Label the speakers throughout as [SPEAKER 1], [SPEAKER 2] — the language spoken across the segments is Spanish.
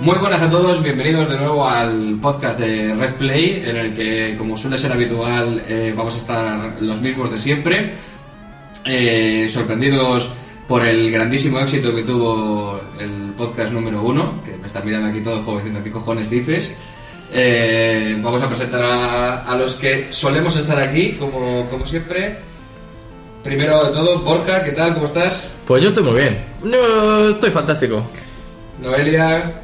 [SPEAKER 1] muy buenas a todos, bienvenidos de nuevo al podcast de Red Play, en el que, como suele ser habitual, eh, vamos a estar los mismos de siempre, eh, sorprendidos por el grandísimo éxito que tuvo el podcast número uno, que me están mirando aquí todos como diciendo qué cojones dices. Eh, vamos a presentar a, a los que solemos estar aquí, como, como siempre. Primero de todo, Borja, ¿qué tal? ¿Cómo estás?
[SPEAKER 2] Pues yo estoy muy bien. No, estoy fantástico.
[SPEAKER 1] Noelia.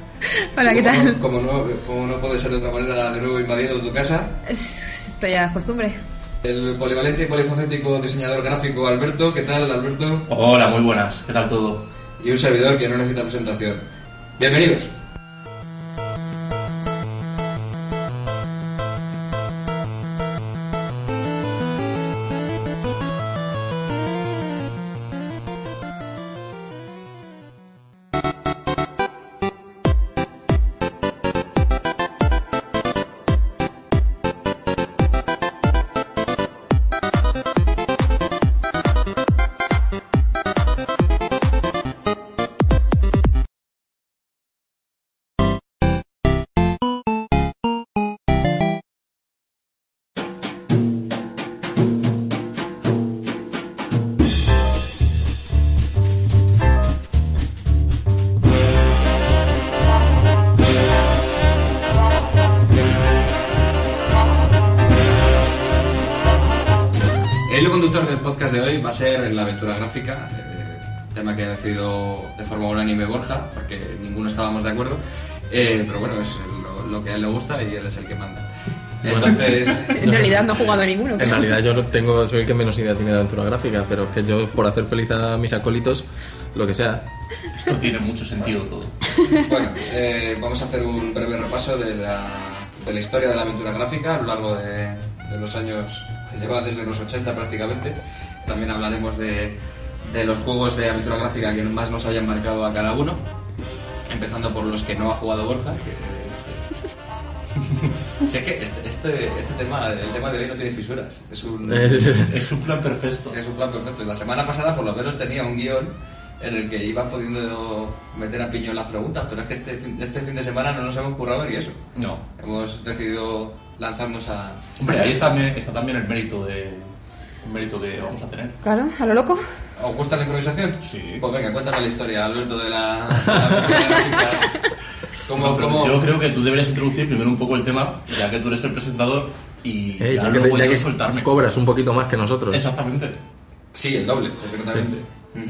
[SPEAKER 3] Hola, ¿qué
[SPEAKER 1] como
[SPEAKER 3] tal?
[SPEAKER 1] no- Como no, como no puede ser de otra manera, de nuevo invadiendo tu casa.
[SPEAKER 3] Estoy a costumbre.
[SPEAKER 1] El polivalente y polifacético diseñador gráfico Alberto, ¿qué tal, Alberto?
[SPEAKER 4] Hola, muy buenas, ¿qué tal todo?
[SPEAKER 1] Y un servidor que no necesita presentación. Bienvenidos. El hilo conductor del podcast de hoy va a ser la aventura gráfica, eh, tema que ha decidido de forma unánime Borja, porque ninguno estábamos de acuerdo. Eh, pero bueno, es lo, lo que a él le gusta y él es el que manda. Entonces,
[SPEAKER 3] En realidad no he jugado a ninguno.
[SPEAKER 2] En realidad yo no tengo, soy el que menos idea tiene de aventura gráfica, pero es que yo por hacer feliz a mis acólitos, lo que sea.
[SPEAKER 4] Esto tiene mucho sentido todo.
[SPEAKER 1] Bueno, eh, vamos a hacer un breve repaso de la, de la historia de la aventura gráfica a lo largo de, de los años que lleva desde los 80 prácticamente. También hablaremos de, de los juegos de aventura gráfica que más nos hayan marcado a cada uno, empezando por los que no ha jugado Borja. que- sé que este, este, este tema, el tema de hoy no tiene fisuras. Es un,
[SPEAKER 2] Eh,
[SPEAKER 4] Es un plan perfecto.
[SPEAKER 1] es un plan perfecto. Y La semana pasada, por lo menos, tenía un guión en el que ibas pudiendo meter a piñón las preguntas, pero es que este, fin- este fin de semana no nos hemos currado ni eso.
[SPEAKER 4] No.
[SPEAKER 1] Hemos decidido lanzarnos a.
[SPEAKER 4] Hombre, ahí está, me- está también el mérito de el mérito que vamos a tener.
[SPEAKER 3] Claro, a lo loco.
[SPEAKER 1] ¿Os gusta la improvisación?
[SPEAKER 4] Sí.
[SPEAKER 1] Pues venga, cuéntame la historia, Alberto, de la. de la aventura gráfica. ¿Cómo-
[SPEAKER 4] No, pero
[SPEAKER 1] cómo-
[SPEAKER 4] yo creo que tú deberías introducir primero un poco el tema, ya que tú eres el presentador, y
[SPEAKER 2] Eh,
[SPEAKER 4] ya
[SPEAKER 2] ya que,
[SPEAKER 4] luego
[SPEAKER 2] ya
[SPEAKER 4] yo
[SPEAKER 2] que
[SPEAKER 4] soltarme.
[SPEAKER 2] cobras un poquito más que nosotros.
[SPEAKER 4] Exactamente.
[SPEAKER 1] Sí, el doble, concretamente. Ujú.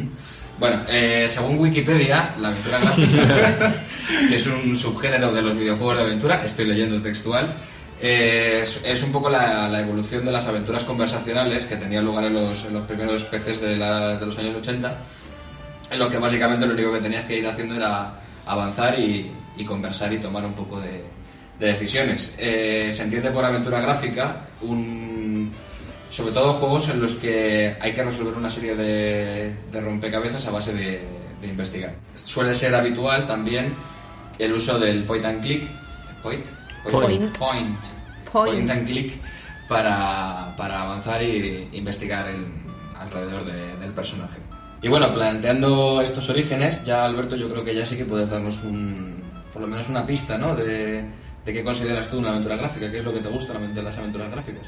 [SPEAKER 1] Bueno, eh, según Wikipedia, la aventura gráfica que es un subgénero de los videojuegos de aventura, estoy leyendo textual, eh, es, es un poco la, la evolución de las aventuras conversacionales que tenían lugar en los, en los primeros PCs de, la- de los años 80, en los que básicamente lo único que tenías que ir haciendo era avanzar y, y conversar y tomar un poco de, de decisiones. Eh, se entiende por aventura gráfica un, sobre todo juegos en los que hay que resolver una serie de, de rompecabezas a base de, de investigar. Suele ser habitual también el uso del point and click, point,
[SPEAKER 3] Point.
[SPEAKER 1] point,
[SPEAKER 3] Point.
[SPEAKER 1] point and click para, para avanzar e investigar en- alrededor de- del personaje. Y bueno, planteando estos orígenes, ya Alberto, yo creo que ya sí que puedes darnos un, por lo menos una pista, ¿no? De, de qué consideras tú una aventura gráfica, qué es lo que te gusta de las aventuras gráficas.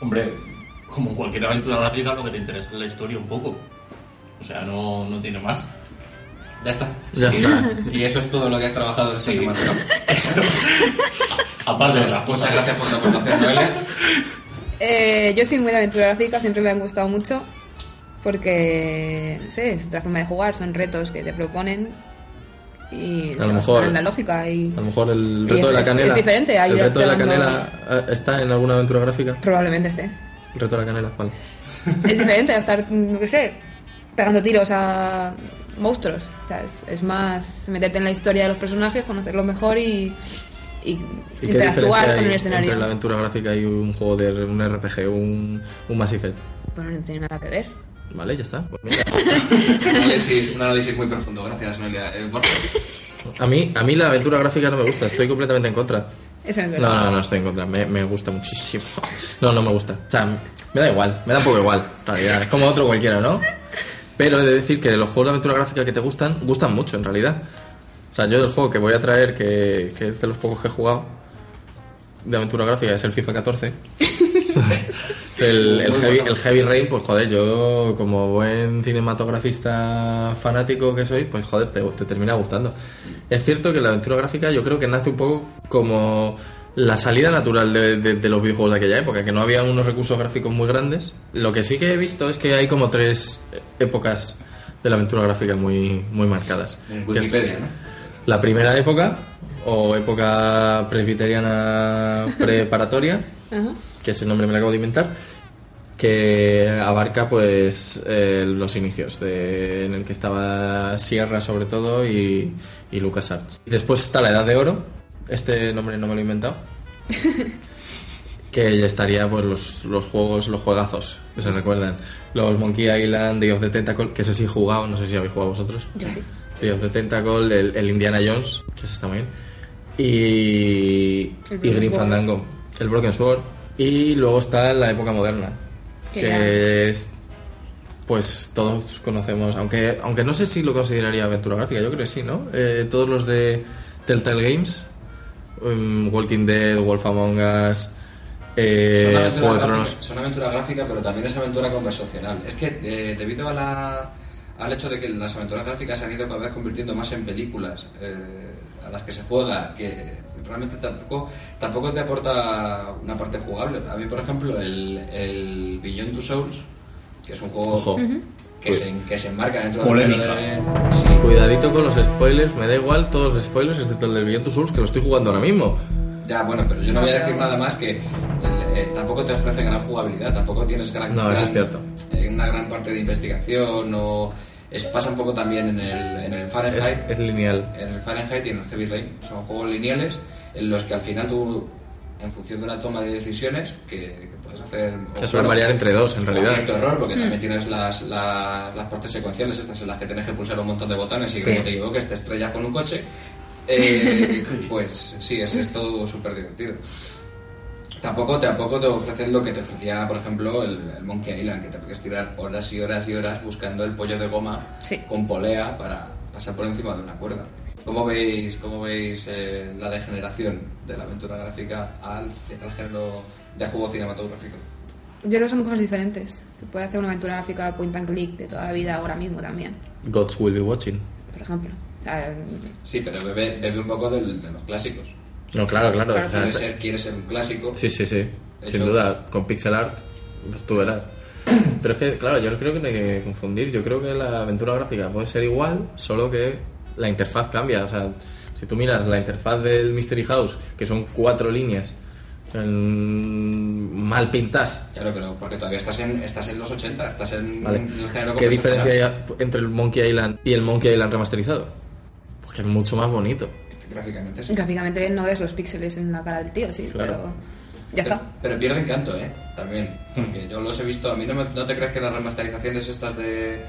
[SPEAKER 4] Hombre, como en cualquier aventura gráfica, lo que te interesa es la historia un poco. O sea, no, no tiene más.
[SPEAKER 1] Ya está.
[SPEAKER 2] Ya está.
[SPEAKER 1] Y eso es todo lo que has trabajado esta
[SPEAKER 4] Sí.
[SPEAKER 1] semana, ¿no?
[SPEAKER 4] Aparte de
[SPEAKER 1] Muchas- Muchas
[SPEAKER 4] las cosas.
[SPEAKER 1] gracias por tu aportación, Noelia.
[SPEAKER 3] Eh, yo soy muy de aventura gráfica, siempre me han gustado mucho. Porque, no sé, es otra forma de jugar, son retos que te proponen. Y
[SPEAKER 2] A lo
[SPEAKER 3] se
[SPEAKER 2] mejor-
[SPEAKER 3] basan en la lógica y
[SPEAKER 2] A lo mejor el
[SPEAKER 3] Y
[SPEAKER 2] reto
[SPEAKER 3] es-
[SPEAKER 2] de la
[SPEAKER 3] es-
[SPEAKER 2] canela.
[SPEAKER 3] es diferente, hay
[SPEAKER 2] el reto de la
[SPEAKER 3] probando-
[SPEAKER 2] canela eh, está en alguna aventura gráfica.
[SPEAKER 3] probablemente esté.
[SPEAKER 2] El reto de la canela, vale.
[SPEAKER 3] Es diferente a estar, no sé, pegando tiros a monstruos. O sea, es, es más meterte en la historia de los personajes, conocerlos mejor y, y
[SPEAKER 2] ¿Y qué diferencia
[SPEAKER 3] interactuar
[SPEAKER 2] hay
[SPEAKER 3] con el
[SPEAKER 2] entre la
[SPEAKER 3] escenario.
[SPEAKER 2] aventura gráfica y un juego de un RPG, un, un Mass Effect?
[SPEAKER 3] Bueno, Pues no tiene nada que ver.
[SPEAKER 2] Vale, ya está. Pues mira.
[SPEAKER 1] Un análisis, un análisis muy profundo. Gracias, Noelia. Eh, Borja,
[SPEAKER 2] A mí, a mí la aventura gráfica no me gusta, estoy completamente en contra.
[SPEAKER 3] Eso es verdad.
[SPEAKER 2] No, no, no estoy en contra, me, me gusta muchísimo. No, no me gusta. O sea, me da igual, me da un poco igual, en realidad. Es como otro cualquiera, ¿no? Pero he de decir que los juegos de aventura gráfica que te gustan, gustan mucho, en realidad. O sea, yo del juego que voy a traer, que, que es de los pocos que he jugado, de aventura gráfica, es el FIFA 14. Es el, el
[SPEAKER 1] Muy
[SPEAKER 2] heavy,
[SPEAKER 1] bueno.
[SPEAKER 2] el Heavy Rain, pues joder, yo como buen cinematografista fanático que soy, pues joder, te, te termina gustando. Es cierto que la aventura gráfica yo creo que nace un poco como la salida natural de, de- de los videojuegos de aquella época, que no había unos recursos gráficos muy grandes. Lo que sí que he visto es que hay como tres épocas de la aventura gráfica muy, muy marcadas.
[SPEAKER 1] En
[SPEAKER 2] Que es-
[SPEAKER 1] Wikipedia, ¿no?
[SPEAKER 2] la primera época, o época presbiteriana preparatoria,
[SPEAKER 3] Ajá.
[SPEAKER 2] que es el nombre que me lo acabo de inventar, que abarca pues eh, los inicios, de- en el que estaba Sierra sobre todo y, y Lucas Arts. Después está la Edad de Oro, este nombre no me lo he inventado, que ya estaría pues los, los juegos, los juegazos, que se recuerdan. Los Monkey Island, Day of the Tentacle, que ese sí he jugado, no sé si habéis jugado vosotros.
[SPEAKER 3] Yo sí.
[SPEAKER 2] Day of the Tentacle, el, el Indiana Jones, que ese está muy bien, y,
[SPEAKER 3] El
[SPEAKER 2] y
[SPEAKER 3] Broken
[SPEAKER 2] Green
[SPEAKER 3] Sword.
[SPEAKER 2] Fandango, el Broken Sword, y luego está la época moderna,
[SPEAKER 3] Que
[SPEAKER 2] que,
[SPEAKER 3] ya-
[SPEAKER 2] es, pues todos conocemos, aunque, aunque no sé si lo consideraría aventura gráfica, yo creo que sí, ¿no? Eh, todos los de Telltale Games, um, Walking Dead, Wolf Among Us, eh,
[SPEAKER 1] Son aventura
[SPEAKER 2] Juego de
[SPEAKER 1] gráfica-
[SPEAKER 2] Tronos...
[SPEAKER 1] son aventura gráfica, pero también es aventura conversacional. Es que eh, debido a la- al hecho de que las aventuras gráficas se han ido cada vez convirtiendo más en películas eh, a las que se juega, que realmente tampoco, tampoco te aporta una parte jugable. A mí, por ejemplo, el, el Beyond Two Souls, que es un juego
[SPEAKER 2] Ojo. Pues Ujú.
[SPEAKER 1] que, se, que se enmarca dentro
[SPEAKER 4] Polémica.
[SPEAKER 1] de... Sí,
[SPEAKER 2] Cuidadito con los spoilers, me da igual todos los spoilers, excepto el del Beyond Two Souls, que lo estoy jugando ahora mismo.
[SPEAKER 1] ya, bueno, pero yo no voy a decir nada más que... el- eh, tampoco te ofrece gran jugabilidad, tampoco tienes gran...
[SPEAKER 2] No, eso es
[SPEAKER 1] gran-
[SPEAKER 2] cierto.
[SPEAKER 1] en una gran parte de investigación o es, pasa un poco también en el, en el
[SPEAKER 2] Es,
[SPEAKER 1] Fahrenheit
[SPEAKER 2] es lineal.
[SPEAKER 1] en el Fahrenheit y en el Heavy Rain son juegos lineales en los que al final tú en función de una toma de decisiones que, que puedes hacer o
[SPEAKER 2] Se suele
[SPEAKER 1] claro,
[SPEAKER 2] variar entre dos, en
[SPEAKER 1] o
[SPEAKER 2] realidad.
[SPEAKER 1] cierto error porque también tienes las, las, las partes secuenciales estas en las que tienes que pulsar un montón de botones y
[SPEAKER 2] Sí.
[SPEAKER 1] como te equivoques te estrellas con un coche Eh, pues sí es, es todo súper divertido Tampoco, tampoco te ofrecen lo que te ofrecía, por ejemplo, el, el Monkey Island, que te podías tirar horas y horas y horas buscando el pollo de goma
[SPEAKER 3] Sí.
[SPEAKER 1] con polea para pasar por encima de una cuerda. ¿Cómo veis, cómo veis eh, la degeneración de la aventura gráfica al, c- al género de juego cinematográfico?
[SPEAKER 3] Yo creo que son cosas diferentes. Se puede hacer una aventura gráfica point and click de toda la vida ahora mismo también,
[SPEAKER 2] Gods will be watching.
[SPEAKER 3] por ejemplo. Ah,
[SPEAKER 1] Sí, pero bebe, bebe un poco del- de los clásicos.
[SPEAKER 2] No, claro, claro.
[SPEAKER 3] Claro,
[SPEAKER 2] o sea,
[SPEAKER 1] Quiere
[SPEAKER 2] está-
[SPEAKER 1] ser, quiere ser un clásico.
[SPEAKER 2] Ah, sí, sí, sí.
[SPEAKER 1] Eso.
[SPEAKER 2] Sin duda, con pixel art, pues tú verás. Pero es que, claro, yo no creo que no hay que confundir. Yo creo que la aventura gráfica puede ser igual, solo que la interfaz cambia. O sea, si tú miras la interfaz del Mystery House, que son cuatro líneas, en- mal pintas.
[SPEAKER 1] Claro, pero porque todavía estás en, estás en los 80, estás en,
[SPEAKER 2] Vale.
[SPEAKER 1] en Mm, el género
[SPEAKER 2] ¿Qué
[SPEAKER 1] conversacional.
[SPEAKER 2] diferencia hay entre el Monkey Island y el Monkey Island remasterizado? Pues que es mucho más bonito.
[SPEAKER 1] Gráficamente sí.
[SPEAKER 3] Gráficamente no ves los píxeles en la cara del tío, sí,
[SPEAKER 2] Claro.
[SPEAKER 3] pero ya
[SPEAKER 1] Pero-
[SPEAKER 3] está.
[SPEAKER 1] Pero pierde encanto, ¿eh? También.
[SPEAKER 2] Hmm.
[SPEAKER 1] Porque yo los he visto. A mí no, me- no te crees que las remasterizaciones estas de,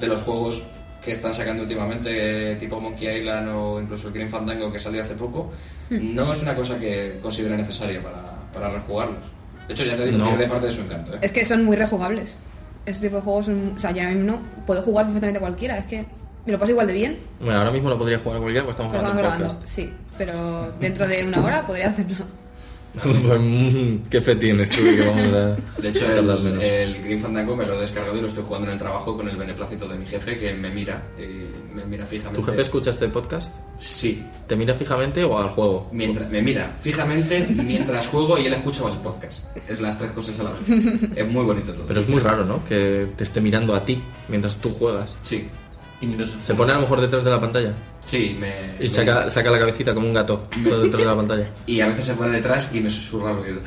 [SPEAKER 1] de los juegos que están sacando últimamente, tipo Monkey Island o incluso el Green Fandango que salió hace poco,
[SPEAKER 3] Hmm.
[SPEAKER 1] no es una cosa que considere necesaria para, para rejugarlos. De hecho, ya te digo,
[SPEAKER 2] No.
[SPEAKER 1] pierde parte de su encanto, ¿eh?
[SPEAKER 3] Es que son muy rejugables. Este tipo de juegos son. O sea, ya no puedo jugar perfectamente a cualquiera, es que me lo paso igual de bien,
[SPEAKER 2] Bueno, ahora mismo lo podría jugar a cualquiera porque estamos
[SPEAKER 3] pero estamos
[SPEAKER 2] grabando un
[SPEAKER 3] grabando.
[SPEAKER 2] podcast.
[SPEAKER 3] Sí, pero dentro de una hora podría hacerlo.
[SPEAKER 2] Pues, mm, ¿Qué fe tienes tú que vamos a
[SPEAKER 1] De hecho, eh,
[SPEAKER 2] tardar
[SPEAKER 1] el,
[SPEAKER 2] menos?
[SPEAKER 1] el Green Fandango me lo he descargado y lo estoy jugando en el trabajo con el beneplácito de mi jefe que me mira, y me mira fijamente.
[SPEAKER 2] ¿Tu jefe escucha este podcast?
[SPEAKER 1] Sí,
[SPEAKER 2] ¿Te mira fijamente o al juego?
[SPEAKER 1] Mientras, me mira fijamente mientras juego y él escucha el podcast. Es las tres cosas a la vez. Es muy bonito todo.
[SPEAKER 2] Pero es muy raro, ¿no? Que te esté mirando a ti mientras tú juegas.
[SPEAKER 1] Sí,
[SPEAKER 4] Y mientras-
[SPEAKER 2] Se pone a lo mejor detrás de la pantalla
[SPEAKER 1] sí, me. me-
[SPEAKER 2] y saca, saca la cabecita como un gato todo detrás de la pantalla.
[SPEAKER 1] y a veces se pone detrás y me susurra al oído.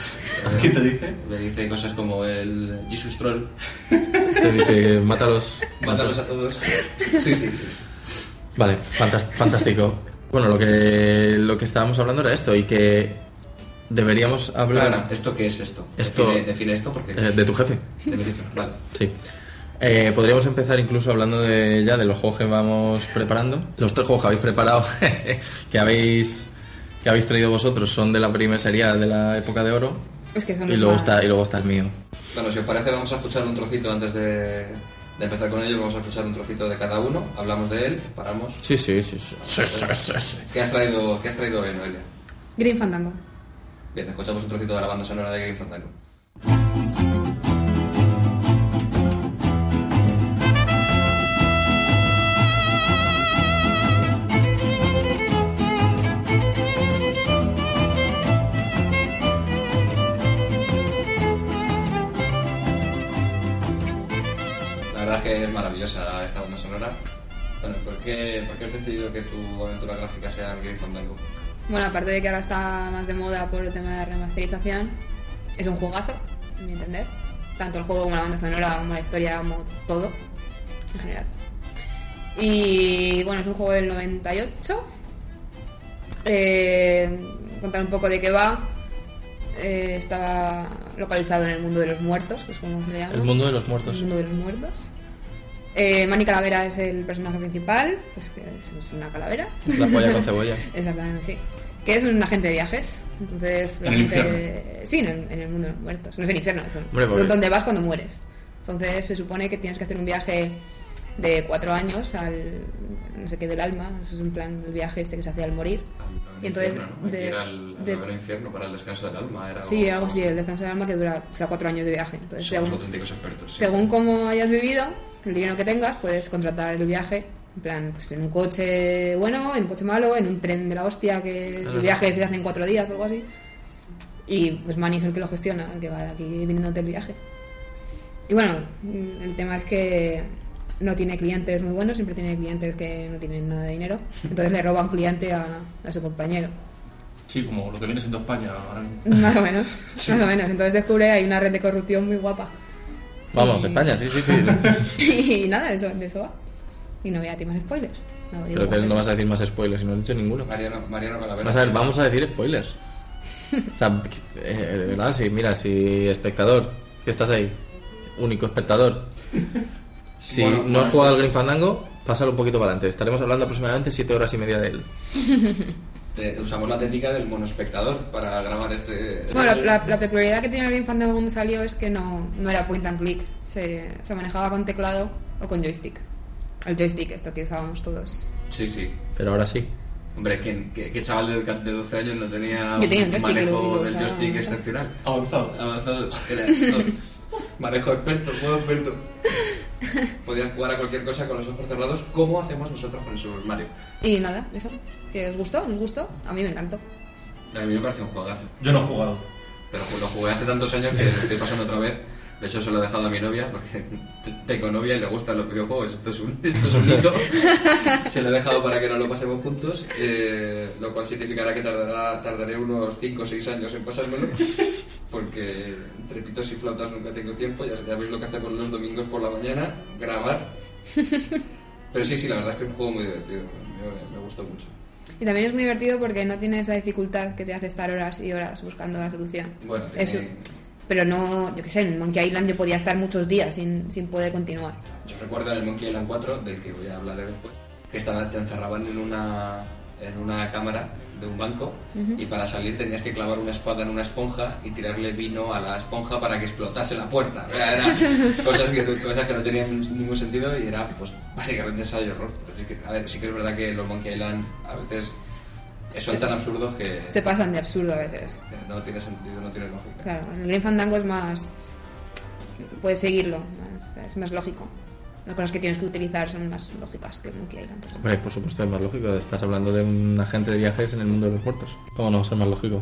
[SPEAKER 4] ¿Qué te dice?
[SPEAKER 1] Me dice cosas como el Jesus Troll,
[SPEAKER 2] Te dice, mátalos.
[SPEAKER 1] mátalos a todos. Sí, sí, sí.
[SPEAKER 2] Vale, fantas- fantástico. Bueno, lo que, lo que estábamos hablando era esto y que deberíamos
[SPEAKER 1] Perdona,
[SPEAKER 2] hablar
[SPEAKER 1] ¿esto qué es esto?
[SPEAKER 2] Esto-
[SPEAKER 1] Define, define esto porque.
[SPEAKER 2] eh, de tu jefe.
[SPEAKER 1] de mi jefe, Vale.
[SPEAKER 2] Sí. Eh, podríamos empezar incluso hablando de, ya de los juegos que vamos preparando. Los tres juegos que habéis preparado, que habéis que habéis traído vosotros, son de la primera serie de la época de oro.
[SPEAKER 3] Es que son
[SPEAKER 2] Y
[SPEAKER 3] los
[SPEAKER 2] luego
[SPEAKER 3] más-
[SPEAKER 2] está y luego está el mío.
[SPEAKER 1] Bueno, si os parece, vamos a escuchar un trocito antes de, de empezar con ellos, vamos a escuchar un trocito de cada uno, hablamos de él, paramos.
[SPEAKER 2] Sí, sí, sí. sí, sí, sí, sí, sí.
[SPEAKER 1] ¿Qué has traído, qué has traído hoy, Noelia?
[SPEAKER 3] Green Fandango.
[SPEAKER 1] Bien, escuchamos un trocito de la banda sonora de Green Fandango. La verdad es que es maravillosa esta banda sonora. Bueno, ¿por qué, por qué has decidido que tu aventura gráfica sea el Green Fandango?
[SPEAKER 3] Bueno, aparte de que ahora está más de moda por el tema de la remasterización, es un juegazo, a mi entender. Tanto el juego como la banda sonora, como la historia, como todo, en general. Y bueno, es un juego del 98. Eh, contar un poco de qué va. Eh, estaba localizado en el mundo de los muertos, que es como se le llama.
[SPEAKER 2] El mundo de los muertos.
[SPEAKER 3] El mundo de los muertos. Eh, Manny Calavera es el personaje principal, pues que es una calavera.
[SPEAKER 2] Es la polla con cebolla.
[SPEAKER 3] Es plan, sí. Que es un agente de viajes. Entonces,
[SPEAKER 4] ¿En el
[SPEAKER 3] gente- Sí, en el, en el mundo de los muertos. No es el infierno, es un-
[SPEAKER 2] Hombre, porque-
[SPEAKER 3] donde vas cuando mueres. Entonces, se supone que tienes que hacer un viaje de cuatro años al. no sé qué del alma. Eso es un plan, el viaje este que se hace al morir. Y entonces,
[SPEAKER 1] infierno, ¿no? Hay
[SPEAKER 3] de-
[SPEAKER 1] que ir al, al
[SPEAKER 3] de-
[SPEAKER 1] noveno infierno para el descanso del alma. Era
[SPEAKER 3] Sí, algo así, el descanso del alma que dura, o sea, cuatro años de viaje. Entonces,
[SPEAKER 1] Somos
[SPEAKER 3] según-
[SPEAKER 1] auténticos expertos. sí.
[SPEAKER 3] Según cómo hayas vivido, el dinero que tengas, puedes contratar el viaje. En plan, pues en un coche bueno, en un coche malo, en un tren de la hostia, que
[SPEAKER 2] Ah.
[SPEAKER 3] el viaje se hace en cuatro días o algo así. Y pues Manny es el que lo gestiona, el que va de aquí viniéndote el viaje. Y bueno, mm, el tema es que no tiene clientes muy buenos, siempre tiene clientes que no tienen nada de dinero. Entonces le roba un cliente a, a su compañero.
[SPEAKER 4] Sí, como lo que viene siendo España ahora mismo.
[SPEAKER 3] Más o menos, más o menos. Entonces descubre hay una red de corrupción muy guapa.
[SPEAKER 2] Vamos,
[SPEAKER 3] Y-
[SPEAKER 2] España, sí, sí, sí.
[SPEAKER 3] y nada, de eso, de eso va. Y no voy a ti más spoilers. No, digo
[SPEAKER 2] Pero que
[SPEAKER 3] spoilers.
[SPEAKER 2] no vas a decir más spoilers, y no has dicho ninguno.
[SPEAKER 1] Mariano, Mariano Calavera.
[SPEAKER 2] Vamos a ver, vamos a decir spoilers. O sea, eh, de verdad, sí, mira, si espectador, que estás ahí, único espectador, si
[SPEAKER 1] Bueno,
[SPEAKER 2] no
[SPEAKER 1] bueno,
[SPEAKER 2] has jugado al Green Fandango, pásalo un poquito para adelante. Estaremos hablando aproximadamente 7 horas y media de él.
[SPEAKER 1] Te- usamos la técnica del monoespectador para grabar este.
[SPEAKER 3] Bueno, la, la- la peculiaridad que tiene el Green Fandango cuando salió es que no, no era point and click. Se, se manejaba con teclado o con joystick. El joystick, esto que usábamos todos.
[SPEAKER 1] Sí, sí.
[SPEAKER 2] Pero ahora sí.
[SPEAKER 1] Hombre, ¿quién- qué, qué chaval de, de 12 años no tenía
[SPEAKER 3] Yo tenía un joystick,
[SPEAKER 1] manejo
[SPEAKER 3] lo único,
[SPEAKER 1] del
[SPEAKER 3] o sea,
[SPEAKER 1] joystick
[SPEAKER 3] no sé.
[SPEAKER 1] excepcional?
[SPEAKER 4] Avanzado.
[SPEAKER 1] Avanzado. Era- no. manejo experto, juego experto. Podías jugar a cualquier cosa con los ojos cerrados, como hacemos nosotros con el Super Mario.
[SPEAKER 3] Y nada, eso. ¿Que os gustó? ¿Os gustó? A mí me encantó.
[SPEAKER 1] A mí me parece un juegazo.
[SPEAKER 4] Yo no he jugado.
[SPEAKER 1] Pero lo jugué hace tantos años que lo estoy pasando otra vez. De hecho, se lo he dejado a mi novia porque tengo novia y le gustan los videojuegos. Esto es un, esto es un hito. se lo he dejado para que no lo pasemos juntos, eh, lo cual significará que tardará, tardaré unos 5 o 6 años en pasármelo. Porque entre pitos y flautas nunca tengo tiempo. Ya sabéis lo que hacemos los domingos por la mañana, grabar. Pero sí, sí, la verdad es que es un juego muy divertido. Me, me gustó mucho.
[SPEAKER 3] Y también es muy divertido porque no tiene esa dificultad que te hace estar horas y horas buscando la solución.
[SPEAKER 1] Bueno, tiene-
[SPEAKER 3] Eso. Pero no, yo qué sé, en Monkey Island yo podía estar muchos días sin, sin poder continuar.
[SPEAKER 1] Yo recuerdo en el Monkey Island 4, del que voy a hablar después, que estaba, te encerraban en una, en una cámara de un banco y para salir tenías que clavar una espada en una esponja y tirarle vino a la esponja para que explotase la puerta. O sea, eran cosas que, cosas que no tenían ningún sentido y era pues básicamente ensayo y error. Pero sí que, a ver, sí que es verdad que los Monkey Island a veces eh, son tan absurdos que
[SPEAKER 3] Se pasan de absurdo a veces.
[SPEAKER 1] que no tiene sentido, no tiene lógica.
[SPEAKER 3] Claro, en el Green Fandango es más. Puedes seguirlo, más- es más lógico. Las cosas que tienes que utilizar son más lógicas que el Monkey Island. por ejemplo.
[SPEAKER 2] Hombre, por supuesto, es más lógico. Estás hablando de un agente de viajes en el mundo de los muertos. ¿Cómo no va a ser más lógico?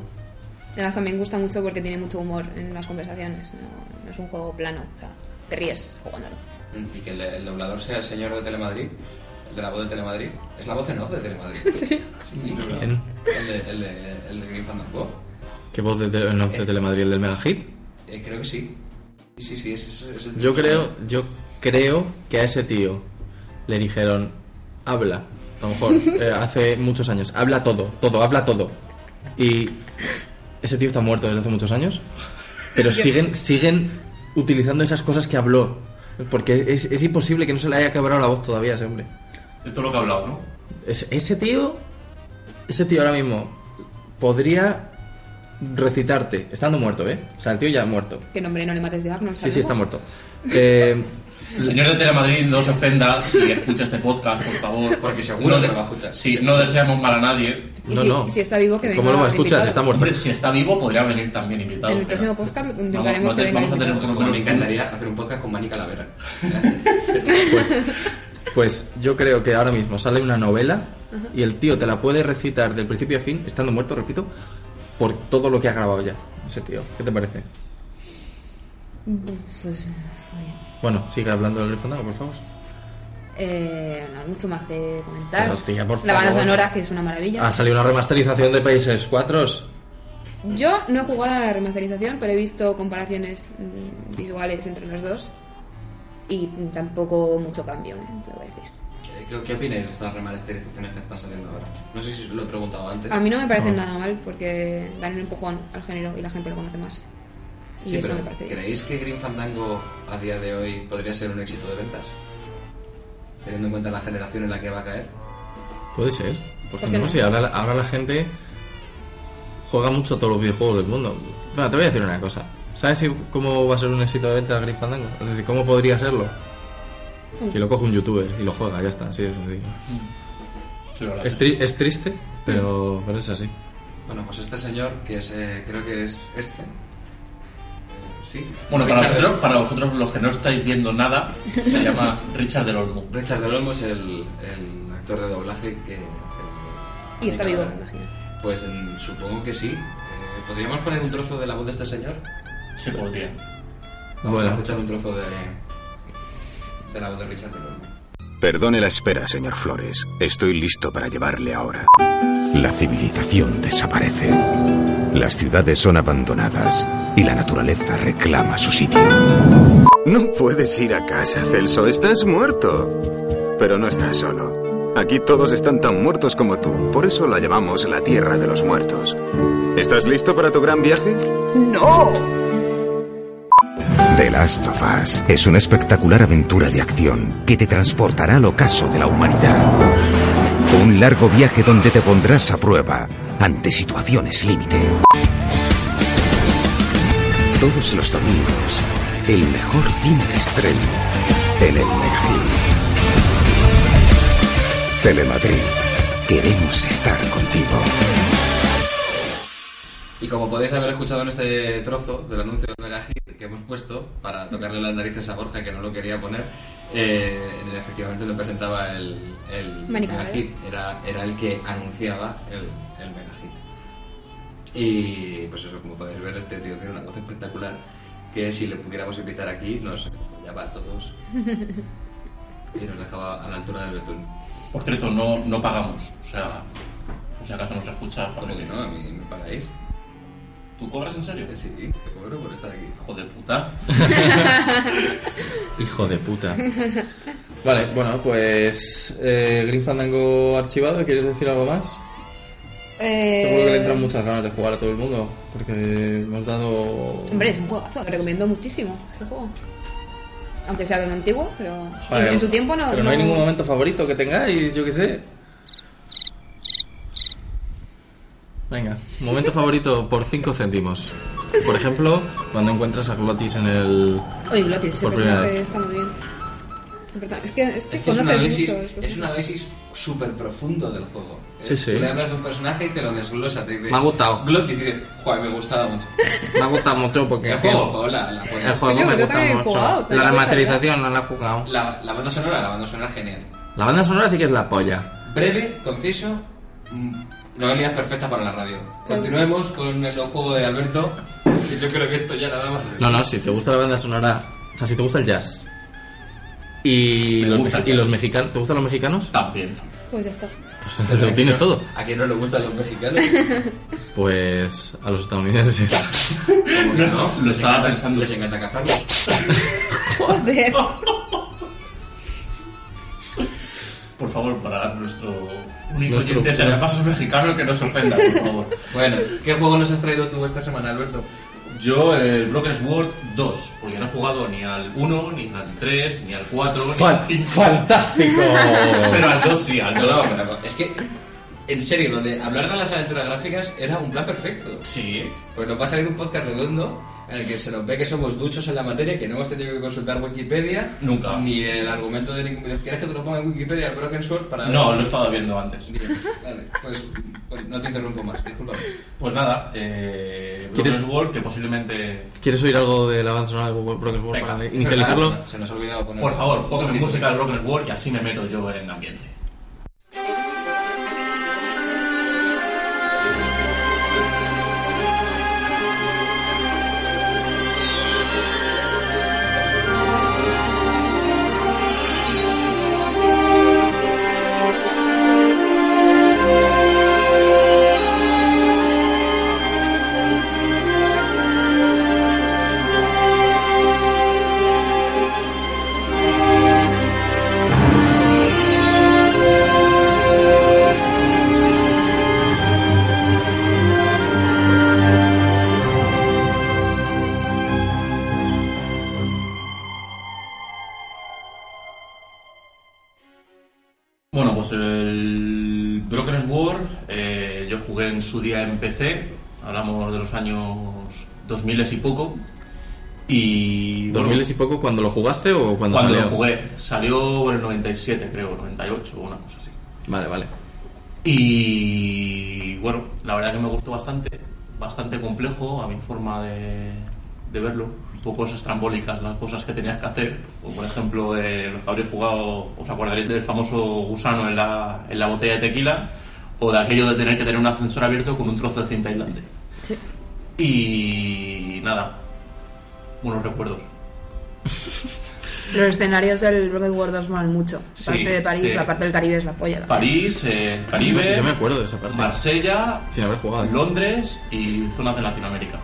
[SPEAKER 3] Además, también gusta mucho porque tiene mucho humor en las conversaciones. No, no es un juego plano, o sea, te ríes jugándolo.
[SPEAKER 1] Y que el, el doblador sea el señor de Telemadrid, el de la voz de Telemadrid. Es la voz en off de Telemadrid. Sí,
[SPEAKER 2] ¿Quién?
[SPEAKER 1] El de, el de, el de Green Fandango.
[SPEAKER 2] ¿Qué voz de, de, no, de Telemadrid? ¿El del Mega Hit?
[SPEAKER 1] Eh, creo que sí. Sí, sí, es, es- es el-
[SPEAKER 2] Yo creo, yo creo que a ese tío le dijeron, habla, a lo mejor, eh, hace muchos años, habla todo, todo, habla todo. Y ese tío está muerto desde hace muchos años, pero siguen, siguen utilizando esas cosas que habló, porque es, es imposible que no se le haya quebrado la voz todavía a ese hombre.
[SPEAKER 4] De todo lo que he hablado, ¿no?
[SPEAKER 2] Es- ese tío, ese tío ahora mismo podría recitarte, estando muerto, ¿eh? O sea, el tío ya muerto.
[SPEAKER 3] Que nombre no le mates de Agnor.
[SPEAKER 2] Sí, sí, está muerto. Eh,
[SPEAKER 4] Señor de Telemadrid, no se ofenda si escucha este podcast, por favor.
[SPEAKER 1] Porque seguro
[SPEAKER 4] No
[SPEAKER 1] que lo va a escuchar.
[SPEAKER 4] Sí, no deseamos mal a nadie.
[SPEAKER 3] Y
[SPEAKER 2] no,
[SPEAKER 3] si-
[SPEAKER 2] no.
[SPEAKER 3] si está vivo, que venga
[SPEAKER 2] ¿Cómo lo va a escuchar?
[SPEAKER 3] invitado.
[SPEAKER 2] Si está muerto.
[SPEAKER 4] Hombre, si está vivo, podría venir también invitado.
[SPEAKER 3] En el
[SPEAKER 4] pero-
[SPEAKER 3] próximo podcast
[SPEAKER 4] Vamos-
[SPEAKER 3] intentaremos
[SPEAKER 4] no
[SPEAKER 3] que
[SPEAKER 4] te-
[SPEAKER 3] venga
[SPEAKER 4] Vamos a tener
[SPEAKER 3] invitado.
[SPEAKER 4] otro
[SPEAKER 1] Como me encantaría hacer un podcast con Mani Calavera.
[SPEAKER 2] Pues, pues yo creo que ahora mismo sale una novela y el tío te la puede recitar del principio a fin, estando muerto, repito, por todo lo que ha grabado ya. Ese tío, ¿qué te parece?
[SPEAKER 3] Pues,
[SPEAKER 2] Bueno, sigue hablando del Fandango, por favor.
[SPEAKER 3] eh, no hay mucho más que comentar.
[SPEAKER 2] Pero, tía, por
[SPEAKER 3] la banda
[SPEAKER 2] favor.
[SPEAKER 3] sonora, que es una maravilla.
[SPEAKER 2] Ha salido una remasterización de Países 4.
[SPEAKER 3] Yo no he jugado a la remasterización, pero he visto comparaciones mm, visuales entre los dos. Y tampoco mucho cambio, eh, te lo voy a decir.
[SPEAKER 1] Eh, ¿Qué, ¿Qué opináis de estas remasterizaciones que están saliendo ahora? No sé si os lo he preguntado antes.
[SPEAKER 3] A mí no me parece
[SPEAKER 2] No.
[SPEAKER 3] nada mal porque dan un empujón al género y la gente lo conoce más. Y
[SPEAKER 1] sí,
[SPEAKER 3] eso
[SPEAKER 1] pero
[SPEAKER 3] me parece bien.
[SPEAKER 1] ¿creéis que Green Fandango a día de hoy podría ser un éxito de ventas? Teniendo en cuenta la generación en la que va a caer.
[SPEAKER 2] Puede ser. Porque
[SPEAKER 3] ¿Por qué
[SPEAKER 2] no,
[SPEAKER 3] no?
[SPEAKER 2] sé, ahora, ahora la gente juega mucho a todos los videojuegos del mundo. Bueno, te voy a decir una cosa. ¿Sabes si- cómo va a ser un éxito de venta Green Fandango? Es decir, ¿cómo podría serlo? Si lo coge un youtuber y lo juega, ya está, así de sencillo.
[SPEAKER 4] Sí, lo hará.
[SPEAKER 2] Es, tri- es triste, pero, pero es así.
[SPEAKER 1] Bueno, pues este señor, que es, eh, creo que es este. Eh, Sí.
[SPEAKER 4] Bueno, para
[SPEAKER 1] Richard-
[SPEAKER 4] vosotros, para vosotros los que no estáis viendo nada, se llama Richard del Olmo.
[SPEAKER 1] Richard Del Olmo es el, el actor de doblaje que hace-
[SPEAKER 3] Y está vivo, me
[SPEAKER 1] Nicolás.
[SPEAKER 3] imagino.
[SPEAKER 1] Pues mm, supongo que sí. Eh, ¿Podríamos poner un trozo de la voz de este señor?
[SPEAKER 4] Se podría.
[SPEAKER 1] Vamos
[SPEAKER 2] Bueno.
[SPEAKER 1] a escuchar un trozo de, de la voz de Richard Del Olmo.
[SPEAKER 5] Perdone la espera, señor Flores. Estoy listo para llevarle ahora. La civilización desaparece. Las ciudades son abandonadas y la naturaleza reclama su sitio. No puedes ir a casa, Celso. Estás muerto. Pero no estás solo. Aquí todos están tan muertos como tú. Por eso la llamamos la Tierra de los Muertos. ¿Estás listo para tu gran viaje? The Last of Us es una espectacular aventura de acción que te transportará al ocaso de la humanidad. Un largo viaje donde te pondrás a prueba ante situaciones límite. Todos los domingos, el mejor cine de estreno en el Megacine. Telemadrid, queremos estar contigo.
[SPEAKER 1] Y como podéis haber escuchado en este trozo del anuncio del Mega Hit que hemos puesto para tocarle las narices a Borja que no lo quería poner, eh, efectivamente lo presentaba el, el
[SPEAKER 3] Manico,
[SPEAKER 1] Mega
[SPEAKER 3] ¿eh?
[SPEAKER 1] Hit, era, era el que anunciaba el, el Mega Hit. Y pues eso, como podéis ver, este tío tiene una voz espectacular que si le pudiéramos invitar aquí nos follaba a todos y nos dejaba a la altura del betún.
[SPEAKER 4] Por cierto, no, no pagamos. O sea, por si acaso nos escucha.
[SPEAKER 1] ¿Cómo que no? ¿A mí me pagáis?
[SPEAKER 4] ¿Tú cobras en serio?
[SPEAKER 1] Sí, te cobro por estar aquí.
[SPEAKER 4] Hijo de puta.
[SPEAKER 2] Hijo de puta. Vale, bueno, pues. Eh, Green Fandango archivado, ¿quieres decir algo más?
[SPEAKER 3] Eh,
[SPEAKER 2] Seguro que le entran muchas ganas de jugar a todo el mundo, porque hemos dado.
[SPEAKER 3] Hombre, es un juegazo, lo recomiendo muchísimo este juego. Aunque sea tan antiguo, pero
[SPEAKER 2] Joder,
[SPEAKER 3] en su tiempo no.
[SPEAKER 2] Pero no hay ningún momento favorito que tengáis, yo qué sé. Venga, momento favorito por 5 céntimos. Por ejemplo, cuando encuentras a Glotis en el.
[SPEAKER 3] Oye, Glotis, ese
[SPEAKER 2] Por primera
[SPEAKER 3] personaje
[SPEAKER 2] vez.
[SPEAKER 3] está muy bien. Ese personaje- Es que, es que
[SPEAKER 1] Es que es un
[SPEAKER 3] conoces
[SPEAKER 1] análisis,
[SPEAKER 3] mucho. los
[SPEAKER 1] es
[SPEAKER 3] personajes.
[SPEAKER 1] un análisis súper profundo del juego.
[SPEAKER 2] Sí,
[SPEAKER 1] Eh,
[SPEAKER 2] sí.
[SPEAKER 1] Tú le hablas de un personaje y te lo desglosa. Te dice,
[SPEAKER 2] Me ha gustado.
[SPEAKER 1] Glotis dice, joder, me gustaba mucho.
[SPEAKER 2] Me ha gustado mucho porque.
[SPEAKER 1] El juego, joder, la, la,
[SPEAKER 2] El juego
[SPEAKER 3] Coño,
[SPEAKER 2] me
[SPEAKER 3] yo
[SPEAKER 2] gusta
[SPEAKER 3] también he
[SPEAKER 2] mucho.
[SPEAKER 3] jugado, pero
[SPEAKER 2] la
[SPEAKER 3] no me
[SPEAKER 2] remasterización no la he jugado.
[SPEAKER 1] la- la banda sonora, la banda sonora genial.
[SPEAKER 2] La banda sonora sí que es la polla.
[SPEAKER 1] Breve, conciso, mm, novelidad perfecta para la radio. Continuemos con el juego de Alberto, que yo creo que esto ya la damos.
[SPEAKER 2] No, no, si te gusta la banda sonora. O sea, si te gusta el jazz. Y,
[SPEAKER 4] Me
[SPEAKER 2] los,
[SPEAKER 4] gusta el
[SPEAKER 2] y los
[SPEAKER 4] jazz.
[SPEAKER 2] mexicanos. ¿Te gustan los mexicanos?
[SPEAKER 4] También.
[SPEAKER 3] Pues ya está.
[SPEAKER 2] Pues lo tienes todo.
[SPEAKER 1] ¿A quién no le gustan los mexicanos?
[SPEAKER 2] Pues a los estadounidenses.
[SPEAKER 1] ¿Cómo que
[SPEAKER 4] Lo estaba- lo
[SPEAKER 1] Les
[SPEAKER 4] estaba
[SPEAKER 1] encanta-
[SPEAKER 4] pensando.
[SPEAKER 1] Les encanta cazarlos.
[SPEAKER 3] Joder.
[SPEAKER 4] Por favor, para nuestro único
[SPEAKER 2] Nuestro-
[SPEAKER 4] oyente, si además es mexicano, que no se ofenda, por favor.
[SPEAKER 1] Bueno, ¿qué juego nos has traído tú esta semana, Alberto?
[SPEAKER 4] Yo el Broken Sword 2, porque no he jugado ni al 1, ni al 3, ni al 4, ni al 5.
[SPEAKER 2] ¡Fantástico!
[SPEAKER 4] Pero al 2 sí, al
[SPEAKER 1] No,
[SPEAKER 4] 2
[SPEAKER 1] no,
[SPEAKER 4] sí.
[SPEAKER 1] pero es que En serio, lo de hablar de las aventuras gráficas era un plan perfecto.
[SPEAKER 4] Sí.
[SPEAKER 1] Pues nos va a salir un podcast redondo en el que se nos ve que somos duchos en la materia, que no hemos tenido que consultar Wikipedia.
[SPEAKER 4] Nunca.
[SPEAKER 1] Ni el argumento de ningún video. ¿Quieres que te lo ponga en Wikipedia, el Broken Sword, para...
[SPEAKER 4] No, lo he estado viendo antes.
[SPEAKER 1] Bien, vale, pues, pues no te interrumpo más, discúlpame.
[SPEAKER 4] Pues nada, eh,
[SPEAKER 2] ¿Quieres-
[SPEAKER 4] Broken Sword, que posiblemente...
[SPEAKER 2] ¿Quieres oír algo del avance de Broken Sword
[SPEAKER 4] Venga.
[SPEAKER 2] para inicializarlo?
[SPEAKER 1] Se nos ha olvidado poner...
[SPEAKER 4] Por favor, póngame
[SPEAKER 1] Sí.
[SPEAKER 4] música de Broken Sword y así me meto yo en ambiente. Bueno, pues el Broken Sword eh, yo jugué en su día en PC, hablamos de los años 2000 y poco. Y. bueno,
[SPEAKER 2] 2000 y poco cuando lo jugaste o cuando,
[SPEAKER 4] cuando
[SPEAKER 2] salió?
[SPEAKER 4] lo jugué, salió en el 97, creo, 98 o una cosa así.
[SPEAKER 2] Vale, vale.
[SPEAKER 4] Y bueno, la verdad que me gustó bastante, bastante complejo a mi forma de, de verlo. Un poco estrambólicas las cosas que tenías que hacer. O, por ejemplo, eh, los que habréis jugado, os acordaréis del famoso gusano en la, en la botella de tequila, o de aquello de tener que tener un ascensor abierto con un trozo de cinta aislante.
[SPEAKER 3] Sí.
[SPEAKER 4] Y nada, unos recuerdos.
[SPEAKER 3] Los escenarios del Broken World os molan mucho.
[SPEAKER 4] Sí,
[SPEAKER 3] Parte de París,
[SPEAKER 4] sí.
[SPEAKER 3] la parte del Caribe es la polla. también.
[SPEAKER 4] París, eh, Caribe,
[SPEAKER 2] Yo me acuerdo de esa parte.
[SPEAKER 4] Marsella,
[SPEAKER 2] Sin haber jugado.
[SPEAKER 4] Londres y zonas de Latinoamérica.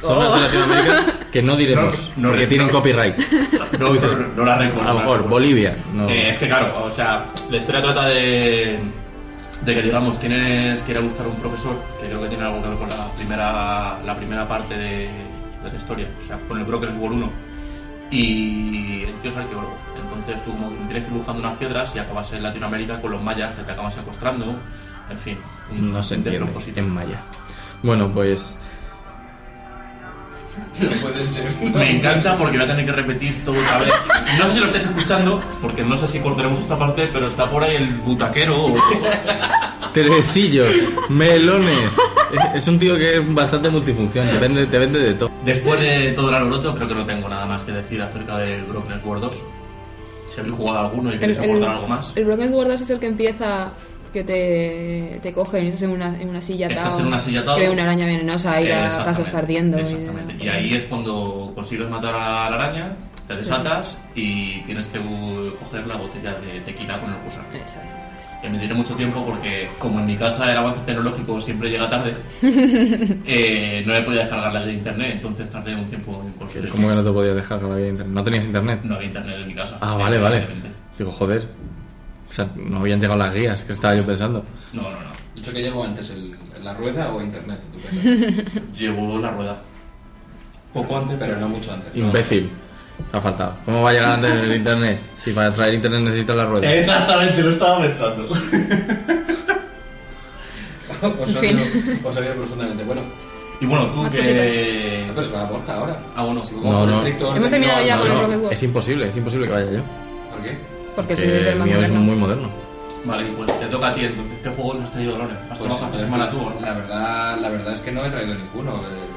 [SPEAKER 2] Zonas de Latinoamérica que no diremos,
[SPEAKER 4] No, no,
[SPEAKER 2] porque
[SPEAKER 4] no.
[SPEAKER 2] tienen copyright.
[SPEAKER 4] No, no, no
[SPEAKER 2] A lo
[SPEAKER 4] la recuerdo. no la
[SPEAKER 2] mejor
[SPEAKER 4] recuerdo.
[SPEAKER 2] Bolivia. No.
[SPEAKER 4] Eh, es que claro, o sea, la historia trata de, de que digamos tienes que ir a buscar un profesor, que creo que tiene algo que ver con la primera, la primera parte de, de la historia, o sea, con el Broker's World 1. Y el tío es arqueólogo. Entonces tú como que tienes que ir buscando unas piedras y acabas en Latinoamérica con los mayas que te acaban secuestrando. En fin, un
[SPEAKER 2] no se entiende.
[SPEAKER 4] despropósito.
[SPEAKER 2] En maya. Bueno, pues
[SPEAKER 1] No puede ser.
[SPEAKER 4] Me encanta porque voy a tener que repetir todo otra vez. No sé si lo estáis escuchando, porque no sé si cortaremos esta parte, pero está por ahí el butaquero o...
[SPEAKER 2] Tresillos, melones. Es, es un tío que es bastante multifunción, te vende, te vende de todo.
[SPEAKER 4] Después de todo el alboroto, creo que no tengo nada más que decir acerca del Broken Sword 2. Si habéis jugado alguno y queréis aportar algo más,
[SPEAKER 3] el Broken Sword es el que empieza que te, te cogen y estás en una, en una silla
[SPEAKER 4] Estás
[SPEAKER 3] atado,
[SPEAKER 4] en una silla atado.
[SPEAKER 3] Que hay una araña venenosa y la
[SPEAKER 4] Exactamente,
[SPEAKER 3] casa está ardiendo. eh.
[SPEAKER 4] exactamente. Y ahí es cuando consigues matar a la araña, te desatas y tienes que uh, coger la botella de tequila con el gusano.
[SPEAKER 3] Exacto.
[SPEAKER 4] que me tiene mucho tiempo porque como en mi casa el avance tecnológico siempre llega tarde, eh, no me podía descargar la de internet, entonces tardé un tiempo en conseguirlo.
[SPEAKER 2] ¿Cómo que no te podías dejar grabar en internet? ¿No tenías internet?
[SPEAKER 4] No había internet en mi casa.
[SPEAKER 2] Ah, vale, vale.
[SPEAKER 4] evidentemente.
[SPEAKER 2] Digo, joder. O sea, no habían llegado las guías, que estaba yo pensando.
[SPEAKER 4] No, no, no.
[SPEAKER 1] Dicho que llevo antes el- la rueda o internet, tú qué
[SPEAKER 4] Llegó la rueda. Poco antes,
[SPEAKER 1] Pero no mucho antes.
[SPEAKER 2] Imbécil. Te ha faltado. ¿Cómo va a llegar antes el internet? Si para traer internet necesitas la
[SPEAKER 4] Eh,
[SPEAKER 2] rueda.
[SPEAKER 4] Exactamente, lo estaba pensando.
[SPEAKER 1] Os
[SPEAKER 3] En
[SPEAKER 1] odio,
[SPEAKER 3] fin.
[SPEAKER 1] os odio profundamente. Bueno,
[SPEAKER 4] Y bueno, tú
[SPEAKER 3] Más
[SPEAKER 4] que...
[SPEAKER 1] ah, pero se va a Borja ahora.
[SPEAKER 4] Ah, bueno,
[SPEAKER 1] Si
[SPEAKER 4] sí.
[SPEAKER 1] vamos
[SPEAKER 2] No,
[SPEAKER 1] por
[SPEAKER 2] no.
[SPEAKER 1] estricto orden,
[SPEAKER 3] Hemos terminado
[SPEAKER 1] no,
[SPEAKER 3] ya
[SPEAKER 1] no,
[SPEAKER 3] con el
[SPEAKER 1] no.
[SPEAKER 3] Broken Sword.
[SPEAKER 2] Es imposible, es imposible que vaya yo.
[SPEAKER 1] ¿Por qué?
[SPEAKER 3] Porque el
[SPEAKER 2] Que
[SPEAKER 3] suyo es el
[SPEAKER 2] el
[SPEAKER 3] más
[SPEAKER 2] mío es
[SPEAKER 3] moderno.
[SPEAKER 2] muy moderno.
[SPEAKER 4] Vale, pues te toca a ti entonces. ¿Qué juego nos has traído, Loren? Has
[SPEAKER 1] Pues,
[SPEAKER 4] trabajado esta
[SPEAKER 1] pues,
[SPEAKER 2] eh,
[SPEAKER 4] semana tú, ¿no?
[SPEAKER 1] la verdad, la verdad es que no he traído ninguno. Eh,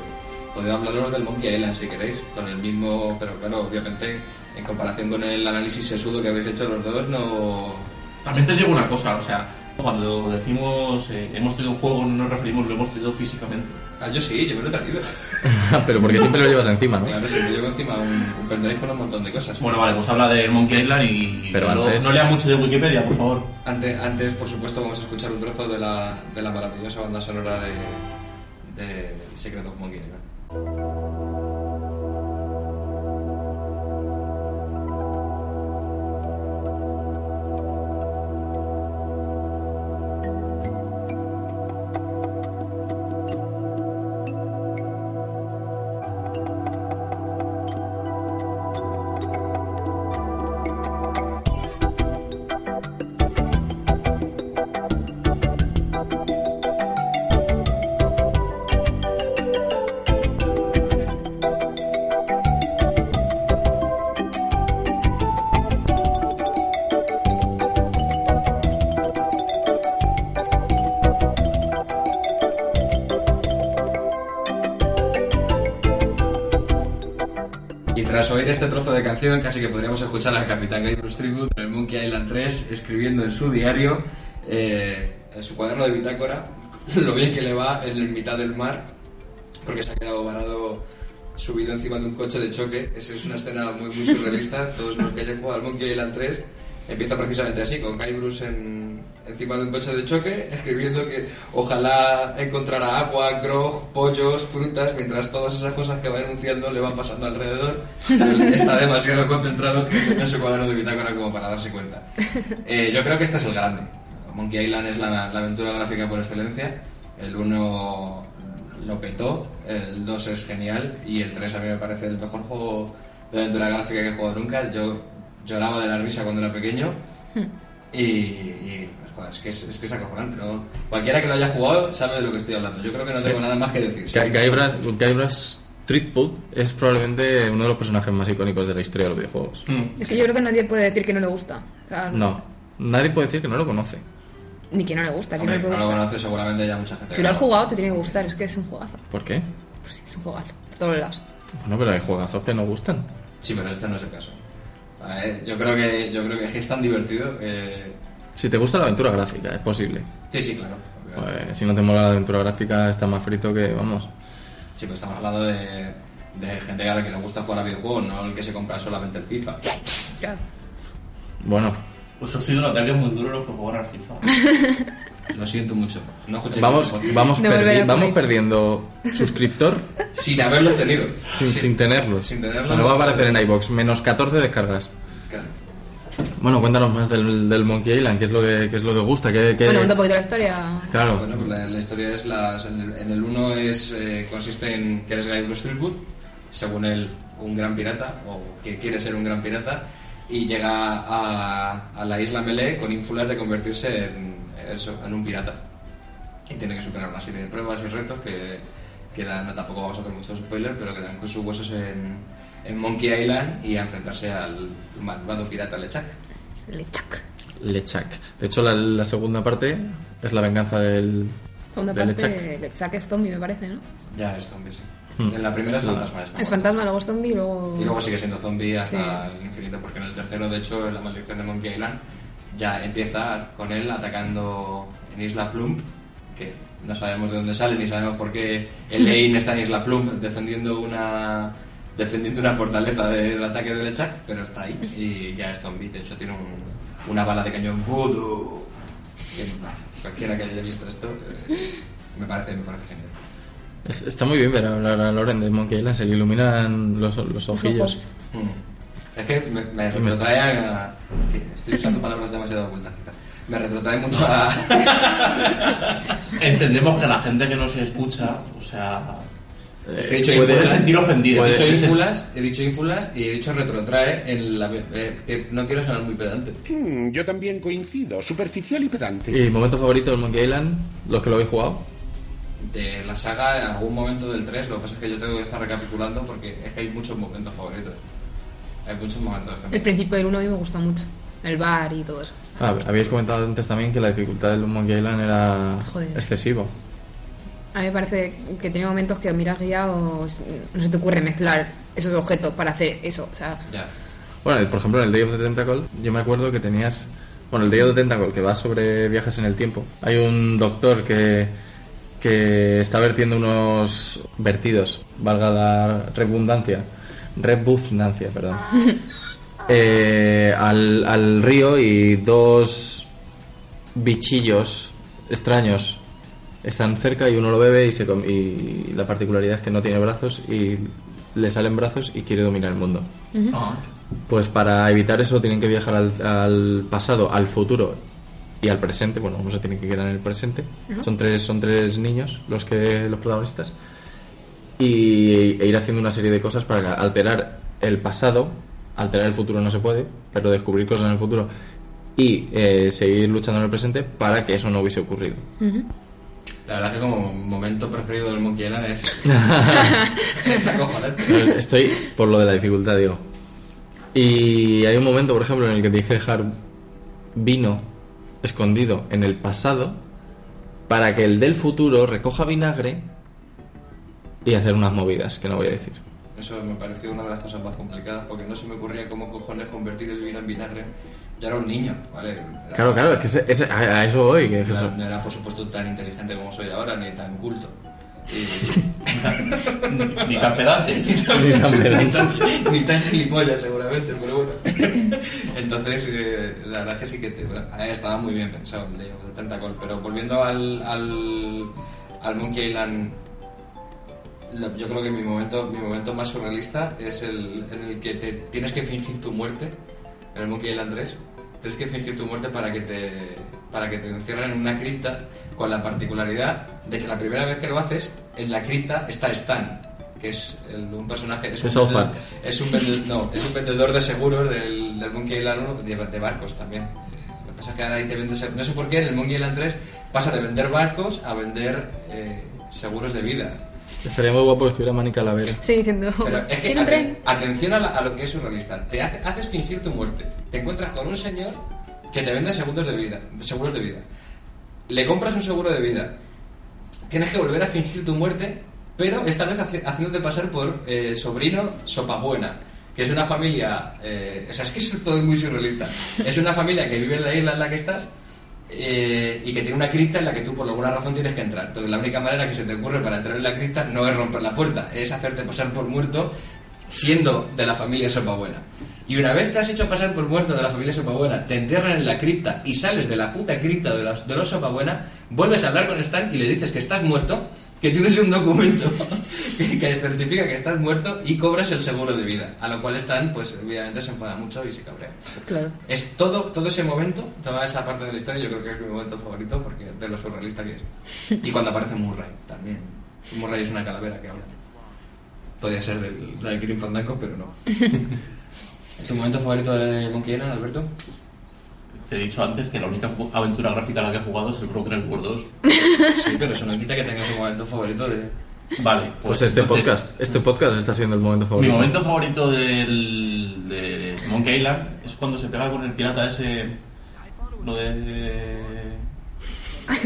[SPEAKER 1] Podría hablaros del Monkey Island si queréis, con el mismo, pero claro, obviamente en comparación con el análisis sesudo que habéis hecho los dos, no.
[SPEAKER 4] También te digo una cosa, o sea, cuando decimos eh, hemos traído un juego, no nos referimos, lo hemos traído físicamente.
[SPEAKER 1] Ah, yo sí, yo me lo he traído.
[SPEAKER 2] Pero porque siempre lo llevas encima, ¿no?
[SPEAKER 1] Claro, sí, yo llevo encima un, un pendrive con un montón de cosas.
[SPEAKER 4] Bueno, vale, pues habla de Monkey Island y
[SPEAKER 2] Pero
[SPEAKER 4] no,
[SPEAKER 2] antes-
[SPEAKER 4] no lea mucho de Wikipedia, por favor.
[SPEAKER 1] Ante- Antes, por supuesto, vamos a escuchar un trozo de la, de la maravillosa banda sonora de, de Secret of Monkey Island. Tras oír este trozo de canción, casi que podríamos escuchar al Capitán Gabriel Tribute en el Monkey Island 3 escribiendo en su diario, eh, en su cuaderno de bitácora, lo bien que le va en el mitad del mar, porque se ha quedado varado subido encima de un coche de choque. Esa es una escena muy, muy surrealista. Todos los que hayan jugado al Monkey Island 3 empieza precisamente así, con Guy Bruce en- encima de un coche de choque, escribiendo que ojalá encontrara agua, grog, pollos, frutas, mientras todas esas cosas que va enunciando le van pasando alrededor. Está demasiado concentrado en su cuaderno de bitácora como para darse cuenta. Eh, yo creo que este es el grande. Monkey Island es la, la aventura gráfica por excelencia. El 1 lo petó, el 2 es genial y el 3 a mí me parece el mejor juego de aventura gráfica que he jugado nunca. Yo lloraba de la risa cuando era pequeño
[SPEAKER 3] Hmm.
[SPEAKER 1] y, y, joder, es que es, es que es acojonante. ¿no? Cualquiera que lo haya jugado sabe de lo que estoy hablando. Yo creo que no tengo nada más que decir.
[SPEAKER 2] Guy- Guybrush, Guybrush Threepwood es probablemente uno de los personajes más icónicos de la historia de los videojuegos.
[SPEAKER 3] Es que yo creo que nadie puede decir que no le gusta. O sea,
[SPEAKER 2] No, nadie puede decir que no lo conoce.
[SPEAKER 3] Ni que no le gusta, que
[SPEAKER 1] Hombre,
[SPEAKER 3] no le
[SPEAKER 1] no
[SPEAKER 3] puede
[SPEAKER 1] lo
[SPEAKER 3] gustar.
[SPEAKER 1] conoce seguramente ya mucha gente.
[SPEAKER 3] si
[SPEAKER 1] que
[SPEAKER 3] lo has
[SPEAKER 1] no.
[SPEAKER 3] jugado, te tiene que gustar. Es que es un jugazo.
[SPEAKER 2] ¿Por qué?
[SPEAKER 3] Pues sí, es un jugazo. Por todos lados.
[SPEAKER 2] Bueno, pero hay juegazos que no gustan.
[SPEAKER 1] Sí, pero este no es el caso. Eh, Yo creo que, yo creo que es que es tan divertido. eh,
[SPEAKER 2] Si te gusta la aventura gráfica, es posible.
[SPEAKER 1] Sí, sí, claro. obviamente.
[SPEAKER 2] Pues, si no te mola la aventura gráfica, está más frito que, vamos.
[SPEAKER 1] Sí, pero estamos hablando de, de gente a la que le gusta jugar a videojuegos, no el que se compra solamente el FIFA.
[SPEAKER 3] Claro.
[SPEAKER 2] Bueno,
[SPEAKER 4] Pues ha sido un ataque muy duro los que juegan al FIFA.
[SPEAKER 1] Lo siento mucho. No escuchéis
[SPEAKER 2] vamos,
[SPEAKER 1] este podcast.
[SPEAKER 2] vamos,
[SPEAKER 3] No
[SPEAKER 2] perdi-
[SPEAKER 3] volverá a ocurrir.
[SPEAKER 2] vamos perdiendo suscriptor
[SPEAKER 1] Sin haberlos tenido.
[SPEAKER 2] sin,
[SPEAKER 1] Sí.
[SPEAKER 2] sin tenerlos.
[SPEAKER 1] Sin tenerlos.
[SPEAKER 2] Bueno, va a aparecer en iBox, menos 14 descargas.
[SPEAKER 1] Claro.
[SPEAKER 2] Bueno, cuéntanos más del, del Monkey Island, qué es lo que, qué es lo que gusta. Qué, qué-
[SPEAKER 3] Bueno, cuenta un poquito la historia.
[SPEAKER 2] Claro,
[SPEAKER 1] Bueno, pues la, la historia es las, en el- en el 1 es eh, consiste en que eres Guybrush Threepwood, según él un gran pirata o que quiere ser un gran pirata y llega a, a la isla Melee con ínfulas de convertirse en, eso, en un pirata y tiene que superar una serie de pruebas y retos que, que dan, no, tampoco vamos a hacer muchos spoilers, pero que dan con sus huesos en, en Monkey Island y a enfrentarse al malvado pirata Lechak.
[SPEAKER 3] Lechak.
[SPEAKER 1] pues-
[SPEAKER 2] Lechak. De hecho, la, la segunda parte es la venganza del,
[SPEAKER 3] Segunda
[SPEAKER 2] del Lechak.
[SPEAKER 3] parte, Lechak es zombie, me parece, ¿no?
[SPEAKER 1] Ya es zombie, sí.
[SPEAKER 2] Hmm.
[SPEAKER 1] En la primera es fantasma. esta
[SPEAKER 3] Es
[SPEAKER 1] muerte.
[SPEAKER 3] fantasma, luego es zombie, luego...
[SPEAKER 1] Y luego sigue siendo zombie hasta
[SPEAKER 3] Sí.
[SPEAKER 1] el infinito, porque en el tercero, de hecho, en la maldición de Monkey Island, ya empieza con él atacando en Isla Plump, que no sabemos de dónde sale, ni sabemos por qué Elaine está en Isla Plump defendiendo una defendiendo una fortaleza del ataque del Echak, pero está ahí y ya es zombie. De hecho, tiene un- una bala de cañón voodoo. Que, bah, Cualquiera que haya visto esto, eh, me parece, me parece genial.
[SPEAKER 2] Es- Está muy bien ver hablar a Loren de Monkey Island, se le iluminan los, los ojillos.
[SPEAKER 3] ojos.
[SPEAKER 1] Mm. Es que me, me retrotrae a... que Estoy usando palabras demasiado ocultas, quizá. Me retrotrae mucho a...
[SPEAKER 4] Entendemos que la gente que nos escucha, o sea,
[SPEAKER 1] Es que he
[SPEAKER 4] eh,
[SPEAKER 1] dicho
[SPEAKER 4] se puede
[SPEAKER 1] ínfulas.
[SPEAKER 4] sentir ofendido.
[SPEAKER 1] He dicho
[SPEAKER 4] Puede-
[SPEAKER 1] ínfulas, he dicho ínfulas y he dicho retrotrae en la... eh, que no quiero sonar muy pedante.
[SPEAKER 6] Hmm, yo también coincido, superficial y pedante.
[SPEAKER 2] Y momento favorito del Monkey Island, los que lo habéis jugado.
[SPEAKER 1] De la saga, en algún momento del 3, lo que pasa es que yo tengo que estar recapitulando porque es que hay muchos momentos favoritos. Hay muchos momentos
[SPEAKER 3] El
[SPEAKER 1] favoritos.
[SPEAKER 3] principio del uno a mí me gusta mucho. El bar y todo eso.
[SPEAKER 2] Ah, habéis comentado antes también que la dificultad del Monkey Island era
[SPEAKER 3] Joder.
[SPEAKER 2] excesivo.
[SPEAKER 3] A mí me parece que tiene momentos que miras guía o s- no se te ocurre mezclar esos objetos para hacer eso. O sea,
[SPEAKER 1] Ya.
[SPEAKER 2] Bueno, el- por ejemplo, en el Day of the Tentacle, yo me acuerdo que tenías. Bueno, el Day of the Tentacle, que va sobre viajes en el tiempo. Hay un doctor que, que está vertiendo unos vertidos, valga la redundancia. Rebuznancia, perdón. eh, al, al río y dos bichillos extraños están cerca y uno lo bebe y, se com- y la particularidad es que no tiene brazos y le salen brazos y quiere dominar el mundo.
[SPEAKER 1] Ah.
[SPEAKER 2] Pues para evitar eso tienen que viajar al, al pasado, al futuro y al presente. Bueno, uno se tiene que quedar en el presente. Son tres, son tres niños los que los protagonistas y e ir haciendo una serie de cosas para alterar el pasado, alterar el futuro no se puede, pero descubrir cosas en el futuro y eh, seguir luchando en el presente para que eso no hubiese ocurrido.
[SPEAKER 1] La verdad es que como momento preferido del Monkey Island es... es acojonante.
[SPEAKER 2] Estoy por lo de la dificultad, digo. Y hay un momento, por ejemplo, en el que dije dejar vino escondido en el pasado para que el del futuro recoja vinagre y hacer unas movidas que no voy a decir.
[SPEAKER 1] Eso me pareció una de las cosas más complicadas porque no se me ocurría cómo cojones convertir el vino en vinagre. Yo era un niño, ¿vale? Era-
[SPEAKER 2] Claro, claro, es que ese- ese- a, a eso voy. Que es
[SPEAKER 1] Claro,
[SPEAKER 2] eso.
[SPEAKER 1] no era, por supuesto, tan inteligente como soy ahora, ni tan culto.
[SPEAKER 4] Ni tan pedante.
[SPEAKER 2] Ni tan pedante.
[SPEAKER 1] Ni tan- ni tan gilipollas, seguramente, pero bueno. Entonces, eh, la verdad es que sí que te- a ver, estaba muy bien pensado el de, de Tentacol. Pero volviendo al, al, al Monkey Island, lo- yo creo que mi momento, mi momento más surrealista es el en el que te tienes que fingir tu muerte en el Monkey Island 3. Tienes que fingir tu muerte para que te para que te encierren en una cripta con la particularidad de que la primera vez que lo haces en la cripta está Stan que es el- un personaje es
[SPEAKER 2] De
[SPEAKER 1] un,
[SPEAKER 2] South
[SPEAKER 1] vendedor,
[SPEAKER 2] Park.
[SPEAKER 1] es un vendedor no es un vendedor de seguros del, del Monkey Island 1 de, de barcos también lo que pasa es que ahora ahí te vende se- no sé por qué en el Monkey Island 3 pasa de vender barcos a vender eh, seguros de vida
[SPEAKER 2] Estaría muy guapo que estuviera Manny Calavera.
[SPEAKER 3] Sí, diciendo.
[SPEAKER 1] pero es que
[SPEAKER 3] "Tiene un
[SPEAKER 1] aten-
[SPEAKER 3] tren".
[SPEAKER 1] atención a, la- a lo que es surrealista. Te hace- haces fingir tu muerte. Te encuentras con un señor que te vende segundos de vida, seguros de vida. Le compras un seguro de vida. Tienes que volver a fingir tu muerte, pero esta vez haci- haciéndote pasar por eh, sobrino Sopabuena, que es una familia. eh, o sea, es que es todo muy surrealista. Es una familia que vive en la isla en la que estás. eh, y que tiene una cripta en la que tú por alguna razón tienes que entrar. Entonces, la única manera que se te ocurre para entrar en la cripta no es romper la puerta, es hacerte pasar por muerto siendo de la familia Sopabuena. Y una vez te has hecho pasar por muerto de la familia Sopabuena, te entierran en la cripta y sales de la puta cripta de los, de los Sopabuena, vuelves a hablar con Stan y le dices que estás muerto, que tienes un documento que, que certifica que estás muerto y cobras el seguro de vida. A lo cual Stan, pues obviamente se enfada mucho y se cabrea.
[SPEAKER 3] Claro.
[SPEAKER 1] Es todo, todo ese momento, toda esa parte de la historia, yo creo que es mi momento favorito porque de lo surrealista que es. Y cuando aparece Murray también. Murray es una calavera que habla. Podría ser del, del Green Fandango, pero no. ¿Tu momento favorito de Monkey Island, Alberto?
[SPEAKER 4] Te he dicho antes que la única ju- aventura gráfica a la que he jugado es el Broken World 2.
[SPEAKER 1] Sí, pero eso no quita que tengas un momento favorito de.
[SPEAKER 4] Vale, pues,
[SPEAKER 2] Pues este
[SPEAKER 4] entonces,
[SPEAKER 2] podcast, este podcast está siendo el momento
[SPEAKER 4] Mi
[SPEAKER 2] favorito.
[SPEAKER 4] momento favorito del, de Monkey Island es cuando se pega con el pirata ese. Lo de.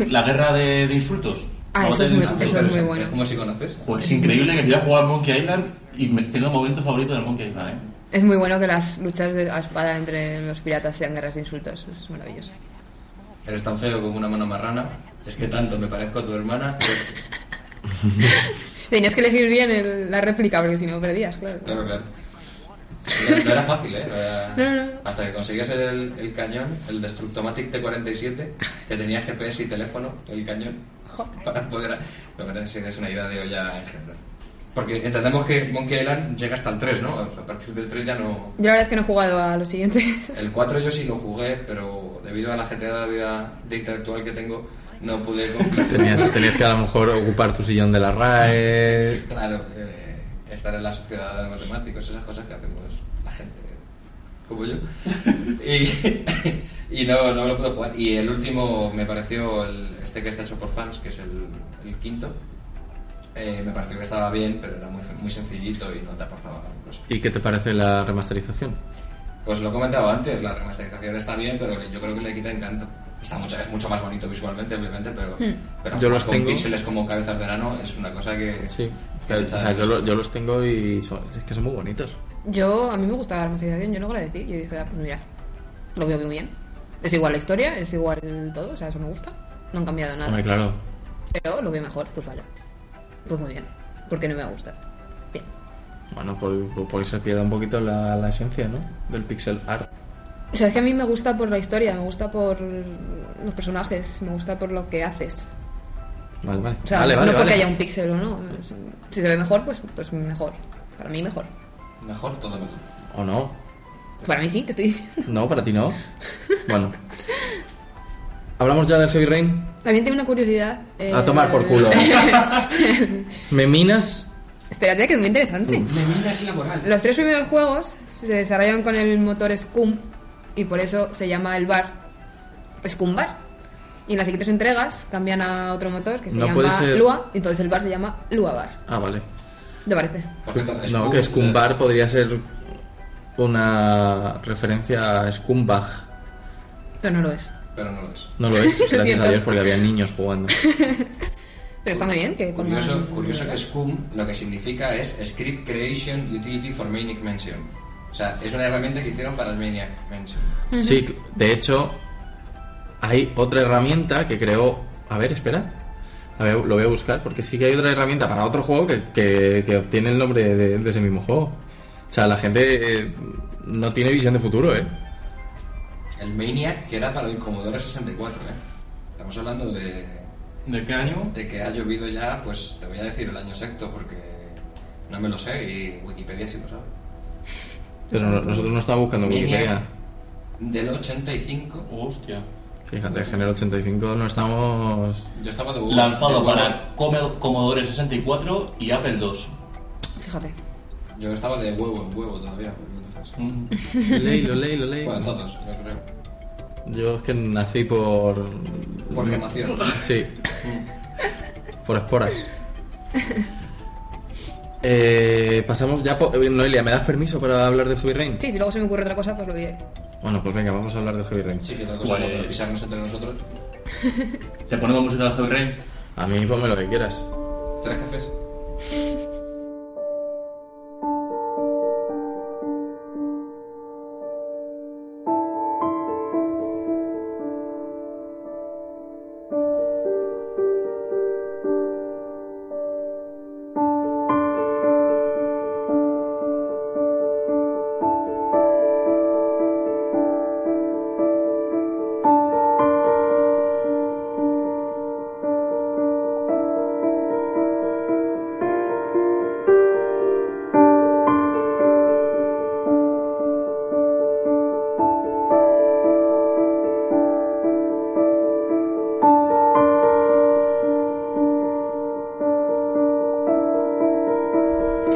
[SPEAKER 4] la guerra de, de insultos.
[SPEAKER 3] Ah,
[SPEAKER 4] La
[SPEAKER 3] eso
[SPEAKER 4] batalla
[SPEAKER 3] es
[SPEAKER 4] de
[SPEAKER 3] muy-
[SPEAKER 4] insultos.
[SPEAKER 3] eso es muy bueno.
[SPEAKER 1] Es como si conoces.
[SPEAKER 4] Joder, es increíble que quiera jugar Monkey Island y me, tenga un momento favorito del Monkey Island, ¿eh?
[SPEAKER 3] Es muy bueno que las luchas de a espada entre los piratas sean guerras de insultos. Es maravilloso.
[SPEAKER 1] Eres tan feo como una mano marrana. Es que tanto me parezco a tu hermana. pues,
[SPEAKER 3] Tenías que elegir bien el- la réplica porque si no perdías, claro.
[SPEAKER 1] Claro, claro. No, no era fácil, ¿eh? No era-
[SPEAKER 3] No, no, no.
[SPEAKER 1] Hasta que conseguías el, el cañón, el Destructomatic T-47, que tenía GPS y teléfono, el cañón, para poder... Lo que si es una idea de olla en general. Porque entendemos que Monkey Island llega hasta el 3, ¿no? O sea, a partir del 3 ya no...
[SPEAKER 3] Yo la verdad es que no he jugado a los siguientes.
[SPEAKER 1] El 4 yo sí lo jugué, pero debido a la GTA de vida de intelectual que tengo, no pude completar.
[SPEAKER 2] Tenías, tenías que a lo mejor ocupar tu sillón de la RAE.
[SPEAKER 1] Claro, eh, estar en la sociedad de matemáticos, esas cosas que hacemos la gente como yo. Y, y no, no lo puedo jugar. Y el último me pareció, el- este que está hecho por fans, que es el, el quinto, eh, me pareció que estaba bien, pero era muy, muy sencillito y no te aportaba gran cosa.
[SPEAKER 2] ¿Y qué te parece la remasterización?
[SPEAKER 1] Pues lo he comentado antes, la remasterización está bien, pero yo creo que le quita encanto. Está mucho, es mucho más bonito visualmente, obviamente, pero, pero
[SPEAKER 2] Yo los
[SPEAKER 1] con
[SPEAKER 2] tengo.
[SPEAKER 1] píxeles como cabezas de nano es una cosa que...
[SPEAKER 2] Sí.
[SPEAKER 1] que
[SPEAKER 2] O
[SPEAKER 1] echa
[SPEAKER 2] sea,
[SPEAKER 1] de
[SPEAKER 2] yo, lo- yo los tengo y son- es que son muy bonitos.
[SPEAKER 3] Yo, a mí me gustaba la remasterización, yo no lo agradecí. Yo dije, ah, pues mira, lo veo muy bien. Es igual la historia, es igual todo, o sea, eso me gusta. No han cambiado nada.
[SPEAKER 2] Hombre, claro.
[SPEAKER 3] Pero lo veo mejor, pues vale. Pues muy bien, porque no me va a gustar. Bien.
[SPEAKER 2] Bueno, por, por- porque se pierda un poquito la, la esencia, ¿no? Del pixel art.
[SPEAKER 3] O sea, es que a mí me gusta por la historia, me gusta por los personajes, me gusta por lo que haces.
[SPEAKER 2] Vale, vale.
[SPEAKER 3] O sea,
[SPEAKER 2] vale, vale,
[SPEAKER 3] no porque
[SPEAKER 2] vale.
[SPEAKER 3] haya un píxel o no. Si se ve mejor, pues, pues mejor. Para mí mejor.
[SPEAKER 1] Mejor, todo mejor.
[SPEAKER 2] O no.
[SPEAKER 3] Para mí sí, te estoy diciendo.
[SPEAKER 2] No, para ti no. Bueno. ¿Hablamos ya del Heavy Rain?
[SPEAKER 3] También tengo una curiosidad. eh,
[SPEAKER 2] A tomar por culo. ¿Me minas?
[SPEAKER 3] Espérate, que es muy interesante.
[SPEAKER 1] Me miras la moral.
[SPEAKER 3] Los tres primeros juegos se desarrollan con el motor Scum y por eso se llama el bar Scum Bar. Y en las siguientes entregas cambian a otro motor que se
[SPEAKER 2] No puede
[SPEAKER 3] llama
[SPEAKER 2] ser-
[SPEAKER 3] Lua, y entonces el bar se llama Lua Bar.
[SPEAKER 2] Ah, vale.
[SPEAKER 3] ¿Te parece?
[SPEAKER 1] Por cierto,
[SPEAKER 2] no,
[SPEAKER 1] Scum,
[SPEAKER 2] que
[SPEAKER 1] eh,
[SPEAKER 2] Scumbar podría ser una referencia a Scumbag.
[SPEAKER 3] Pero no lo es.
[SPEAKER 1] Pero no lo es.
[SPEAKER 2] No lo es,
[SPEAKER 3] Lo
[SPEAKER 2] gracias
[SPEAKER 3] siento.
[SPEAKER 2] a Dios, porque había niños jugando.
[SPEAKER 3] Pero está muy bien. Que pongan-
[SPEAKER 1] Curioso, curioso que Scum lo que significa es Script Creation Utility for Maniac Mansion. O sea, es una herramienta que hicieron para el Maniac Mansion.
[SPEAKER 2] Sí, de hecho, hay otra herramienta que creo. A ver, espera. A ver, lo voy a buscar porque sí que hay otra herramienta para otro juego que, que, que obtiene el nombre de, de ese mismo juego. O sea, la gente eh, no tiene visión de futuro, ¿eh?
[SPEAKER 1] El Maniac que era para el Commodore 64, ¿eh? Estamos hablando de,
[SPEAKER 4] ¿De qué año?
[SPEAKER 1] de que ha llovido ya, pues te voy a decir el año exacto porque no me lo sé y Wikipedia sí lo sabe.
[SPEAKER 2] Pero no- nosotros no estamos buscando
[SPEAKER 1] Bien,
[SPEAKER 2] Wikipedia.
[SPEAKER 1] Del 85,
[SPEAKER 4] Hostia.
[SPEAKER 2] Fíjate, género 85 no estamos.
[SPEAKER 1] yo estaba de de-
[SPEAKER 4] Lanzado
[SPEAKER 1] de-
[SPEAKER 4] para Come- Commodore 64 y Apple II.
[SPEAKER 3] Fíjate.
[SPEAKER 1] Yo estaba de huevo en huevo todavía, porque entonces.
[SPEAKER 4] Mm.
[SPEAKER 2] Leilo, leilo, leilo.
[SPEAKER 1] Bueno, todos, yo creo.
[SPEAKER 2] Yo es que nací por.
[SPEAKER 1] Por gemación.
[SPEAKER 2] Sí. Por esporas. Eh, pasamos ya por... eh, Noelia, ¿me das permiso para hablar del Heavy Rain?
[SPEAKER 3] Sí, si luego se me ocurre otra cosa, pues lo diré.
[SPEAKER 2] Bueno, pues venga, vamos a hablar del Heavy Rain.
[SPEAKER 1] Sí, que otra cosa, no,
[SPEAKER 4] Pues-
[SPEAKER 1] pero pisarnos entre nosotros.
[SPEAKER 4] ¿Te ponemos música del Heavy Rain?
[SPEAKER 2] A mí ponme lo que quieras.
[SPEAKER 1] Tres jefes.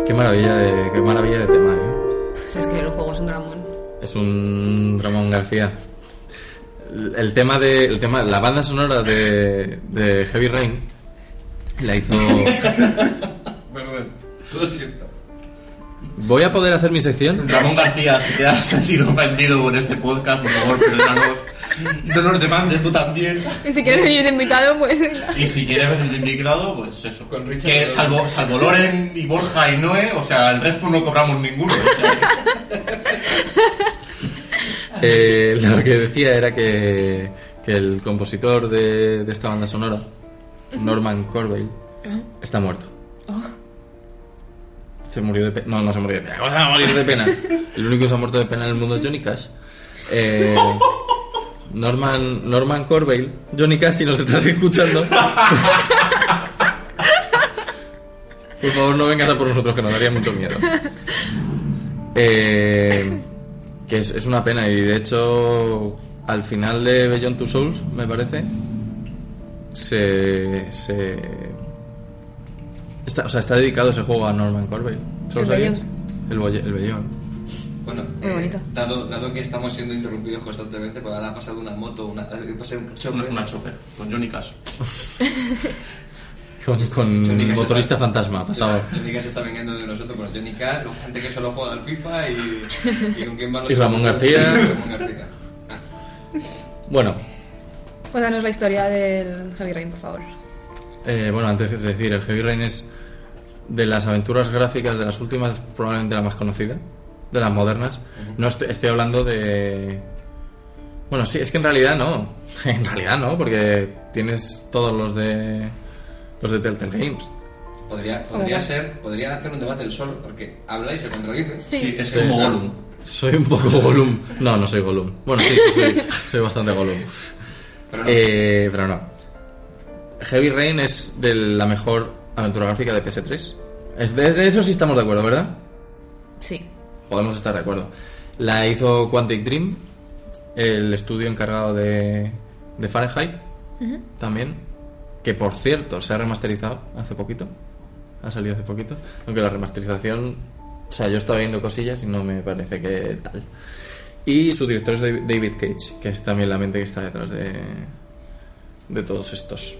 [SPEAKER 2] Qué maravilla de, qué maravilla de tema, ¿eh?
[SPEAKER 3] Pues es que el juego es un dramón.
[SPEAKER 2] Es un Ramón García. El el tema de. El tema, la banda sonora de, de Heavy Rain la hizo.
[SPEAKER 1] Perdón, todo cierto.
[SPEAKER 2] ¿Voy a poder hacer mi sección?
[SPEAKER 4] Ramón García, si te has sentido ofendido por este podcast, por favor, perdónanos. No nos demandes tú también.
[SPEAKER 3] Y si quieres venir de invitado, pues.
[SPEAKER 4] Y si quieres venir de invitado, pues eso.
[SPEAKER 1] Con Richard
[SPEAKER 4] que
[SPEAKER 1] Lorenz.
[SPEAKER 4] salvo, salvo Loren y Borja y Noé, o sea, el resto no cobramos ninguno. o sea,
[SPEAKER 2] Eh, lo que decía era que, que el compositor de, de esta banda sonora, Norman Corbeil, está muerto. Se murió de pena. No, no se murió de pena. ¿Cómo se va a morir de pena? El único que se ha muerto de pena en el mundo es Johnny Cash. Eh, Norman, Norman Corbeil, Johnny Cash, si nos estás escuchando. Por favor, no vengas a por nosotros, que nos daría mucho miedo. Eh, que es, es una pena, y de hecho, al final de Beyond Two Souls, me parece, se. se está, o sea, está dedicado ese juego a Norman Corbeil. ¿Se lo
[SPEAKER 3] El
[SPEAKER 2] sabías?
[SPEAKER 3] Beyond.
[SPEAKER 2] El, boye- el Beyond.
[SPEAKER 1] Bueno, eh,
[SPEAKER 3] Muy bonito.
[SPEAKER 1] Dado, dado que estamos siendo interrumpidos constantemente, pues ahora ha pasado una moto, una, ha pasado un
[SPEAKER 4] una,
[SPEAKER 1] choque.
[SPEAKER 4] una chopper, con Johnny Cash.
[SPEAKER 2] Con, con
[SPEAKER 1] Johnny Cash
[SPEAKER 2] motorista
[SPEAKER 1] está-
[SPEAKER 2] fantasma, ha pasado.
[SPEAKER 1] Johnny Cash está vengando de nosotros, bueno, Johnny Cash, la gente que solo juega al FIFA y, y con quién van los
[SPEAKER 2] Y Ramón García.
[SPEAKER 1] Ramón García. Ah,
[SPEAKER 2] Bueno,
[SPEAKER 3] Cuéntanos pues la historia del Heavy Rain, por favor.
[SPEAKER 2] Eh, bueno, antes de decir, el Heavy Rain es de las aventuras gráficas de las últimas, probablemente la más conocida, de las modernas. No estoy, estoy hablando de. Bueno, sí, es que en realidad no. En realidad no, porque tienes todos los de. los de Telltale Games.
[SPEAKER 1] podría
[SPEAKER 3] Hola.
[SPEAKER 1] podría ser, podría hacer un debate el sol, porque habla y se contradice.
[SPEAKER 3] Sí.
[SPEAKER 4] es
[SPEAKER 2] Sí.
[SPEAKER 4] como Gollum.
[SPEAKER 2] Soy un poco Gollum. No, no soy Gollum. Bueno, sí, sí, soy, soy bastante Gollum.
[SPEAKER 1] Pero no.
[SPEAKER 2] Eh, pero no. Heavy Rain es de la mejor aventura gráfica de PS3. Es de, de eso sí estamos de acuerdo, ¿verdad?
[SPEAKER 3] Sí.
[SPEAKER 2] podemos estar de acuerdo. La hizo Quantic Dream, el estudio encargado de, de Fahrenheit, también, que por cierto se ha remasterizado hace poquito, ha salido hace poquito, aunque la remasterización, o sea, yo estaba viendo cosillas y no me parece que tal. Y su director es Dav- David Cage, que es también la mente que está detrás de, de todos estos.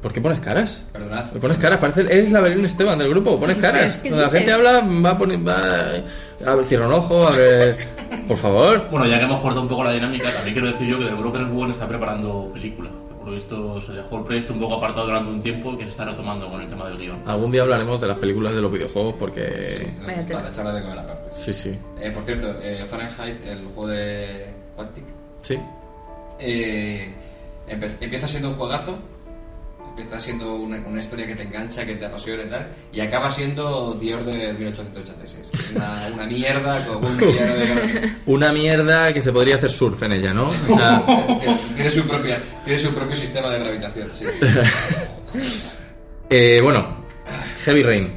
[SPEAKER 2] ¿Por qué pones caras?
[SPEAKER 1] Perdonad.
[SPEAKER 2] Le pones caras, parece, eres la Belén Esteban del grupo, pones caras.
[SPEAKER 3] Es que
[SPEAKER 2] Cuando la
[SPEAKER 3] dices-
[SPEAKER 2] gente habla, va a poner. Va, a ver, cierra un ojo, a ver. Por favor.
[SPEAKER 4] Bueno, ya que hemos cortado un poco la dinámica, también quiero decir yo que The Broken Sword está preparando película. que por por lo visto se dejó el proyecto un poco apartado durante un tiempo que se está retomando con el tema del guión.
[SPEAKER 2] Algún día hablaremos de las películas de los videojuegos porque...
[SPEAKER 3] Vaya tela.
[SPEAKER 1] Para echarla de comer aparte.
[SPEAKER 2] Sí, sí.
[SPEAKER 1] Eh, por cierto, eh, Fahrenheit, el juego de Quantic,
[SPEAKER 2] Sí.
[SPEAKER 1] eh, empe- empieza siendo un juegazo, empieza siendo una, una historia que te engancha, que te apasiona y tal, y acaba siendo The Order 1886. Una, una mierda con un millar de...
[SPEAKER 2] Una mierda que se podría hacer surf en ella, ¿no? O sea,
[SPEAKER 1] Tiene su, propia, tiene su propio sistema de gravitación, sí.
[SPEAKER 2] Eh, bueno, Heavy Rain.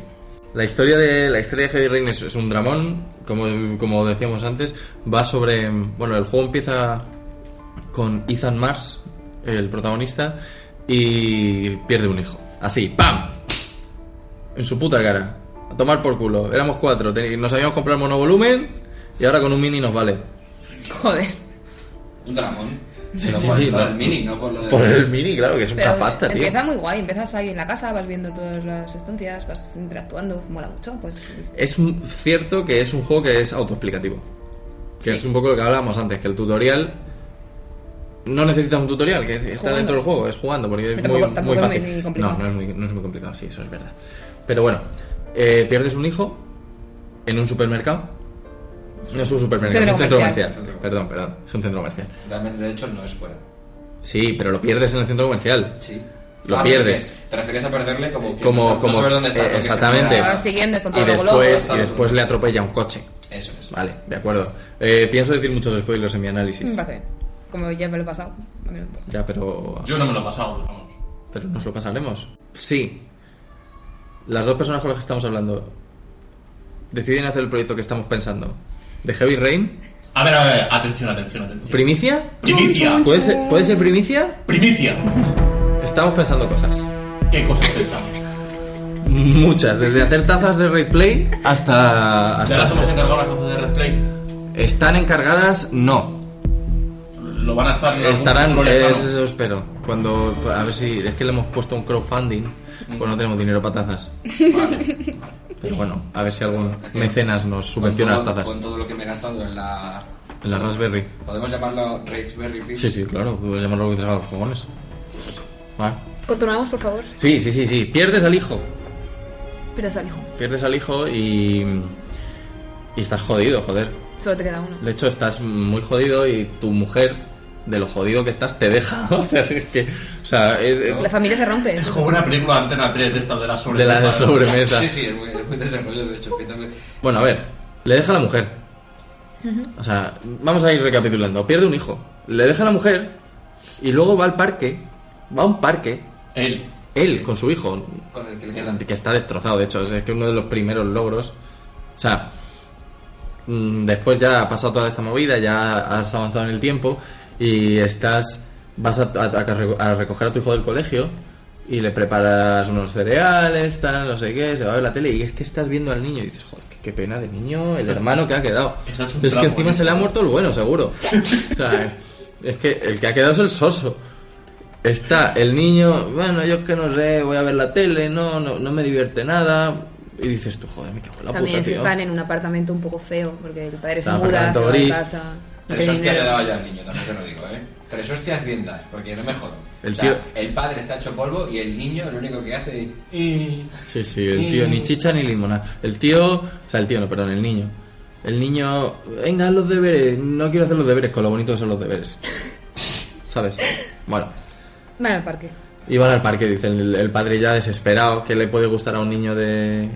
[SPEAKER 2] La historia de, la historia de Heavy Rain es, es un dramón, como, como decíamos antes. Va sobre. Bueno, el juego empieza con Ethan Mars, el protagonista, y pierde un hijo. Así, ¡pam! En su puta cara. A tomar por culo. Éramos cuatro. teni- Nos habíamos comprado el monovolumen y ahora con un mini nos vale.
[SPEAKER 3] Joder.
[SPEAKER 1] Un dramón.
[SPEAKER 2] Sí,
[SPEAKER 1] Pero
[SPEAKER 2] sí,
[SPEAKER 1] por
[SPEAKER 2] sí,
[SPEAKER 1] lo
[SPEAKER 2] no.
[SPEAKER 1] del mini, ¿no? Por lo del-
[SPEAKER 2] Por el mini, claro, que es una
[SPEAKER 3] Pero
[SPEAKER 2] pasta, tío.
[SPEAKER 3] empieza muy guay, empiezas ahí en la casa, vas viendo todas las estancias, vas interactuando, mola mucho. Pues
[SPEAKER 2] Es m- cierto que es un juego que es autoexplicativo. Que
[SPEAKER 3] Sí.
[SPEAKER 2] es un poco lo que hablábamos antes, que el tutorial no necesitas un tutorial, que está
[SPEAKER 3] Jugando.
[SPEAKER 2] dentro del juego, es jugando, porque es
[SPEAKER 3] Pero
[SPEAKER 2] muy,
[SPEAKER 3] tampoco-
[SPEAKER 2] muy
[SPEAKER 3] tampoco es
[SPEAKER 2] fácil.
[SPEAKER 3] muy
[SPEAKER 2] no,
[SPEAKER 3] complicado.
[SPEAKER 2] no es muy, no es muy complicado, sí, eso es verdad. Pero bueno, eh, pierdes un hijo en un supermercado. No es un supermercado,
[SPEAKER 3] Centro
[SPEAKER 2] es un centro
[SPEAKER 3] comercial.
[SPEAKER 2] comercial. Perdón, perdón, es un centro comercial.
[SPEAKER 1] Realmente, de hecho, no es fuera.
[SPEAKER 2] Sí, pero lo pierdes en el centro comercial.
[SPEAKER 1] Sí.
[SPEAKER 2] Lo
[SPEAKER 1] porque
[SPEAKER 2] pierdes.
[SPEAKER 1] Te refieres a perderle como... que
[SPEAKER 2] Como-
[SPEAKER 1] no sab- no
[SPEAKER 2] como-
[SPEAKER 1] saber dónde está.
[SPEAKER 2] eh,
[SPEAKER 1] porque se
[SPEAKER 2] exactamente.
[SPEAKER 1] mueve.
[SPEAKER 3] Te vas siguiendo, es tonto
[SPEAKER 2] Y
[SPEAKER 3] loco,
[SPEAKER 2] después,
[SPEAKER 1] loco.
[SPEAKER 2] y después le atropella un coche.
[SPEAKER 1] Eso es.
[SPEAKER 2] Vale, de acuerdo. Eh, pienso decir muchos spoilers en mi análisis.
[SPEAKER 3] Me parece bien. Como ya me lo he pasado. a mí no me importa.
[SPEAKER 2] Ya, pero
[SPEAKER 4] Yo no me lo he pasado, pero vamos.
[SPEAKER 2] Pero nos lo pasaremos. Sí. Las dos personas con las que estamos hablando deciden hacer el proyecto que estamos pensando. De Heavy Rain.
[SPEAKER 4] A ver, a ver, atención, atención, atención.
[SPEAKER 2] ¿Primicia?
[SPEAKER 4] Primicia.
[SPEAKER 2] ¿Puede ser, ¿Puede ser primicia?
[SPEAKER 4] Primicia.
[SPEAKER 2] Estamos pensando cosas.
[SPEAKER 4] ¿Qué cosas pensamos?
[SPEAKER 2] Muchas. Desde hacer tazas de Raid Play hasta...
[SPEAKER 4] ¿Ya las
[SPEAKER 2] hasta
[SPEAKER 4] hemos encargado las cosas de Red Play?
[SPEAKER 2] ¿Están encargadas? No.
[SPEAKER 4] Lo van a estar... en algún
[SPEAKER 2] Estarán,
[SPEAKER 4] futuro
[SPEAKER 2] es-
[SPEAKER 4] lejano.
[SPEAKER 2] eso espero. Cuando, a ver si, es que le hemos puesto un crowdfunding, pues no tenemos dinero para tazas. Pero bueno, a ver si algún mecenas nos subvenciona las
[SPEAKER 1] con todo,
[SPEAKER 2] tazas.
[SPEAKER 1] Con todo lo que me he gastado en la...
[SPEAKER 2] En la Raspberry.
[SPEAKER 1] ¿Podemos llamarlo Raspberry Pi?
[SPEAKER 2] Sí, sí, claro, puedes llamarlo lo que te salga de los cojones. Vale.
[SPEAKER 3] Continuamos, por favor.
[SPEAKER 2] Sí, sí, sí, sí. Pierdes al hijo.
[SPEAKER 3] Pero al hijo.
[SPEAKER 2] Pierdes al hijo y. Y estás jodido, joder.
[SPEAKER 3] Solo te queda uno.
[SPEAKER 2] De hecho, estás muy jodido y tu mujer, de lo jodido que estás, te deja. O sea, es que. O sea, es. es
[SPEAKER 3] La familia se rompe.
[SPEAKER 4] Es como una película de Antena 3 de estas de la
[SPEAKER 2] de
[SPEAKER 4] sobremesa.
[SPEAKER 2] la sobremesa.
[SPEAKER 1] Sí, sí, es muy, es muy desarrollo, de hecho. empieza muy-
[SPEAKER 2] Bueno, a ver, le deja a la mujer. O sea, vamos a ir recapitulando. Pierde un hijo, le deja a la mujer y luego va al parque, va a un parque,
[SPEAKER 4] Él.
[SPEAKER 2] él con su hijo,
[SPEAKER 1] Con el que le quedan.
[SPEAKER 2] que está destrozado, de hecho, o sea, es que uno de los primeros logros. O sea, mm, después ya ha pasado toda esta movida, ya has avanzado en el tiempo y estás vas a, a- a recoger a tu hijo del colegio y le preparas unos cereales, tal, no sé qué, se va a ver la tele y es que estás viendo al niño y dices, joder, qué, qué pena de niño, el hermano que ha quedado.
[SPEAKER 4] Está hecho un
[SPEAKER 2] Es que
[SPEAKER 4] trapo,
[SPEAKER 2] encima
[SPEAKER 4] ¿eh?
[SPEAKER 2] se le ha muerto el bueno, seguro. O sea, es que el que ha quedado es el soso. Está el niño, bueno, yo es que no sé, voy a ver la tele, no, no, no me divierte nada. Y dices tú, joder, me cago en la
[SPEAKER 3] También
[SPEAKER 2] puta,
[SPEAKER 3] si
[SPEAKER 2] tío.
[SPEAKER 3] están en un apartamento un poco feo, porque el padre se
[SPEAKER 2] Está en
[SPEAKER 3] muda, se
[SPEAKER 2] apartamento
[SPEAKER 3] va de
[SPEAKER 2] gris.
[SPEAKER 3] casa. no
[SPEAKER 1] Tres
[SPEAKER 3] tiene
[SPEAKER 1] hostias le
[SPEAKER 3] dinero.
[SPEAKER 1] daba ya al niño, también te lo digo, ¿eh? Tres hostias bien dadas, porque no me jodas.
[SPEAKER 2] El
[SPEAKER 1] O sea,
[SPEAKER 2] tío-
[SPEAKER 1] el padre está hecho polvo y el niño lo único que hace es...
[SPEAKER 2] Sí, sí, el tío ni chicha ni limonada. El tío, o sea, el tío, no, perdón, el niño. El niño, venga, haz los deberes. No quiero hacer los deberes con lo bonito que son los deberes. ¿Sabes? Bueno,
[SPEAKER 3] Van al parque.
[SPEAKER 2] iban al parque, dice el, el padre ya desesperado, que le puede gustar a un niño de,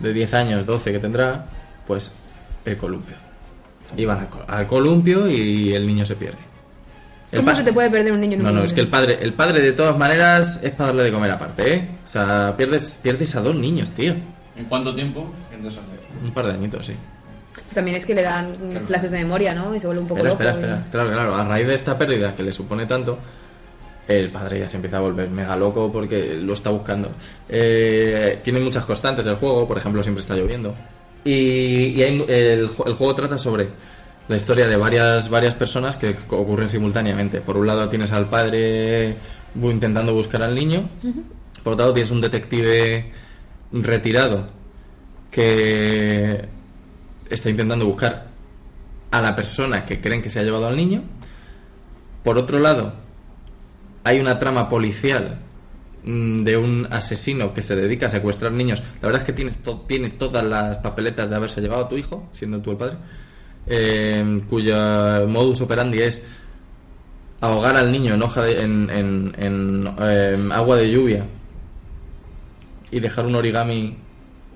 [SPEAKER 2] de 10 años, 12 que tendrá, pues el columpio. Iban al, col- al columpio y el niño se pierde. El
[SPEAKER 3] ¿Cómo
[SPEAKER 2] pa-
[SPEAKER 3] se te puede perder un niño en un
[SPEAKER 2] no, no,
[SPEAKER 3] columpio?
[SPEAKER 2] es que el padre, el padre de todas maneras es para darle de comer aparte, ¿eh? O sea, pierdes, pierdes a dos niños, tío.
[SPEAKER 4] ¿En cuánto tiempo?
[SPEAKER 1] En dos años.
[SPEAKER 2] Un par de añitos, sí.
[SPEAKER 3] También es que le dan mm,
[SPEAKER 1] Claro.
[SPEAKER 3] flashes de memoria, ¿no? Y se vuelve un poco
[SPEAKER 2] Espera,
[SPEAKER 3] loco. ¿eh?
[SPEAKER 2] espera,
[SPEAKER 3] y-
[SPEAKER 2] espera. Claro, claro. A raíz de esta pérdida que le supone tanto, el padre ya se empieza a volver mega loco porque lo está buscando. Eh, tiene muchas constantes el juego, por ejemplo, siempre está lloviendo. Y, y hay- el, ju- el juego trata sobre la historia de varias, varias personas que co- ocurren simultáneamente. Por un lado tienes al padre bu- intentando buscar al niño, por otro lado tienes un detective retirado que está intentando buscar a la persona que creen que se ha llevado al niño. Por otro lado, hay una trama policial mm, de un asesino que se dedica a secuestrar niños. La verdad es que tienes to- tiene todas las papeletas de haberse llevado a tu hijo, siendo tú el padre, eh, cuya modus operandi es ahogar al niño en hoja de- en, en- en, em, agua de lluvia y dejar un origami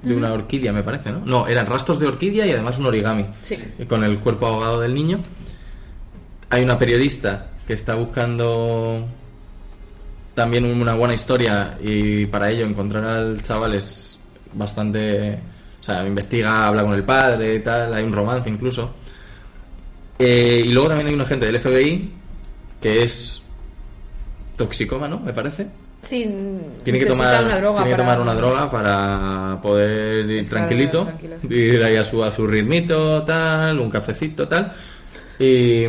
[SPEAKER 2] de una orquídea, me parece, ¿no? No, eran rastros de orquídea y además un origami
[SPEAKER 3] Sí.
[SPEAKER 2] con el cuerpo ahogado del niño. Hay una periodista que está buscando también una buena historia y para ello encontrar al chaval es bastante... O sea, investiga, habla con el padre y tal, hay un romance incluso. Eh, y luego también hay un agente del FBI que es toxicómano, me parece.
[SPEAKER 3] Sí,
[SPEAKER 2] Tiene que,
[SPEAKER 3] necesita
[SPEAKER 2] tomar,
[SPEAKER 3] una droga
[SPEAKER 2] tiene que
[SPEAKER 3] para-
[SPEAKER 2] tomar una droga para poder ir
[SPEAKER 3] Estar
[SPEAKER 2] tranquilito,
[SPEAKER 3] tranquilos.
[SPEAKER 2] ir ahí a su, a su ritmito, tal, un cafecito, tal. Y,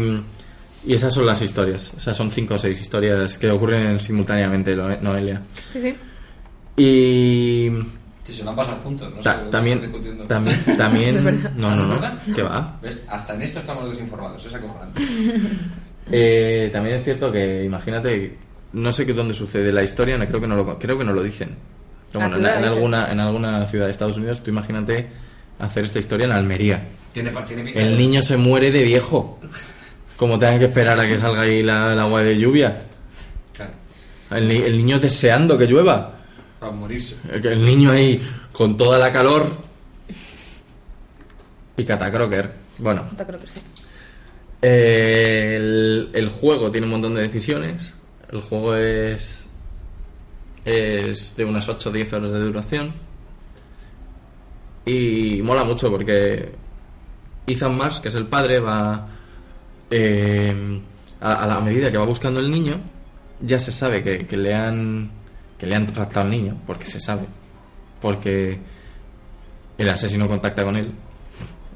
[SPEAKER 2] y esas son las historias. Esas son cinco o seis historias que ocurren simultáneamente, Lo- Noelia.
[SPEAKER 3] Sí, sí.
[SPEAKER 2] Y
[SPEAKER 1] Si se lo han pasado juntos, no sé
[SPEAKER 2] ta-
[SPEAKER 1] lo que estás
[SPEAKER 2] también,
[SPEAKER 1] discutiendo.
[SPEAKER 2] también,
[SPEAKER 3] De
[SPEAKER 2] también,
[SPEAKER 3] verdad.
[SPEAKER 2] no, no,
[SPEAKER 1] ¿Es
[SPEAKER 2] no,
[SPEAKER 1] verdad?
[SPEAKER 2] que va.
[SPEAKER 1] ¿Ves? Hasta en esto estamos desinformados, es acojonante.
[SPEAKER 2] Eh, también es cierto que, imagínate, no sé qué dónde sucede la historia, no, creo que no lo, creo que no lo dicen. Pero
[SPEAKER 3] Ah,
[SPEAKER 2] bueno,
[SPEAKER 3] tú
[SPEAKER 2] en,
[SPEAKER 3] lo
[SPEAKER 2] en
[SPEAKER 3] dices.
[SPEAKER 2] alguna, en alguna ciudad de Estados Unidos, tú imagínate hacer esta historia en Almería.
[SPEAKER 1] Tiene, pa- tiene pinta
[SPEAKER 2] El
[SPEAKER 1] de-
[SPEAKER 2] niño se muere de viejo. Como tengan que esperar a que salga ahí la, el agua de lluvia.
[SPEAKER 1] Claro,
[SPEAKER 2] El, ni- el niño deseando que llueva.
[SPEAKER 1] para morirse.
[SPEAKER 2] El niño ahí con toda la calor. Y catacroker. Bueno.
[SPEAKER 3] Yo creo que sí.
[SPEAKER 2] Eh, el, el juego tiene un montón de decisiones. El juego es. es de unas 8 o 10 horas de duración. Y mola mucho porque. Ethan Mars, que es el padre, va. eh, a, a la medida que va buscando el niño, ya se sabe que, que le han. que le han raptado al niño, porque se sabe. Porque. el asesino contacta con él.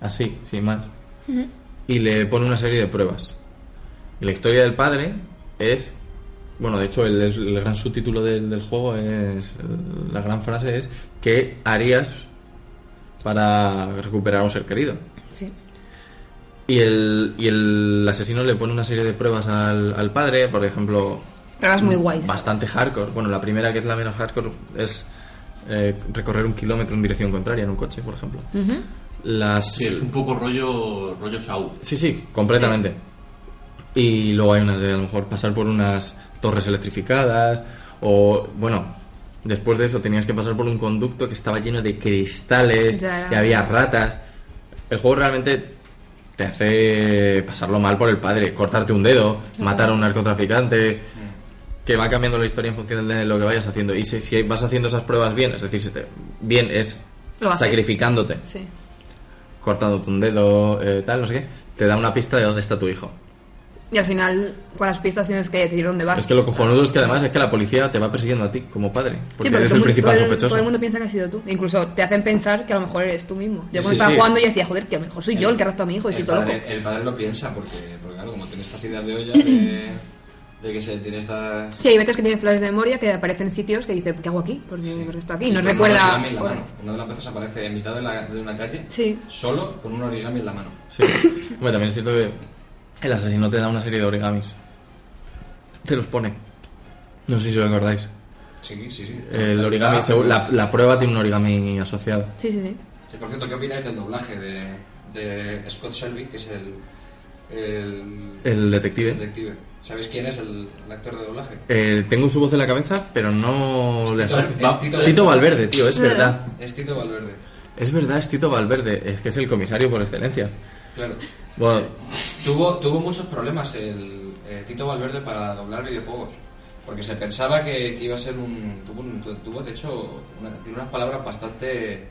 [SPEAKER 2] Así, sin más y le pone una serie de pruebas. Y la historia del padre es. Bueno, de hecho, el, el gran subtítulo del, del juego es. La gran frase es: ¿Qué harías para recuperar a un ser querido?
[SPEAKER 3] Sí.
[SPEAKER 2] Y el, y el asesino le pone una serie de pruebas al, al padre, por ejemplo.
[SPEAKER 3] Pruebas
[SPEAKER 2] Mm,
[SPEAKER 3] muy guays.
[SPEAKER 2] Bastante hardcore. Bueno, la primera, que es la menos hardcore, es eh, recorrer un kilómetro en dirección contraria en un coche, por ejemplo.
[SPEAKER 3] Ujú.
[SPEAKER 2] Las,
[SPEAKER 4] Sí, es un poco rollo, rollo Saúl.
[SPEAKER 2] Sí, sí, completamente. Y luego hay unas de a lo mejor pasar por unas torres electrificadas o bueno, después de eso tenías que pasar por un conducto que estaba lleno de cristales,
[SPEAKER 3] Ya, ya.
[SPEAKER 2] que había ratas. El juego realmente te hace pasarlo mal por el padre, cortarte un dedo, matar a un narcotraficante,
[SPEAKER 3] Mm.
[SPEAKER 2] que va cambiando la historia en función de lo que vayas haciendo. Y si, si vas haciendo esas pruebas bien, es decir, si te- bien es
[SPEAKER 3] Lo haces.
[SPEAKER 2] sacrificándote
[SPEAKER 3] Sí.
[SPEAKER 2] cortándote un dedo, eh, tal, no sé qué, te da una pista de dónde está tu hijo.
[SPEAKER 3] Y al final, con las pistas tienes que decir dónde vas.
[SPEAKER 2] Es que lo cojonudo es que además es que la policía te va persiguiendo a ti como padre, porque
[SPEAKER 3] Sí,
[SPEAKER 2] eres
[SPEAKER 3] todo
[SPEAKER 2] el
[SPEAKER 3] mu-
[SPEAKER 2] principal
[SPEAKER 3] todo el-
[SPEAKER 2] sospechoso.
[SPEAKER 3] Todo el mundo piensa que has sido tú. Incluso te hacen pensar que a lo mejor eres tú mismo.
[SPEAKER 2] Sí,
[SPEAKER 3] Yo cuando estaba
[SPEAKER 2] sí.
[SPEAKER 3] jugando yo decía, joder, que a lo mejor soy yo el que arrastro a mi hijo y
[SPEAKER 1] el
[SPEAKER 3] estoy todo loco.
[SPEAKER 1] padre, el padre lo piensa porque, porque claro, como tiene estas ideas de olla de, de que se tiene estas...
[SPEAKER 3] Sí, hay veces que tienen flores de memoria que aparecen en sitios que dice, ¿qué hago aquí? Porque
[SPEAKER 1] Sí.
[SPEAKER 3] qué estoy aquí. Y no
[SPEAKER 1] Con un
[SPEAKER 3] recuerda.
[SPEAKER 1] origami en la mano. Una de las veces aparece en mitad de, la- de una calle,
[SPEAKER 3] Sí.
[SPEAKER 1] solo con un origami en la mano.
[SPEAKER 2] Sí. Hombre, también es cierto que el asesino te da una serie de origamis. Te los pone. No sé si os acordáis.
[SPEAKER 1] Sí, sí, Ah, sí.
[SPEAKER 2] El origami, según- la, la prueba tiene un origami asociado.
[SPEAKER 3] Sí, sí, sí.
[SPEAKER 1] Sí, por cierto, ¿qué opináis del doblaje de, de Scott Shelby, que es el, el,
[SPEAKER 2] El detective.
[SPEAKER 1] detective? ¿Sabéis quién es el, el actor de doblaje?
[SPEAKER 2] Eh, tengo su voz en la cabeza, pero no le
[SPEAKER 1] Tito-
[SPEAKER 2] asocio.
[SPEAKER 1] es
[SPEAKER 2] Va-
[SPEAKER 1] Tito-
[SPEAKER 2] Tito Valverde, tío, es
[SPEAKER 3] Es verdad.
[SPEAKER 2] verdad.
[SPEAKER 1] Es Tito Valverde,
[SPEAKER 2] Es verdad, es Tito Valverde, es que es el comisario por excelencia.
[SPEAKER 1] claro.
[SPEAKER 2] Bueno,
[SPEAKER 1] Tuvo, tuvo muchos problemas el eh, Tito Valverde para doblar videojuegos. Porque se pensaba que, que iba a ser un. Tuvo, un- tu- tuvo, de hecho, una- tiene unas palabras bastante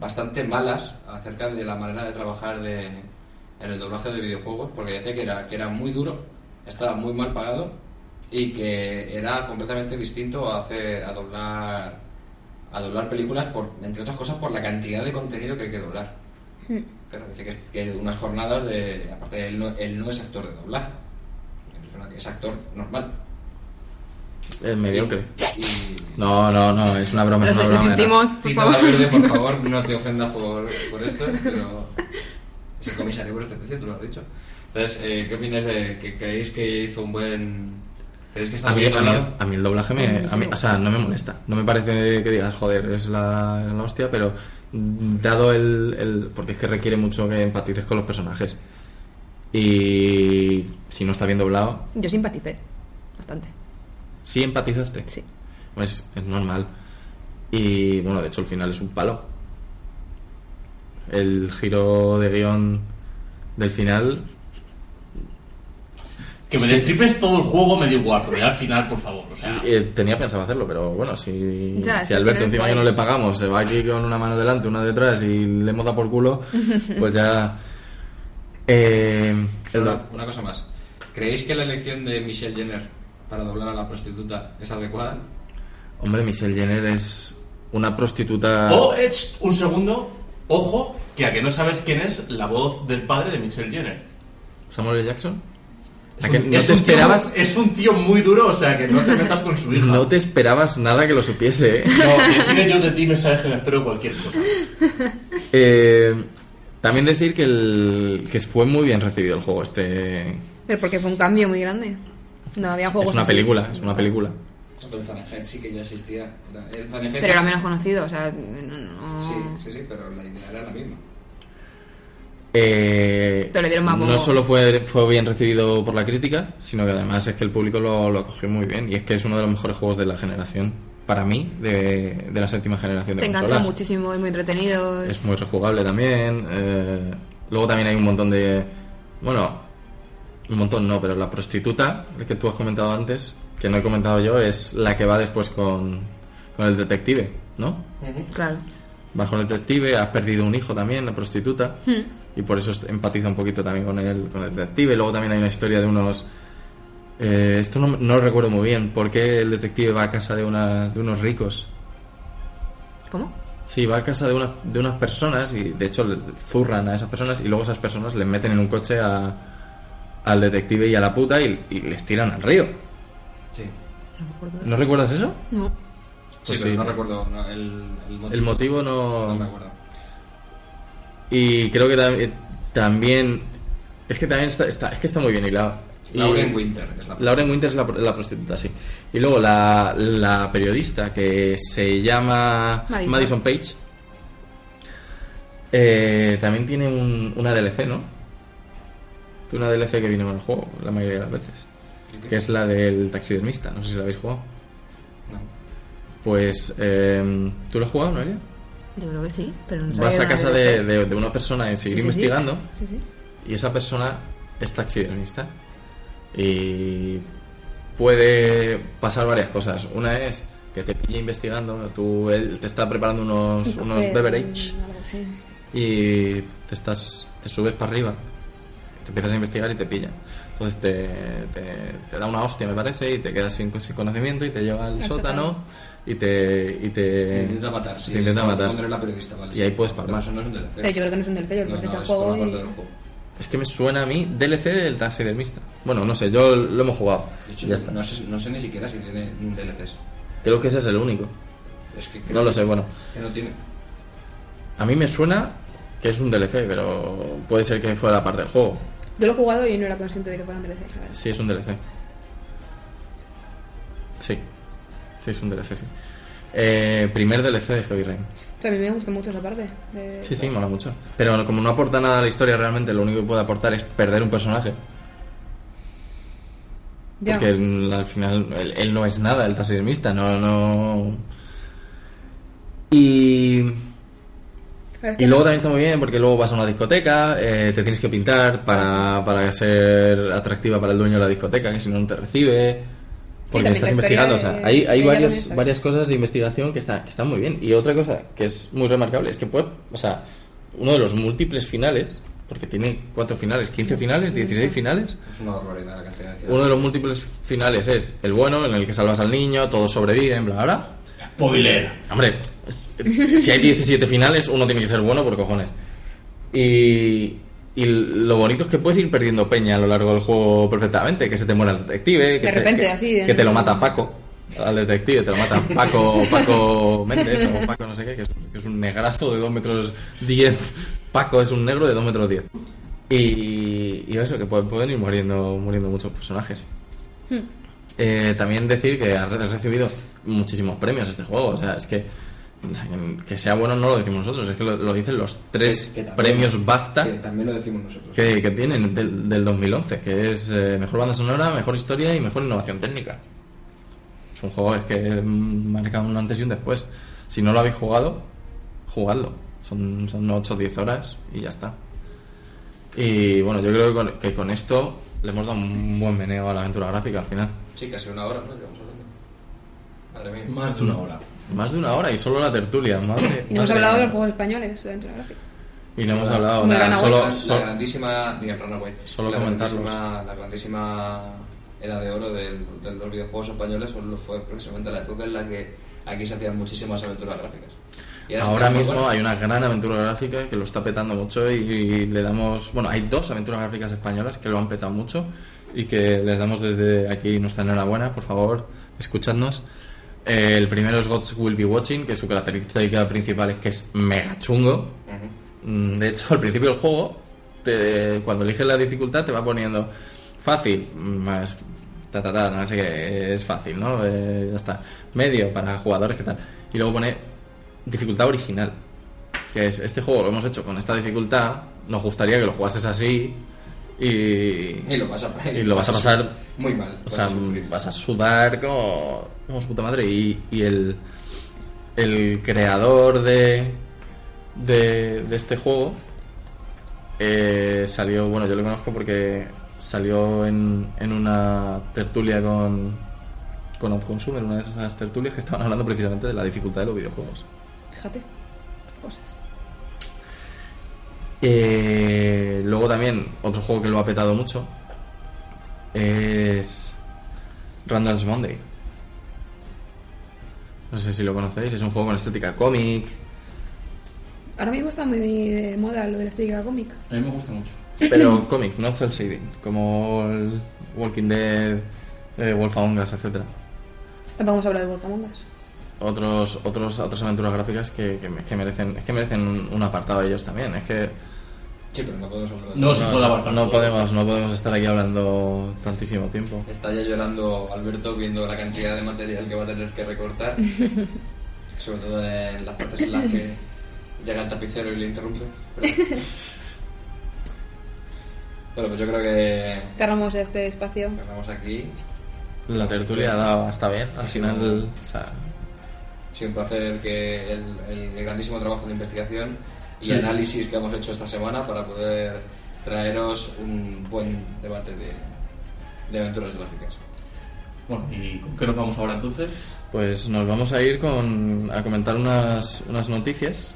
[SPEAKER 1] bastante malas acerca de la manera de trabajar de, en el doblaje de videojuegos. Porque decía que era, que era muy duro, estaba muy mal pagado y que era completamente distinto a, hacer, a doblar a doblar películas, por, entre otras cosas, por la cantidad de contenido que hay que doblar. Claro, dice que, es- que unas jornadas de. Aparte, él no, él no es actor de doblaje. Él Es, una- es actor normal.
[SPEAKER 2] es mediocre.
[SPEAKER 1] Y.
[SPEAKER 2] No, no, no, es una broma.
[SPEAKER 3] Lo,
[SPEAKER 2] es una
[SPEAKER 3] sé, lo
[SPEAKER 2] broma, era.
[SPEAKER 3] sentimos, por
[SPEAKER 1] Tito
[SPEAKER 3] favor.
[SPEAKER 1] Valverde, por favor, no te ofendas por, por esto, pero. Es el este comisario por excelencia, tú lo has dicho. Entonces, eh, ¿qué opinas de. que creéis que hizo un buen. Es que está
[SPEAKER 2] A mí,
[SPEAKER 1] bien
[SPEAKER 2] a mí-
[SPEAKER 1] doblado.
[SPEAKER 2] a mí el doblaje
[SPEAKER 3] Es
[SPEAKER 2] me,
[SPEAKER 3] muy
[SPEAKER 2] a mí- o sea, no me molesta. No me parece que digas, joder, es la, la hostia, pero mm, dado el, el- Porque es que requiere mucho que empatices con los personajes. Y si no está bien doblado,
[SPEAKER 3] Yo simpaticé bastante.
[SPEAKER 2] sí empatizaste.
[SPEAKER 3] Sí.
[SPEAKER 2] Pues es normal. Y bueno, de hecho, el final es un palo. El giro de guión del final.
[SPEAKER 4] Que me destripes todo el juego me da igual, pero ya al final, por favor. O sea,
[SPEAKER 2] eh, tenía pensado hacerlo, pero bueno, si,
[SPEAKER 3] Ya,
[SPEAKER 2] si
[SPEAKER 3] sí,
[SPEAKER 2] Alberto
[SPEAKER 3] pero
[SPEAKER 2] encima
[SPEAKER 3] eso
[SPEAKER 2] que no
[SPEAKER 3] ahí.
[SPEAKER 2] le pagamos se va aquí con una mano delante, una detrás y le hemos dado por culo, pues ya. Eh, el do-
[SPEAKER 1] Una, una cosa más. ¿Creéis que la elección de Michelle Jenner para doblar a la prostituta es adecuada?
[SPEAKER 2] hombre, Michelle Jenner es una prostituta.
[SPEAKER 4] O, ech, un segundo, ojo, que a que no sabes quién es la voz del padre de Michelle Jenner.
[SPEAKER 2] ¿Samuel L. Jackson? ¿A
[SPEAKER 4] Es
[SPEAKER 2] que
[SPEAKER 4] un-
[SPEAKER 2] ¿No
[SPEAKER 4] es
[SPEAKER 2] te
[SPEAKER 4] un tío-
[SPEAKER 2] esperabas?
[SPEAKER 4] es un tío muy duro, o sea, que no te metas con su hija.
[SPEAKER 2] No te esperabas nada que lo supiese, ¿eh?
[SPEAKER 4] No, que tiene yo de ti me sabes que me espero cualquier cosa.
[SPEAKER 2] Eh, también decir que, el, que fue muy bien recibido el juego. Este
[SPEAKER 3] Pero porque fue un cambio muy grande. No había
[SPEAKER 2] es
[SPEAKER 3] juegos.
[SPEAKER 2] una
[SPEAKER 3] así.
[SPEAKER 2] película, es una película.
[SPEAKER 1] Pero el Fahrenheit sí que ya existía. Era- eh, El Fahrenheit
[SPEAKER 3] Pero era
[SPEAKER 1] es-
[SPEAKER 3] menos conocido, o sea, no, no-
[SPEAKER 1] Sí, sí, sí, pero la idea era la misma.
[SPEAKER 2] Eh,
[SPEAKER 3] Te lo dieron más bombo.
[SPEAKER 2] no solo fue, fue bien recibido por la crítica, sino que además es que el público lo, lo acogió muy bien. Y es que es uno de los mejores juegos de la generación, para mí, de, de la séptima generación de
[SPEAKER 3] Te engancha
[SPEAKER 2] consolas.
[SPEAKER 3] muchísimo, es muy entretenido.
[SPEAKER 2] Es muy rejugable también. eh, luego también hay un montón de. Bueno, un montón no, pero la prostituta, el que tú has comentado antes, que no he comentado yo, es la que va después con, con el detective, ¿no?
[SPEAKER 3] Claro.
[SPEAKER 2] Vas con el detective, has perdido un hijo también, la prostituta, y por eso empatiza un poquito también con el, con el detective. Luego también hay una historia de unos. eh, esto no, no lo recuerdo muy bien, ¿por qué el detective va a casa de, una, de unos ricos?
[SPEAKER 3] ¿Cómo?
[SPEAKER 2] Sí, va a casa de, unas de unas personas y de hecho le- zurran a esas personas y luego esas personas les meten en un coche a- al detective y a la puta y, y les tiran al río.
[SPEAKER 1] Sí.
[SPEAKER 2] ¿No recuerdas eso?
[SPEAKER 3] No.
[SPEAKER 1] sí,
[SPEAKER 2] Pues
[SPEAKER 1] pero
[SPEAKER 2] sí.
[SPEAKER 1] no recuerdo no, el, el motivo.
[SPEAKER 2] El motivo no...
[SPEAKER 1] No me acuerdo.
[SPEAKER 2] Y creo que tam- eh, también... Es que también está, está- es que está muy bien hilado. Y-
[SPEAKER 1] Lauren Winter es la
[SPEAKER 2] Lauren Winter es la, pro- la prostituta, sí. Y luego la, la periodista que se llama
[SPEAKER 3] Madison.
[SPEAKER 2] Madison, Page. eh, también tiene un, una DLC, ¿no? Una DLC que viene con el juego, la mayoría de las veces. Que es la del taxidermista, no sé si la habéis jugado.
[SPEAKER 1] No.
[SPEAKER 2] Pues, eh, ¿tú lo has jugado, Noelia?
[SPEAKER 3] Yo creo que sí, pero no sabía
[SPEAKER 2] Vas a
[SPEAKER 3] una
[SPEAKER 2] casa
[SPEAKER 3] vez
[SPEAKER 2] de,
[SPEAKER 3] hacer.
[SPEAKER 2] de- de una persona y
[SPEAKER 3] Sí,
[SPEAKER 2] seguir
[SPEAKER 3] sí, sí.
[SPEAKER 2] investigando
[SPEAKER 3] Sí, sí.
[SPEAKER 2] y esa persona es taxidermista y puede pasar varias cosas. Una es que te pille investigando, tú él te está preparando unos, unos beverage
[SPEAKER 3] Algo así.
[SPEAKER 2] y te estás te subes para arriba, te empiezas a investigar y te pilla. Entonces te, te- te da una hostia, me parece, y te quedas sin, sin conocimiento y te lleva al
[SPEAKER 3] Al
[SPEAKER 2] sótano
[SPEAKER 3] sótano.
[SPEAKER 2] y te y
[SPEAKER 1] Te
[SPEAKER 2] te
[SPEAKER 1] intenta matar, sí.
[SPEAKER 2] te intenta matar.
[SPEAKER 1] Pondré la periodista, vale.
[SPEAKER 2] Y
[SPEAKER 1] sí.
[SPEAKER 2] ahí puedes palmar.
[SPEAKER 1] Eso no es un DLC.
[SPEAKER 3] Pero yo creo que no es un DLC, yo creo
[SPEAKER 1] no,
[SPEAKER 3] que
[SPEAKER 1] no,
[SPEAKER 3] está el
[SPEAKER 1] es forma
[SPEAKER 3] juego
[SPEAKER 1] parte del
[SPEAKER 3] y...
[SPEAKER 1] juego.
[SPEAKER 2] Es que me suena a mí DLC del taxidermista. Bueno, no sé, yo lo hemos jugado.
[SPEAKER 1] De hecho,
[SPEAKER 2] Ya está.
[SPEAKER 1] no, sé, no sé ni siquiera si tiene DLCs.
[SPEAKER 2] Creo que ese es el único.
[SPEAKER 1] Es que
[SPEAKER 2] No lo sé, bueno.
[SPEAKER 1] Que no tiene.
[SPEAKER 2] A mí me suena que es un DLC, pero puede ser que fuera parte del juego.
[SPEAKER 3] Yo lo he jugado y no era consciente de que fuera un DLC, la verdad.
[SPEAKER 2] Sí, es un DLC. Sí. Sí, es un DLC, sí. Eh, primer DLC de Heavy Rain.
[SPEAKER 3] O sea, a mí me gustó mucho esa parte. de-
[SPEAKER 2] Sí, sí, mola mucho. Pero como no aporta nada a la historia, realmente lo único que puede aportar es perder un personaje.
[SPEAKER 3] Ya.
[SPEAKER 2] Porque él, al final él, él no es nada, el taxidermista, no, no. Y,
[SPEAKER 3] Es que
[SPEAKER 2] y luego también está muy bien porque luego vas a una discoteca, eh, te tienes que pintar para, para ser atractiva para el dueño de la discoteca, que si no no te recibe. Porque
[SPEAKER 3] también la
[SPEAKER 2] estás
[SPEAKER 3] historia
[SPEAKER 2] investigando, o
[SPEAKER 3] de-
[SPEAKER 2] sea, hay,
[SPEAKER 3] de
[SPEAKER 2] hay
[SPEAKER 3] ella también
[SPEAKER 2] varias,
[SPEAKER 3] está
[SPEAKER 2] varias cosas de investigación que, está, que están muy bien. Y otra cosa que es muy remarcable es que puede, o sea, uno de los múltiples finales, porque tiene cuatro finales, 15 finales, 16 finales,
[SPEAKER 1] Es una barbaridad la cantidad de
[SPEAKER 2] uno de los múltiples finales es el bueno, en el que salvas al niño, todos sobreviven, bla, bla, bla.
[SPEAKER 4] Spoiler.
[SPEAKER 2] Hombre, es- si hay 17 finales, uno tiene que ser bueno por cojones. Y, y lo bonito es que puedes ir perdiendo peña a lo largo del juego perfectamente, que se te muera el detective, que, te,
[SPEAKER 3] De repente,
[SPEAKER 2] que-
[SPEAKER 3] así, en-
[SPEAKER 2] que te lo mata Paco. Al detective te lo mata Paco, Paco Méndez o Paco no sé qué, que es, que es un negrazo de 2 metros 10. Paco es un negro de 2 metros 10. Y, y eso, que pu- pueden ir muriendo, muriendo muchos personajes. Eh, también decir que ha re- recibido muchísimos premios este juego. O sea, es que o sea, que- que sea bueno no lo decimos nosotros, es que lo, lo dicen los tres
[SPEAKER 1] Que también-
[SPEAKER 2] premios BAFTA
[SPEAKER 1] Que también lo decimos nosotros.
[SPEAKER 2] que, que tienen del, del 2011, que es eh, mejor banda sonora, mejor historia y mejor innovación técnica. Es un juego es que mm, marca un antes y un después. Si no lo habéis jugado, jugadlo. Son, son 8 o 10 horas y ya está. Y bueno, yo creo que con, que con esto le hemos dado un buen meneo a la aventura gráfica al final.
[SPEAKER 1] Sí, casi una hora, ¿no? Que vamos hablando. Madre mía.
[SPEAKER 4] Más de una hora.
[SPEAKER 2] Más de una hora y solo la tertulia, madre.
[SPEAKER 3] Y no hemos
[SPEAKER 2] madre
[SPEAKER 3] hablado de
[SPEAKER 2] mía.
[SPEAKER 3] los juegos españoles dentro de la gráfica.
[SPEAKER 2] Y no hemos hablado
[SPEAKER 3] Muy
[SPEAKER 2] nada,
[SPEAKER 3] buena
[SPEAKER 2] solo-
[SPEAKER 3] vuelta,
[SPEAKER 1] la,
[SPEAKER 2] solo-
[SPEAKER 1] grandísima. Mira, Runaway.
[SPEAKER 2] Solo
[SPEAKER 1] la
[SPEAKER 2] comentarlos.
[SPEAKER 1] grandísima, la grandísima era de oro del- de los videojuegos españoles solo fue precisamente la época en la que aquí se hacían muchísimas aventuras gráficas. Y era
[SPEAKER 2] Ahora
[SPEAKER 1] muy
[SPEAKER 2] mismo
[SPEAKER 1] buena.
[SPEAKER 2] hay una gran aventura gráfica que lo está petando mucho y, y le damos, bueno, hay dos aventuras gráficas españolas que lo han petado mucho y que les damos desde aquí nuestra enhorabuena, por favor, escuchadnos. Eh, el primero es Gods Will Be Watching, que su característica principal es que es mega chungo. Mm, De hecho, al principio del juego, te- cuando eliges la dificultad, te va poniendo fácil, mm, más ta ta ta, no sé qué, es fácil, ¿no? Eh, ya está. Medio para jugadores, ¿qué tal? Y luego pone dificultad original. Que es este juego lo hemos hecho con esta dificultad, nos gustaría que lo jugases así y.
[SPEAKER 1] Y lo vas a,
[SPEAKER 2] y lo vas a pasar
[SPEAKER 1] muy mal.
[SPEAKER 2] o
[SPEAKER 1] vas
[SPEAKER 2] sea,
[SPEAKER 1] a sufrir.
[SPEAKER 2] vas a sudar como, como su puta madre. Y, y el, el creador de, de, de este juego eh, salió, bueno, yo lo conozco porque salió en, en una tertulia con, con OutConsumer, una de esas tertulias que estaban hablando precisamente de la dificultad de los videojuegos.
[SPEAKER 3] Fíjate. Cosas.
[SPEAKER 2] Eh, luego también, otro juego que lo ha petado mucho es Randall's Monday. No sé si lo conocéis, es un juego con estética cómic,
[SPEAKER 3] Ahora mismo está muy de moda lo de la estética cómica.
[SPEAKER 4] A mí me gusta mucho.
[SPEAKER 2] pero cómic, no cel shading, como el Walking Dead, eh, Wolf Among Us, etc.
[SPEAKER 3] Tampoco hemos hablado de Wolf Among Us.
[SPEAKER 2] Otros, otros, otras aventuras gráficas que, que, me- que merecen, es que merecen un, un apartado ellos también. Es que
[SPEAKER 1] Sí, pero no podemos hablar de
[SPEAKER 4] No
[SPEAKER 1] todo.
[SPEAKER 4] se puede abarcar.
[SPEAKER 2] no
[SPEAKER 4] todo.
[SPEAKER 2] podemos, no podemos estar aquí hablando tantísimo tiempo.
[SPEAKER 1] Está ya llorando Alberto viendo la cantidad de material que va a tener que recortar. Sobre todo en las partes en las que llega el tapicero y le interrumpe. Pero... bueno, pues yo creo que
[SPEAKER 3] Cerramos este espacio.
[SPEAKER 1] cerramos aquí.
[SPEAKER 2] La tertulia ha dado hasta bien, al final, o sea,
[SPEAKER 1] Ha sido un placer que el, el grandísimo trabajo de investigación y
[SPEAKER 4] Sí.
[SPEAKER 1] análisis que hemos hecho esta semana para poder traeros un buen debate de, de aventuras gráficas.
[SPEAKER 4] Bueno, ¿y con qué nos vamos ahora entonces?
[SPEAKER 2] pues nos vamos a ir con, a comentar unas, unas noticias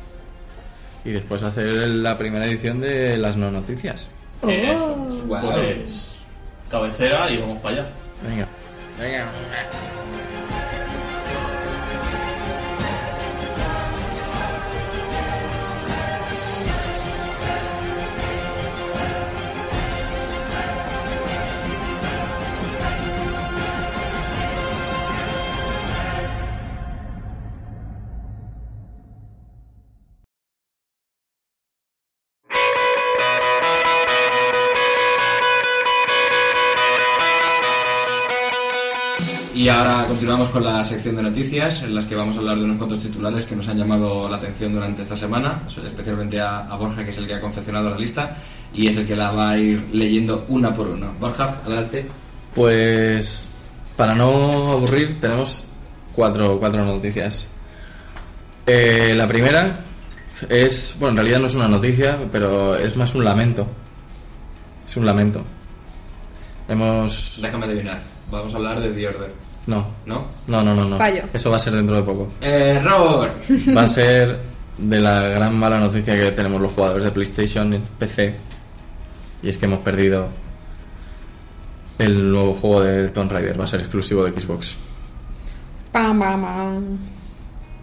[SPEAKER 2] y después hacer la primera edición de las no noticias.
[SPEAKER 4] Eso.
[SPEAKER 1] Guau.
[SPEAKER 4] Pues cabecera y vamos para allá.
[SPEAKER 2] Venga. Venga.
[SPEAKER 1] Y ahora continuamos con la sección de noticias, en las que vamos a hablar de unos cuantos titulares que nos han llamado la atención durante esta semana, especialmente a, a Borja, que es el que ha confeccionado la lista, y es el que la va a ir leyendo una por una. Borja, adelante.
[SPEAKER 2] Pues para no aburrir tenemos cuatro, cuatro noticias. Eh, la primera es, bueno, en realidad no es una noticia, pero es más un lamento. Es un lamento. Hemos...
[SPEAKER 1] Déjame adivinar, vamos a hablar de The Order,
[SPEAKER 2] No,
[SPEAKER 1] ¿no? Eh,
[SPEAKER 2] No, no, no, no.
[SPEAKER 3] Fallo.
[SPEAKER 2] Eso va a ser dentro de poco.
[SPEAKER 1] ¡Error!
[SPEAKER 2] Va a ser de la gran mala noticia que tenemos los jugadores de PlayStation en PC. Y es que hemos perdido el nuevo juego de Tomb Raider. Va a ser exclusivo de Xbox.
[SPEAKER 3] Pam, pam, pam.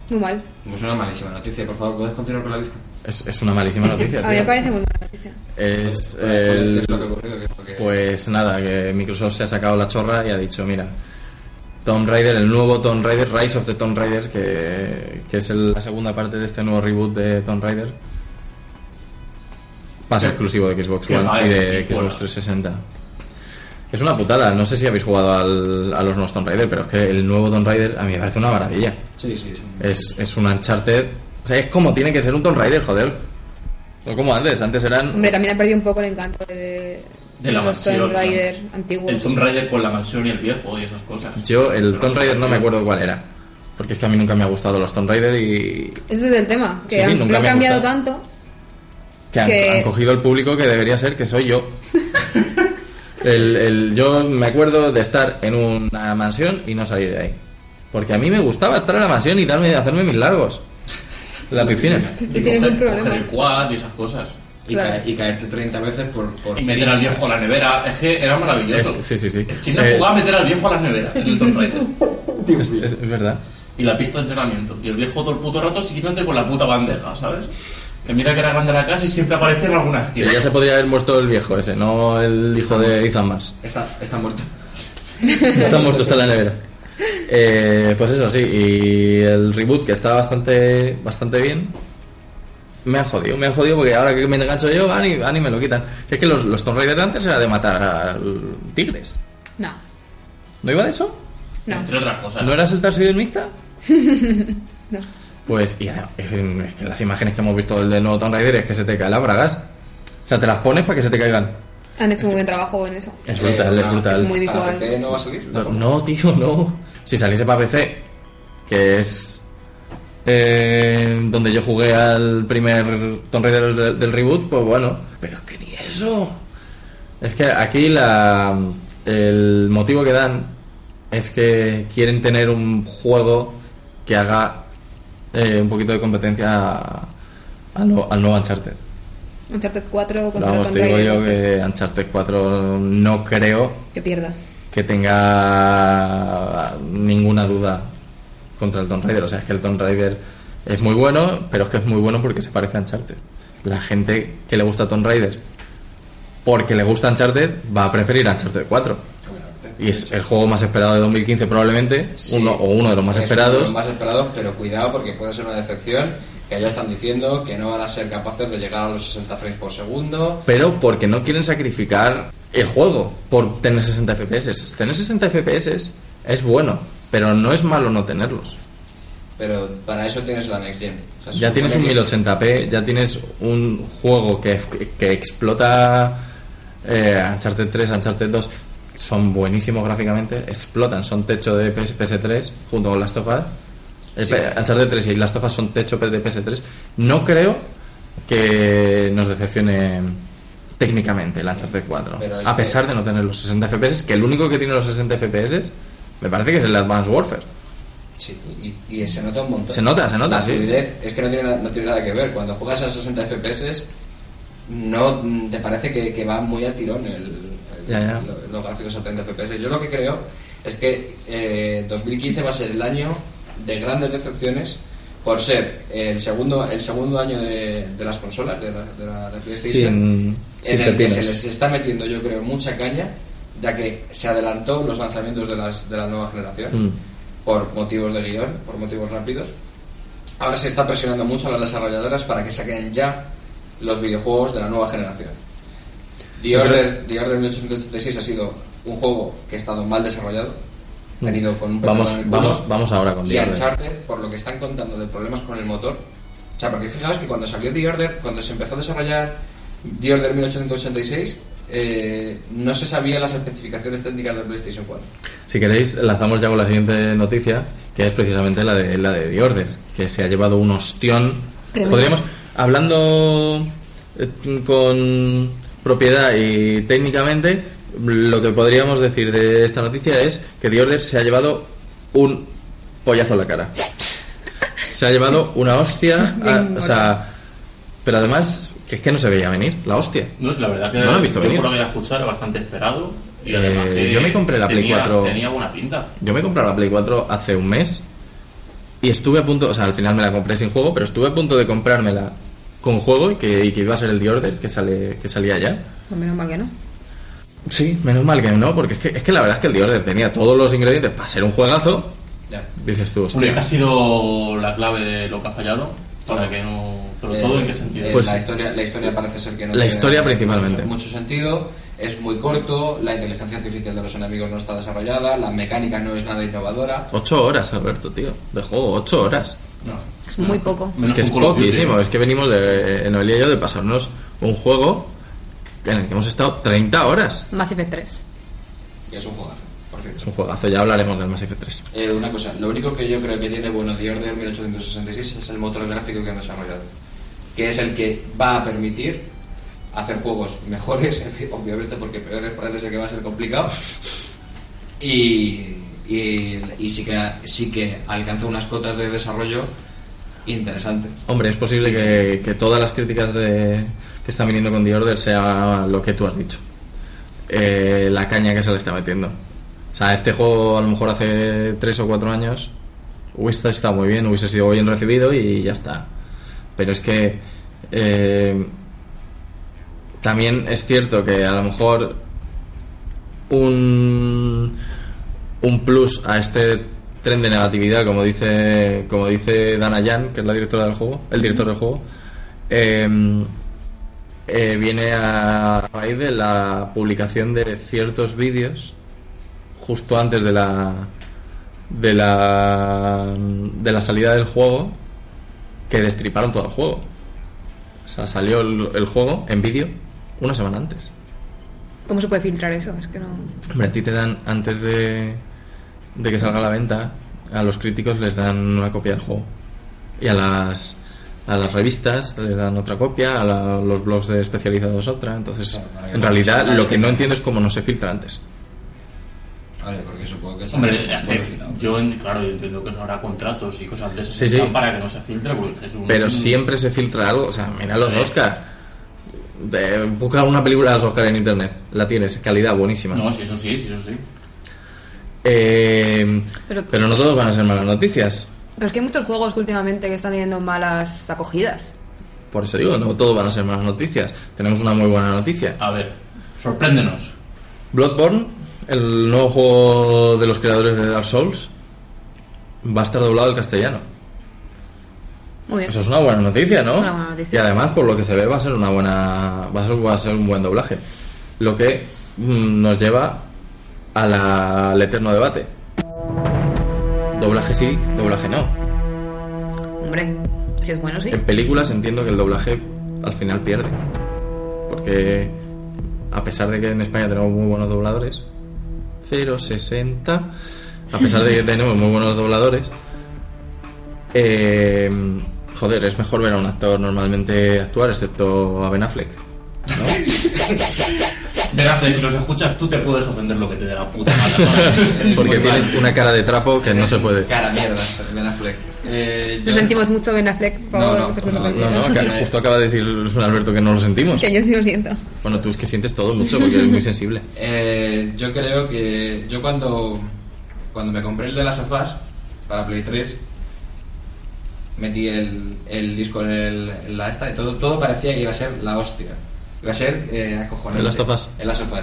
[SPEAKER 3] Muy mal.
[SPEAKER 1] Es Pues una malísima noticia, por favor, ¿puedes continuar con la lista?
[SPEAKER 2] Es, es una malísima noticia.
[SPEAKER 3] A mí me
[SPEAKER 2] tío.
[SPEAKER 3] parece Pues, muy mala noticia.
[SPEAKER 2] Es
[SPEAKER 1] ¿Qué
[SPEAKER 2] el...
[SPEAKER 1] es lo que ha ocurrido? ¿Qué es lo que-
[SPEAKER 2] Eh, Pues nada, que Microsoft se ha sacado la chorra y ha dicho, mira, Tomb Raider, el nuevo Tomb Raider, Rise of the Tomb Raider, que, que es el- la segunda parte de este nuevo reboot de Tomb Raider, va a ser exclusivo de Xbox
[SPEAKER 4] Qué
[SPEAKER 2] One y
[SPEAKER 4] madre,
[SPEAKER 2] de
[SPEAKER 4] qué
[SPEAKER 2] Xbox
[SPEAKER 4] buena.
[SPEAKER 2] 360. Es una putada, no sé si habéis jugado al- a los nuevos Tomb Raider, pero es que el nuevo Tomb Raider a mí me parece una maravilla.
[SPEAKER 1] Sí, sí, sí.
[SPEAKER 2] Es, es un Uncharted. O sea, es como tiene que ser un Tomb Raider, joder. No como antes, antes eran.
[SPEAKER 3] Hombre, también ha perdido un poco el encanto de,
[SPEAKER 4] De la
[SPEAKER 3] los
[SPEAKER 4] mansión,
[SPEAKER 3] Tomb
[SPEAKER 4] ¿no?
[SPEAKER 3] Raider antiguos.
[SPEAKER 4] El Tomb Raider con la mansión y el viejo y esas cosas.
[SPEAKER 2] Yo, el
[SPEAKER 4] Pero-
[SPEAKER 2] Tomb Raider no me acuerdo cuál era. Porque es que a mí nunca me ha gustado los Tomb Raider y.
[SPEAKER 3] Ese es el tema, que
[SPEAKER 2] Sí,
[SPEAKER 3] han-
[SPEAKER 2] nunca
[SPEAKER 3] lo han
[SPEAKER 2] me ha
[SPEAKER 3] cambiado
[SPEAKER 2] gustado.
[SPEAKER 3] tanto.
[SPEAKER 2] que han,
[SPEAKER 3] Que-
[SPEAKER 2] han cogido el público que debería ser, que soy yo. El- el- yo me acuerdo de estar en una mansión y no salir de ahí. Porque a mí me gustaba estar en la mansión y darme, hacerme mis largos. La piscina.
[SPEAKER 3] Pues
[SPEAKER 4] Y
[SPEAKER 3] tú tienes
[SPEAKER 4] coger-
[SPEAKER 3] un problema.
[SPEAKER 4] coger el quad y esas cosas.
[SPEAKER 1] Y,
[SPEAKER 3] Claro.
[SPEAKER 1] caer- y caerte 30 veces por... por
[SPEAKER 4] Y meter al viejo a la nevera. Es que era maravilloso.
[SPEAKER 2] Es- sí, sí, sí.
[SPEAKER 4] ¿Quién no
[SPEAKER 2] Eh,
[SPEAKER 4] jugaba a meter al viejo a las neveras? en el Tomb Raider.
[SPEAKER 2] Es, es verdad.
[SPEAKER 4] Y la pista de entrenamiento. Y el viejo todo el puto rato siguiéndote con la puta bandeja, ¿sabes? Que mira que era grande la casa y siempre aparece en alguna
[SPEAKER 2] Que
[SPEAKER 4] esquina.
[SPEAKER 2] ya se podría haber muerto el viejo ese, no el hijo de Ethan Mars.
[SPEAKER 1] Está, está muerto.
[SPEAKER 2] Está muerto, está en la nevera. Eh, pues eso, sí. Y el reboot, que está bastante, bastante bien, me ha jodido. Me ha jodido porque ahora que me engancho yo, van y, van y me lo quitan. Es que los, los Tomb Raider de antes era de matar a tigres.
[SPEAKER 3] No,
[SPEAKER 2] ¿No iba de eso?
[SPEAKER 3] no.
[SPEAKER 4] Entre otras cosas.
[SPEAKER 2] ¿No eras el taxidermista?
[SPEAKER 3] No.
[SPEAKER 2] Pues, y además, es que es que las imágenes que hemos visto del nuevo Tomb Raider es que se te caen las bragas. O sea, te las pones para que se te caigan.
[SPEAKER 3] Han hecho muy buen trabajo en eso.
[SPEAKER 2] Es brutal,
[SPEAKER 1] Eh,
[SPEAKER 2] es
[SPEAKER 1] no,
[SPEAKER 2] brutal.
[SPEAKER 3] es muy
[SPEAKER 1] ¿Para
[SPEAKER 3] visual.
[SPEAKER 1] PC no va a salir?
[SPEAKER 2] No,
[SPEAKER 1] tampoco.
[SPEAKER 2] no, tío, no. Si saliese para PC, que es eh, donde yo jugué al primer Tomb Raider del, del reboot, pues bueno. Pero es que ni eso. Es que aquí la, el motivo que dan es que quieren tener un juego que haga eh, un poquito de competencia a- al, nu- al nuevo Uncharted.
[SPEAKER 3] Uncharted 4 contra
[SPEAKER 2] Vamos,
[SPEAKER 3] Tomb
[SPEAKER 2] te digo
[SPEAKER 3] Raider,
[SPEAKER 2] yo
[SPEAKER 3] no sé,
[SPEAKER 2] que Uncharted 4 no creo
[SPEAKER 3] que pierda.
[SPEAKER 2] que tenga ah, ninguna duda contra el Tomb Raider. O sea, es que el Tomb Raider es muy bueno, pero es que es muy bueno porque se parece a Uncharted. La gente que le gusta Tomb Raider porque le gusta Uncharted va a preferir Uncharted 4. Y es el juego más esperado de 2015 probablemente,
[SPEAKER 1] Sí.
[SPEAKER 2] uno o uno de los más
[SPEAKER 1] Es Uno de
[SPEAKER 2] esperados.
[SPEAKER 1] los más esperados, pero cuidado porque puede ser una decepción. Que ya están diciendo que no van a ser capaces de llegar a los 60 frames por segundo.
[SPEAKER 2] Pero porque no quieren sacrificar el juego por tener 60 FPS. Tener 60 FPS es bueno, pero no es malo no tenerlos.
[SPEAKER 1] Pero para eso tienes la Next Gen. O sea, se
[SPEAKER 2] Ya tienes un
[SPEAKER 1] supone que-
[SPEAKER 2] 1080p, ya tienes un juego que, que explota eh, Uncharted 3, Uncharted 2. Son buenísimos gráficamente, explotan, son techo de PS, 3 junto con Last of Us. Eh,
[SPEAKER 1] Sí.
[SPEAKER 2] pe- Uncharted 3 y Last of Us son techo de PS3. No creo que nos decepcione técnicamente el Uncharted 4.
[SPEAKER 1] Pero es
[SPEAKER 2] A
[SPEAKER 1] que-
[SPEAKER 2] pesar de no tener los 60 FPS, que el único que tiene los 60 FPS me parece que es el Advanced Warfare.
[SPEAKER 1] Sí, y, y se nota un montón.
[SPEAKER 2] Se nota, se nota,
[SPEAKER 1] La
[SPEAKER 2] sí.
[SPEAKER 1] fluidez es que no tiene, na- no tiene nada que ver. Cuando juegas a 60 FPS, no mm, te parece que, que va muy a tirón el, el-
[SPEAKER 2] Ya, ya.
[SPEAKER 1] lo- los gráficos a 30 FPS. Yo lo que creo es que eh, 2015 va a ser el año de grandes decepciones por ser el segundo el segundo año de, de las consolas de la, de la- de PlayStation
[SPEAKER 2] Sin- sin
[SPEAKER 1] en el que
[SPEAKER 2] pepinos.
[SPEAKER 1] se les está metiendo yo creo mucha caña ya que se adelantó los lanzamientos de, las, de la nueva generación
[SPEAKER 2] Mm.
[SPEAKER 1] por motivos de guión, por motivos rápidos. Ahora se está presionando mucho a las desarrolladoras para que saquen ya los videojuegos de la nueva generación. The
[SPEAKER 2] Yo creo-
[SPEAKER 1] Order, The Order 1886 ha sido un juego que ha estado mal desarrollado, tenido con un
[SPEAKER 2] vamos,
[SPEAKER 1] petardo en el culo.
[SPEAKER 2] vamos, vamos ahora con
[SPEAKER 1] Y
[SPEAKER 2] The Order.
[SPEAKER 1] Uncharted, por lo que están contando de problemas con el motor. O sea, porque fijaos que cuando salió The Order, cuando se empezó a desarrollar The Order 1886, eh, no se sabían las especificaciones técnicas de PlayStation 4.
[SPEAKER 2] Si queréis, lanzamos ya con la siguiente noticia, que es precisamente la de, la de The Order, que se ha llevado un ostión.
[SPEAKER 3] Tremendo.
[SPEAKER 2] Podríamos, hablando eh, con propiedad y técnicamente, lo que podríamos decir de esta noticia es que The Order se ha llevado un pollazo a la cara. Se ha llevado una hostia, a-
[SPEAKER 3] Bien,
[SPEAKER 2] o sea, pero además, que es que no se veía venir, la hostia.
[SPEAKER 4] No, la verdad que
[SPEAKER 2] No lo he visto
[SPEAKER 4] yo
[SPEAKER 2] venir.
[SPEAKER 4] por lo que he escuchado era bastante esperado. Y
[SPEAKER 2] Eh,
[SPEAKER 4] además que
[SPEAKER 2] yo me compré la Play
[SPEAKER 4] tenía-
[SPEAKER 2] 4.
[SPEAKER 4] Tenía buena pinta.
[SPEAKER 2] Yo me he comprado la Play 4 hace un mes y estuve a punto, o sea, al final me la compré sin juego, pero estuve a punto de comprármela con juego y que, y que iba a ser el The Order que, sale, que salía ya.
[SPEAKER 3] Pues menos mal que no.
[SPEAKER 2] Sí, menos mal que no, porque es que, es que la verdad es que el The Order tenía todos los ingredientes para ser un juegazo.
[SPEAKER 1] Ya.
[SPEAKER 2] Dices tú,
[SPEAKER 4] Única
[SPEAKER 2] hostia.
[SPEAKER 4] ha sido la clave de lo que ha fallado. Para
[SPEAKER 1] Todo.
[SPEAKER 4] que no. Pero
[SPEAKER 1] Eh,
[SPEAKER 4] todo en qué sentido.
[SPEAKER 1] eh,
[SPEAKER 2] Pues-
[SPEAKER 1] la, historia, la historia parece ser que no
[SPEAKER 2] La historia
[SPEAKER 1] mucho-
[SPEAKER 2] principalmente.
[SPEAKER 1] Mucho, sentido. es muy corto, la inteligencia artificial de los enemigos no está desarrollada, la mecánica no es nada innovadora.
[SPEAKER 2] Ocho horas, Alberto, tío. De juego, ocho horas.
[SPEAKER 3] Es muy poco.
[SPEAKER 4] Menos
[SPEAKER 2] es que
[SPEAKER 4] que
[SPEAKER 2] es
[SPEAKER 4] un Call of Duty, ¿eh?
[SPEAKER 2] poquísimo.
[SPEAKER 4] ¿no?
[SPEAKER 2] Es que venimos de, Noelia y yo de pasarnos un juego en el que hemos estado 30 horas.
[SPEAKER 3] Mass Effect 3.
[SPEAKER 1] Y es un juegazo, por cierto.
[SPEAKER 2] Es un juegazo, ya hablaremos del Mass Effect 3.
[SPEAKER 1] Eh, una cosa, lo único que yo creo que tiene bueno de Order 1866 es el motor gráfico que han desarrollado, que es el que va a permitir hacer juegos mejores, obviamente, porque peores parece que va a ser complicado, y, y, y sí, que, sí que alcanza unas cotas de desarrollo interesantes.
[SPEAKER 2] Hombre, es posible que, que todas las críticas de- que están viniendo con The Order sea lo que tú has dicho. Eh, la caña que se le está metiendo. O sea, este juego a lo mejor hace 3 o 4 años hubiese estado muy bien, hubiese sido bien recibido y ya está. Pero es que eh, también es cierto que a lo mejor un, un plus a este tren de negatividad, como dice, como dice Dana Jan, que es la directora del juego, el director del juego, eh, eh, viene a raíz de la publicación de ciertos vídeos justo antes de la de la de la salida del juego que destriparon todo el juego. O sea, salió el, el juego en vídeo una semana antes.
[SPEAKER 3] ¿Cómo se puede filtrar eso? Es que no.
[SPEAKER 2] Hombre, a ti te dan, antes de, de que salga a la venta, a los críticos les dan una copia del juego. Y a las, a las revistas les dan otra copia, a la- los blogs de especializados otra. Entonces,
[SPEAKER 1] Claro, para que
[SPEAKER 2] en
[SPEAKER 1] no
[SPEAKER 2] realidad,
[SPEAKER 1] sea-
[SPEAKER 2] lo que no entiendo es cómo no se filtra antes.
[SPEAKER 1] Vale, porque supongo que está
[SPEAKER 4] Hombre,
[SPEAKER 1] bien,
[SPEAKER 4] eh,
[SPEAKER 1] bueno, vigilado.
[SPEAKER 4] yo en- claro, yo entiendo que eso habrá contratos y cosas de esas
[SPEAKER 2] Sí, sí.
[SPEAKER 4] para que no se filtre, porque es un-
[SPEAKER 1] Mm.
[SPEAKER 2] Pero em- siempre se filtra algo. O sea, mira los
[SPEAKER 4] Sí.
[SPEAKER 2] Oscar. De- busca una película de los Oscar en internet. La tienes, calidad buenísima.
[SPEAKER 4] No, sí, eso sí, sí, eso sí.
[SPEAKER 2] Eh, pero,
[SPEAKER 3] Pero-
[SPEAKER 2] no todos van a ser malas noticias.
[SPEAKER 3] Pero es que hay muchos juegos que últimamente que están teniendo malas acogidas.
[SPEAKER 2] Por eso digo, no todos van a ser malas noticias. Tenemos una muy buena noticia.
[SPEAKER 4] A ver, sorpréndenos.
[SPEAKER 2] Bloodborne, el nuevo juego de los creadores de Dark Souls, va a estar doblado al castellano.
[SPEAKER 3] Muy bien.
[SPEAKER 2] Eso es una buena noticia, ¿no?
[SPEAKER 3] Es una buena noticia.
[SPEAKER 2] Y además, por lo que se ve, va a ser una buena, va a ser, va a ser un buen doblaje. Lo que mm, nos lleva a la- al eterno debate. Doblaje sí, doblaje no.
[SPEAKER 3] Hombre, si es bueno, sí.
[SPEAKER 2] En películas entiendo que el doblaje al final pierde. Porque a pesar de que en España tenemos muy buenos dobladores, 0,60, a pesar de que tenemos muy buenos dobladores, eh, joder, es mejor ver a un actor normalmente actuar, excepto a Ben Affleck.
[SPEAKER 4] Ben Affleck, si los escuchas, tú te puedes ofender lo que te dé la puta gana.
[SPEAKER 2] Porque
[SPEAKER 4] Muy
[SPEAKER 2] tienes
[SPEAKER 4] mal.
[SPEAKER 2] una cara de trapo que no se puede.
[SPEAKER 1] Cara mierda, Ben Affleck. Eh,
[SPEAKER 3] Lo
[SPEAKER 1] yo-
[SPEAKER 3] sentimos mucho, Ben Affleck, por favor.
[SPEAKER 1] No, no,
[SPEAKER 3] te lo
[SPEAKER 1] no,
[SPEAKER 2] No, no,
[SPEAKER 3] recuerdo.
[SPEAKER 2] que justo acaba de decir Alberto que no lo sentimos.
[SPEAKER 3] Que yo sí lo siento.
[SPEAKER 2] Bueno, tú es que sientes todo mucho porque eres muy sensible.
[SPEAKER 1] Eh, yo creo que yo cuando cuando me compré el de las sofás para Play 3 metí el, el disco en, el- en la esta y todo, todo parecía que iba a ser la hostia. Iba a ser eh, acojonante.
[SPEAKER 2] ¿En las of Us?
[SPEAKER 1] En las of Us.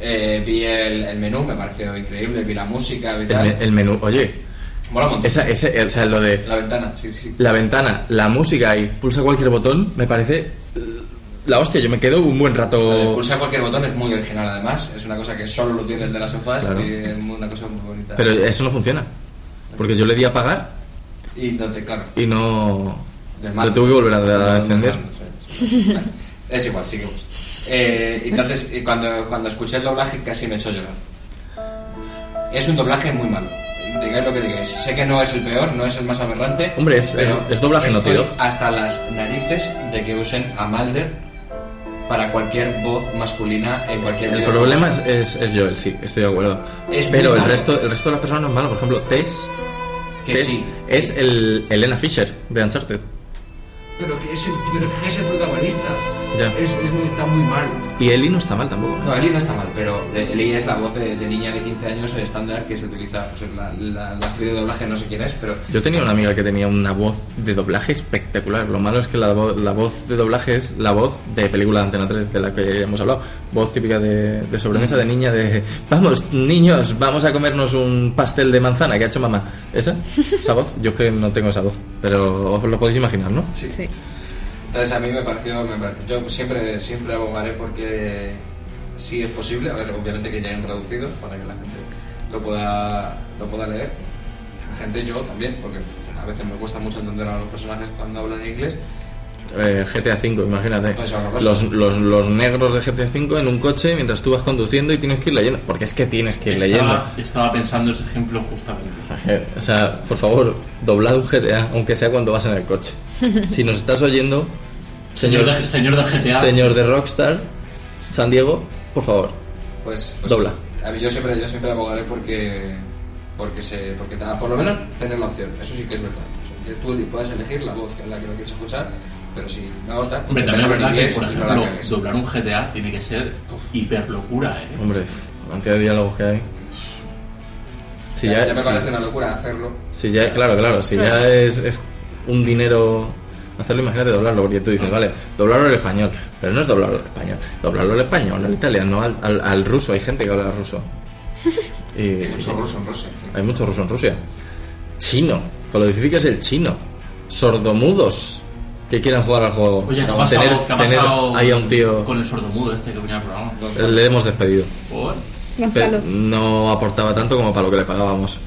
[SPEAKER 1] Eh, vi el, el menú, me pareció increíble, vi la música, vi
[SPEAKER 2] El,
[SPEAKER 1] tal.
[SPEAKER 2] me- el menú, oye,
[SPEAKER 1] Mola un montón.
[SPEAKER 2] esa, ese, o sea, lo de
[SPEAKER 1] La ventana, sí, sí.
[SPEAKER 2] la ventana, la música y pulsa cualquier botón, me parece eh, la hostia. Yo me quedo un buen
[SPEAKER 1] Lo de
[SPEAKER 2] rato.
[SPEAKER 1] Pulsar cualquier botón es muy original además, es una cosa que solo lo tiene el de las sofás
[SPEAKER 2] Claro.
[SPEAKER 1] y es una cosa muy bonita.
[SPEAKER 2] Pero eso no funciona. Porque yo le di a apagar
[SPEAKER 1] y entonces, claro,
[SPEAKER 2] y no.
[SPEAKER 1] Del
[SPEAKER 2] Lo
[SPEAKER 1] mando.
[SPEAKER 2] tuve que volver a,
[SPEAKER 1] Del
[SPEAKER 2] a
[SPEAKER 1] mando,
[SPEAKER 2] encender.
[SPEAKER 1] sí, sí. Vale. Es igual, sigamos. Eh, entonces, y cuando, cuando escuché el doblaje casi me echó llorar. Es un doblaje muy malo. Digáis lo que digáis. Sé que no es el peor, no es el más aberrante.
[SPEAKER 2] Hombre, es-
[SPEAKER 1] pero
[SPEAKER 2] es- es doblaje
[SPEAKER 1] estoy
[SPEAKER 2] notido.
[SPEAKER 1] Hasta las narices de que usen a Mulder para cualquier voz masculina en cualquier
[SPEAKER 2] El
[SPEAKER 1] videojuego.
[SPEAKER 2] problema es, es, es Joel, sí, estoy de acuerdo.
[SPEAKER 1] Es
[SPEAKER 2] Pero
[SPEAKER 1] muy
[SPEAKER 2] el
[SPEAKER 1] malo.
[SPEAKER 2] resto, el resto de las personas no es malo. Por ejemplo, Tess,
[SPEAKER 1] que
[SPEAKER 2] Tess
[SPEAKER 1] sí.
[SPEAKER 2] es el Elena Fisher de Uncharted.
[SPEAKER 1] Pero que es el, pero que es el protagonista.
[SPEAKER 2] Ya.
[SPEAKER 1] Es, es- está muy mal.
[SPEAKER 2] Y Ellie no está mal tampoco. ¿eh?
[SPEAKER 1] No, Eli no está mal, pero Eli es la voz de, de niña de 15 años eh, estándar que se utiliza. O sea, la, la, la actriz de doblaje no sé quién es, pero
[SPEAKER 2] Yo tenía una amiga que tenía una voz de doblaje espectacular. Lo malo es que la, vo- la voz de doblaje es la voz de película de Antena 3 de la que hemos hablado. Voz típica de, de sobremesa de niña de... Vamos, niños, vamos a comernos un pastel de manzana que ha hecho mamá. ¿Esa? ¿Esa voz? Yo es que no tengo esa voz. Pero os lo podéis imaginar, ¿no?
[SPEAKER 1] sí.
[SPEAKER 3] Sí.
[SPEAKER 1] Entonces a mí me pareció. me pare- yo siempre, siempre abogaré porque si es posible, a ver, obviamente que lleguen traducidos para que la gente lo pueda, lo pueda leer. La gente, yo también, porque pues, a veces me cuesta mucho entender a los personajes cuando hablan inglés.
[SPEAKER 2] Eh, GTA V, imagínate.
[SPEAKER 1] Pues horroroso.
[SPEAKER 2] Los, los, los negros de GTA V en un coche mientras tú vas conduciendo y tienes que ir leyendo. Porque es que tienes que ir leyendo.
[SPEAKER 4] Estaba, estaba pensando ese ejemplo justamente.
[SPEAKER 2] O sea, por favor, doblad un GTA, aunque sea cuando vas en el coche. Si nos estás oyendo,
[SPEAKER 4] Señor
[SPEAKER 2] señor,
[SPEAKER 4] de, señor del GTA.
[SPEAKER 2] señor de Rockstar, San Diego, por favor.
[SPEAKER 1] Pues, pues
[SPEAKER 2] Dobla.
[SPEAKER 1] A mí yo siempre, yo siempre abogaré porque, porque se, porque ta- por lo menos tener la opción. Eso sí que es verdad. O sea, que tú li- puedes elegir la voz en la que lo quieres escuchar, pero si la otra, pues
[SPEAKER 4] Hombre, también es
[SPEAKER 1] déjame en
[SPEAKER 4] verdad que,
[SPEAKER 1] inglés
[SPEAKER 4] por
[SPEAKER 1] y no la
[SPEAKER 4] ejemplo,
[SPEAKER 1] cagues.
[SPEAKER 4] doblar un GTA tiene que ser hiper locura, ¿eh?
[SPEAKER 2] Hombre, la cantidad de diálogos que hay. Si
[SPEAKER 1] ya,
[SPEAKER 2] ya-
[SPEAKER 1] ya me
[SPEAKER 2] si-
[SPEAKER 1] parece una locura hacerlo.
[SPEAKER 2] Si ya, claro, claro, si ya es, es un dinero hacerlo, imagínate doblarlo, porque tú
[SPEAKER 1] Ah.
[SPEAKER 2] dices, vale, doblarlo al español, pero no es doblarlo al español, doblarlo al español, al italiano, al, al, al ruso, hay gente que habla ruso. Y,
[SPEAKER 1] Mucho ruso, no sé.
[SPEAKER 2] hay mucho ruso en Rusia. Chino, con lo difícil que es el chino. Sordomudos que quieran jugar al juego.
[SPEAKER 4] Oye, ¿qué ha pasado,
[SPEAKER 2] Tener-
[SPEAKER 4] qué ha
[SPEAKER 2] tener
[SPEAKER 4] pasado
[SPEAKER 2] ahí a un tío,
[SPEAKER 4] con el sordomudo este que venía al programa? pues,
[SPEAKER 2] le hemos despedido.
[SPEAKER 4] Por-
[SPEAKER 3] Gonzalo.
[SPEAKER 2] Pero mm, no aportaba tanto como para lo que le pagábamos.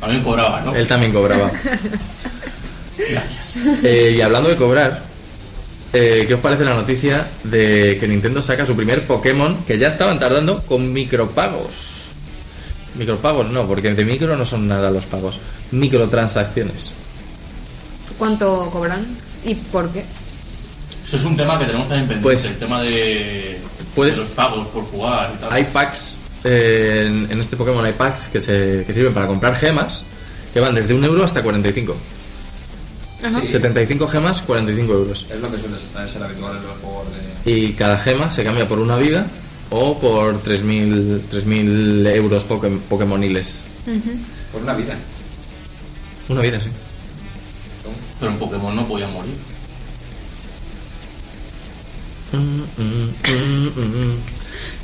[SPEAKER 4] También cobraba, ¿no?
[SPEAKER 2] Él también cobraba.
[SPEAKER 4] Gracias.
[SPEAKER 2] Eh, y hablando de cobrar, eh, ¿qué os parece la noticia de que Nintendo saca su primer Pokémon que ya estaban tardando con micropagos? Micropagos no, porque de micro no son nada los pagos. Microtransacciones.
[SPEAKER 3] ¿Cuánto cobran? ¿Y por qué?
[SPEAKER 4] Eso es un tema que tenemos también pendiente,
[SPEAKER 2] Pues-
[SPEAKER 4] el tema de,
[SPEAKER 2] Puedes-
[SPEAKER 4] de los pagos por jugar y tal.
[SPEAKER 2] Hay packs, eh, en, en este Pokémon hay packs que, se, que sirven para comprar gemas que van desde un euro hasta 45.
[SPEAKER 3] Ajá.
[SPEAKER 1] Sí.
[SPEAKER 2] 75 gemas, 45 euros.
[SPEAKER 1] Es lo que suele estar- ser habitual en los juegos de.
[SPEAKER 2] Y cada gema se cambia por una vida o por 3.000 3.000 euros poke- Pokémoniles.
[SPEAKER 1] Por pues una vida.
[SPEAKER 2] Una vida, sí.
[SPEAKER 4] Pero en Pokémon no podía morir.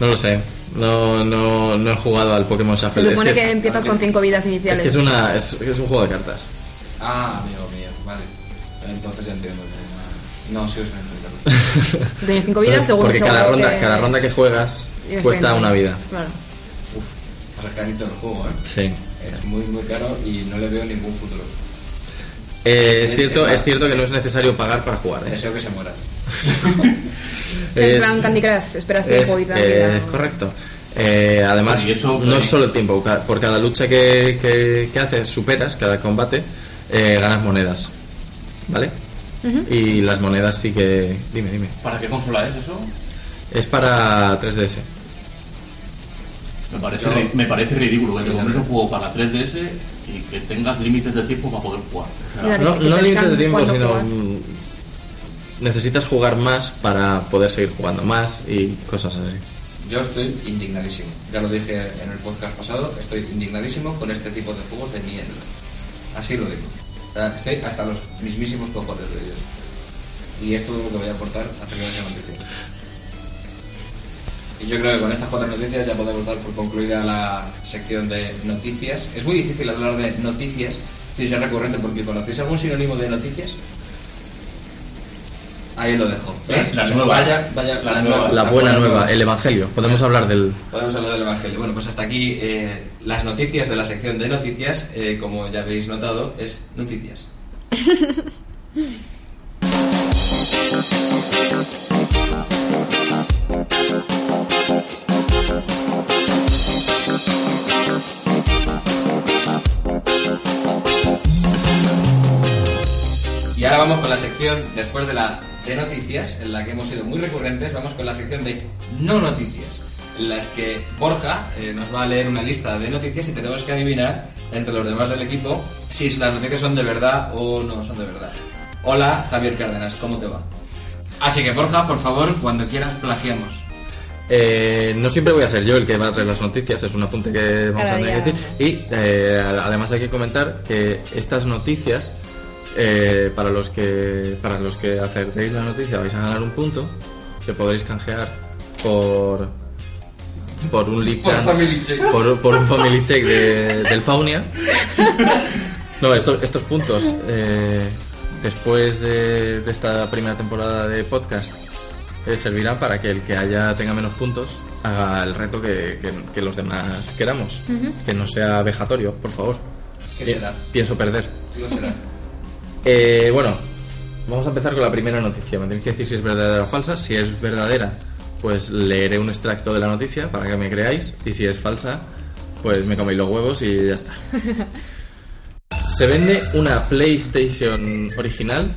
[SPEAKER 2] No lo sé. No, no, no he jugado al Pokémon Shuffle.
[SPEAKER 3] Se supone
[SPEAKER 2] es
[SPEAKER 3] que,
[SPEAKER 2] que, es-
[SPEAKER 3] empiezas con cinco vidas
[SPEAKER 2] es,
[SPEAKER 3] iniciales.
[SPEAKER 2] que es una, es, es un juego de cartas.
[SPEAKER 1] Ah, amigo mío, vale. Entonces ya entiendo. que- No, sí, os entiendo.
[SPEAKER 3] Tienes cinco vidas,
[SPEAKER 2] Entonces,
[SPEAKER 3] seguro,
[SPEAKER 2] porque cada
[SPEAKER 3] seguro
[SPEAKER 2] ronda,
[SPEAKER 3] que-
[SPEAKER 2] cada ronda que juegas
[SPEAKER 3] Tienes
[SPEAKER 2] cuesta
[SPEAKER 3] que-
[SPEAKER 2] una vida.
[SPEAKER 3] Claro.
[SPEAKER 1] Uf, pues es carito el juego, ¿eh?
[SPEAKER 2] Sí.
[SPEAKER 1] Es muy, muy caro y no le veo ningún futuro.
[SPEAKER 2] Eh, es,
[SPEAKER 1] Es-
[SPEAKER 2] cierto,
[SPEAKER 1] es-
[SPEAKER 2] es cierto que no es necesario pagar para jugar. ¿eh?
[SPEAKER 1] Deseo que se muera.
[SPEAKER 3] Sí, en
[SPEAKER 2] Es-
[SPEAKER 3] plan Candy Crush, esperas tiempo y
[SPEAKER 2] es,
[SPEAKER 3] tal.
[SPEAKER 2] eh,
[SPEAKER 3] y
[SPEAKER 2] es
[SPEAKER 3] ya.
[SPEAKER 2] correcto. Eh, además,
[SPEAKER 4] Y eso,
[SPEAKER 2] no
[SPEAKER 4] eh,
[SPEAKER 2] es solo el tiempo. ca- Por cada lucha que, que- que haces, superas cada combate, eh, ganas monedas. ¿Vale? Y las monedas sí que... Dime, dime.
[SPEAKER 4] ¿Para qué consola es eso?
[SPEAKER 2] Es para 3DS.
[SPEAKER 4] Me parece,
[SPEAKER 1] Yo-
[SPEAKER 4] ri- me parece ridículo que te compres un juego para la 3DS y que tengas límites de tiempo para poder jugar. O sea,
[SPEAKER 3] Mira,
[SPEAKER 2] No,
[SPEAKER 3] que te
[SPEAKER 2] no
[SPEAKER 3] marcan
[SPEAKER 2] límites de tiempo,
[SPEAKER 3] cuándo
[SPEAKER 2] sino...
[SPEAKER 3] jugar.
[SPEAKER 2] mm, Necesitas jugar más para poder seguir jugando más y cosas así.
[SPEAKER 1] Yo estoy indignadísimo. Ya lo dije en el podcast pasado, estoy indignadísimo con este tipo de juegos de mierda. Así lo digo. O sea, Estoy hasta los mismísimos cojones de ellos. Y esto es lo que voy a aportar acerca de esa noticia. Y yo creo que con estas cuatro noticias ya podemos dar por concluida la sección de noticias. Es muy difícil hablar de noticias si es recurrente porque conocéis algún sinónimo de noticias. Ahí lo dejo.
[SPEAKER 4] Las- las
[SPEAKER 1] Vaya-
[SPEAKER 4] nuevas.
[SPEAKER 1] vaya-
[SPEAKER 4] Las
[SPEAKER 1] las
[SPEAKER 4] nuevas.
[SPEAKER 1] nuevas.
[SPEAKER 2] La
[SPEAKER 1] Las
[SPEAKER 2] buena
[SPEAKER 1] buenas
[SPEAKER 2] nueva,
[SPEAKER 1] nuevas.
[SPEAKER 2] el Evangelio. Podemos hablar del...
[SPEAKER 1] Podemos hablar del Evangelio. Bueno, pues hasta aquí eh, las noticias de la sección de noticias, eh, como ya habéis notado, es noticias. Y ahora vamos con la sección, después de la de noticias, en la que hemos sido muy recurrentes, vamos con la sección de no noticias, en las que Borja eh, nos va a leer una lista de noticias y tenemos que adivinar entre los demás del equipo si las noticias son de verdad o no son de verdad. Hola, Javier Cárdenas, ¿cómo te va? Así que Borja, por favor, cuando quieras, plagiamos.
[SPEAKER 2] Eh, no siempre voy a ser yo el que va a traer las noticias, es un apunte que vamos
[SPEAKER 3] Cada
[SPEAKER 2] a tener que
[SPEAKER 3] día.
[SPEAKER 2] decir. Y eh, además hay que comentar que estas noticias, eh, para los que para los que acertéis la noticia, vais a ganar un punto que podréis canjear por por un lead
[SPEAKER 1] Por
[SPEAKER 2] chance-
[SPEAKER 1] family check.
[SPEAKER 2] por, por un family check de- del Faunia. No, esto- estos puntos, eh, después de, de esta primera temporada de podcast, eh, servirán para que el que haya tenga menos puntos haga el reto que, que- que los demás queramos. Que no sea vejatorio, por favor.
[SPEAKER 1] ¿Qué
[SPEAKER 2] Pi-
[SPEAKER 1] será?
[SPEAKER 2] Pienso perder.
[SPEAKER 1] Lo será.
[SPEAKER 2] Eh, bueno, vamos a empezar con la primera noticia. Me tenéis que decir si es verdadera o falsa. Si es verdadera, pues leeré un extracto de la noticia para que me creáis. Y si es falsa, pues me coméis los huevos y ya está. Se vende una PlayStation original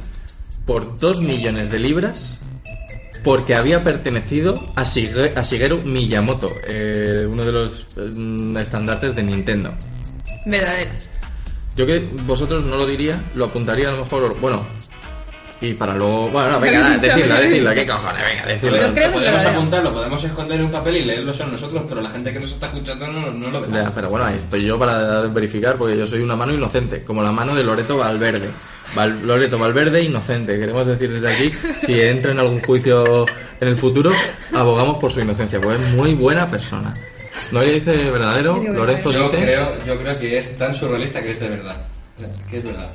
[SPEAKER 2] por 2 millones de libras porque había pertenecido a, Shige- a Shigeru Miyamoto, eh, uno de los eh, estandartes de Nintendo.
[SPEAKER 3] Verdadera.
[SPEAKER 2] Yo que vosotros no lo diría, lo apuntaría a lo mejor, bueno, y para luego... Bueno, no, venga, nada, decidla, decidla, qué cojones, venga,
[SPEAKER 3] Yo
[SPEAKER 2] decidla.
[SPEAKER 3] creo que
[SPEAKER 1] podemos
[SPEAKER 3] lo hará.
[SPEAKER 1] apuntarlo, podemos esconder en un papel y leerlo son nosotros, pero la gente que nos está escuchando no, no lo verá.
[SPEAKER 2] Ya, pero bueno, ahí estoy yo para verificar, porque yo soy una mano inocente, como la mano de Loreto Valverde. Val- Loreto Valverde inocente, queremos decir desde aquí, si entra en algún juicio en el futuro, abogamos por su inocencia, porque es muy buena persona. Noelia dice verdadero,
[SPEAKER 3] Digo
[SPEAKER 2] Lorenzo
[SPEAKER 1] Yo
[SPEAKER 2] dice...
[SPEAKER 1] creo, yo creo que es tan surrealista que es de verdad. O sea, Que es verdad.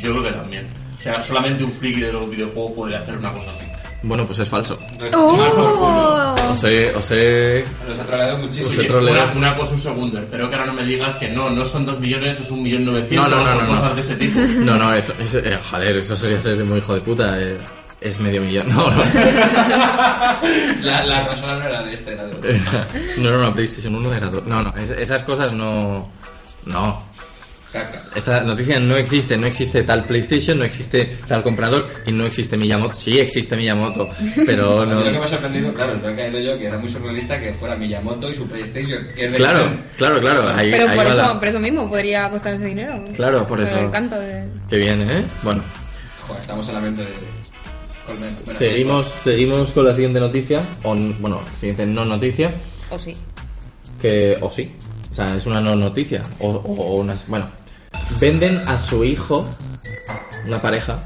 [SPEAKER 4] Yo creo que también. O sea, solamente un friki de los videojuegos podría hacer una cosa así.
[SPEAKER 2] Bueno, pues es falso.
[SPEAKER 1] Entonces, tomar por culo.
[SPEAKER 3] ¡Oh!
[SPEAKER 2] Os he, os he-
[SPEAKER 1] Nos ha troleado muchísimo.
[SPEAKER 2] Pues Se
[SPEAKER 4] Oye,
[SPEAKER 2] trolea.
[SPEAKER 4] una, una cosa, un segundo. Espero que ahora no me digas que no, no son 2 millones, es un millón
[SPEAKER 2] No,
[SPEAKER 4] novecientos
[SPEAKER 2] no, no,
[SPEAKER 4] o
[SPEAKER 2] no, no.
[SPEAKER 4] cosas de ese tipo.
[SPEAKER 2] No, no, eso, eso- eh, joder, eso sería ser muy hijo de puta. eh, es medio millón. No, no.
[SPEAKER 1] La, la consola no era de este, era de otro.
[SPEAKER 2] Era- no era una PlayStation 1, era dos. No, no, es- esas cosas no. No.
[SPEAKER 1] Caca.
[SPEAKER 2] Esta noticia no existe. No existe tal PlayStation, no existe tal comprador y no existe Miyamoto. Sí existe Miyamoto, pero
[SPEAKER 1] A mí lo que me
[SPEAKER 2] no.
[SPEAKER 1] ha sorprendido, claro, lo que he caído yo, que era muy surrealista que fuera Miyamoto y su PlayStation. que es de
[SPEAKER 2] Claro,
[SPEAKER 1] Nintendo.
[SPEAKER 2] claro, claro. Ahí,
[SPEAKER 3] Pero
[SPEAKER 2] ahí
[SPEAKER 3] por
[SPEAKER 2] va
[SPEAKER 3] eso,
[SPEAKER 2] la-
[SPEAKER 3] por eso mismo podría costar ese dinero.
[SPEAKER 2] Claro, por eso.
[SPEAKER 3] el encanto de...
[SPEAKER 2] Qué bien, ¿eh? Bueno,
[SPEAKER 1] Joder, estamos en la mente de. Colmen. Bueno,
[SPEAKER 2] seguimos, seguimos con la siguiente noticia. O, n- bueno, siguiente no noticia.
[SPEAKER 3] O Oh, sí.
[SPEAKER 2] que o sí o sea es una no noticia o, o- o una bueno venden a su hijo una pareja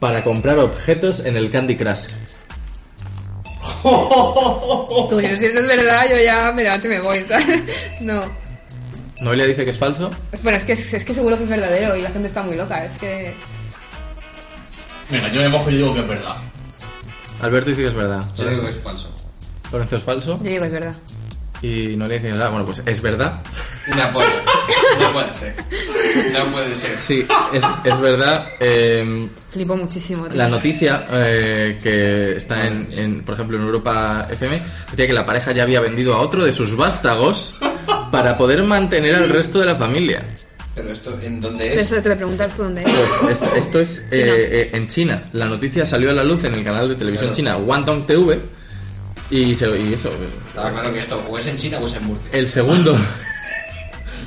[SPEAKER 2] para comprar objetos en el Candy Crush
[SPEAKER 3] Tú, yo, si eso es verdad, yo ya me levanto y me voy, ¿sabes? No.
[SPEAKER 2] Noelia dice que es falso
[SPEAKER 3] Bueno, es que, es que seguro que es verdadero y la gente está muy loca. Es que...
[SPEAKER 4] Venga, yo me mojo y digo que es verdad.
[SPEAKER 2] Alberto dice que es verdad
[SPEAKER 1] Yo digo que es falso.
[SPEAKER 2] Lorenzo es falso
[SPEAKER 3] Yo digo, es verdad.
[SPEAKER 2] y Noelia dice que es verdad bueno pues es verdad
[SPEAKER 1] Una polla. No puede ser. No puede ser.
[SPEAKER 2] sí es, es verdad eh,
[SPEAKER 3] Flipo muchísimo, tío.
[SPEAKER 2] La noticia eh, que está en, en, por ejemplo, en Europa FM decía que la pareja ya había vendido a otro de sus vástagos para poder mantener al resto de la familia.
[SPEAKER 1] Pero esto, ¿en dónde
[SPEAKER 3] Pero
[SPEAKER 1] es?
[SPEAKER 3] Eso te lo preguntas tú dónde es.
[SPEAKER 2] Pues esto, esto es eh,
[SPEAKER 3] China.
[SPEAKER 2] eh, en China. La noticia salió a la luz en el canal de televisión china Wantong TV y, se- y eso. eh,
[SPEAKER 1] Estaba claro que esto o es en China o es en Murcia.
[SPEAKER 2] El segundo,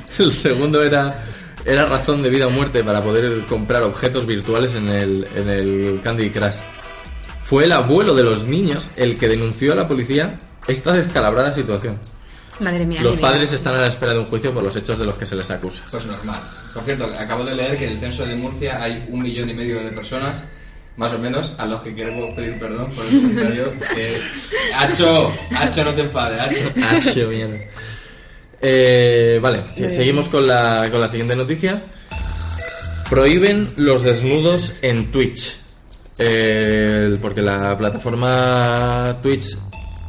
[SPEAKER 2] el segundo era era razón de vida o muerte para poder comprar objetos virtuales en el, en el Candy Crush. Fue el abuelo de los niños el que denunció a la policía esta descalabrada situación.
[SPEAKER 3] Madre mía.
[SPEAKER 2] Los
[SPEAKER 3] mi vida.
[SPEAKER 2] padres están a la espera de un juicio por los hechos de los que se les acusa.
[SPEAKER 1] Pues normal. Por cierto, acabo de leer que en el censo de Murcia hay un millón y medio de personas, más o menos, a los que queremos pedir perdón por el comentario. que- ¡Acho! ¡Acho, no te enfades! ¡Acho!
[SPEAKER 2] Ah, qué mierda. Eh, vale, sí, seguimos con la, con la siguiente noticia. Prohíben los desnudos en Twitch. Eh, porque la plataforma Twitch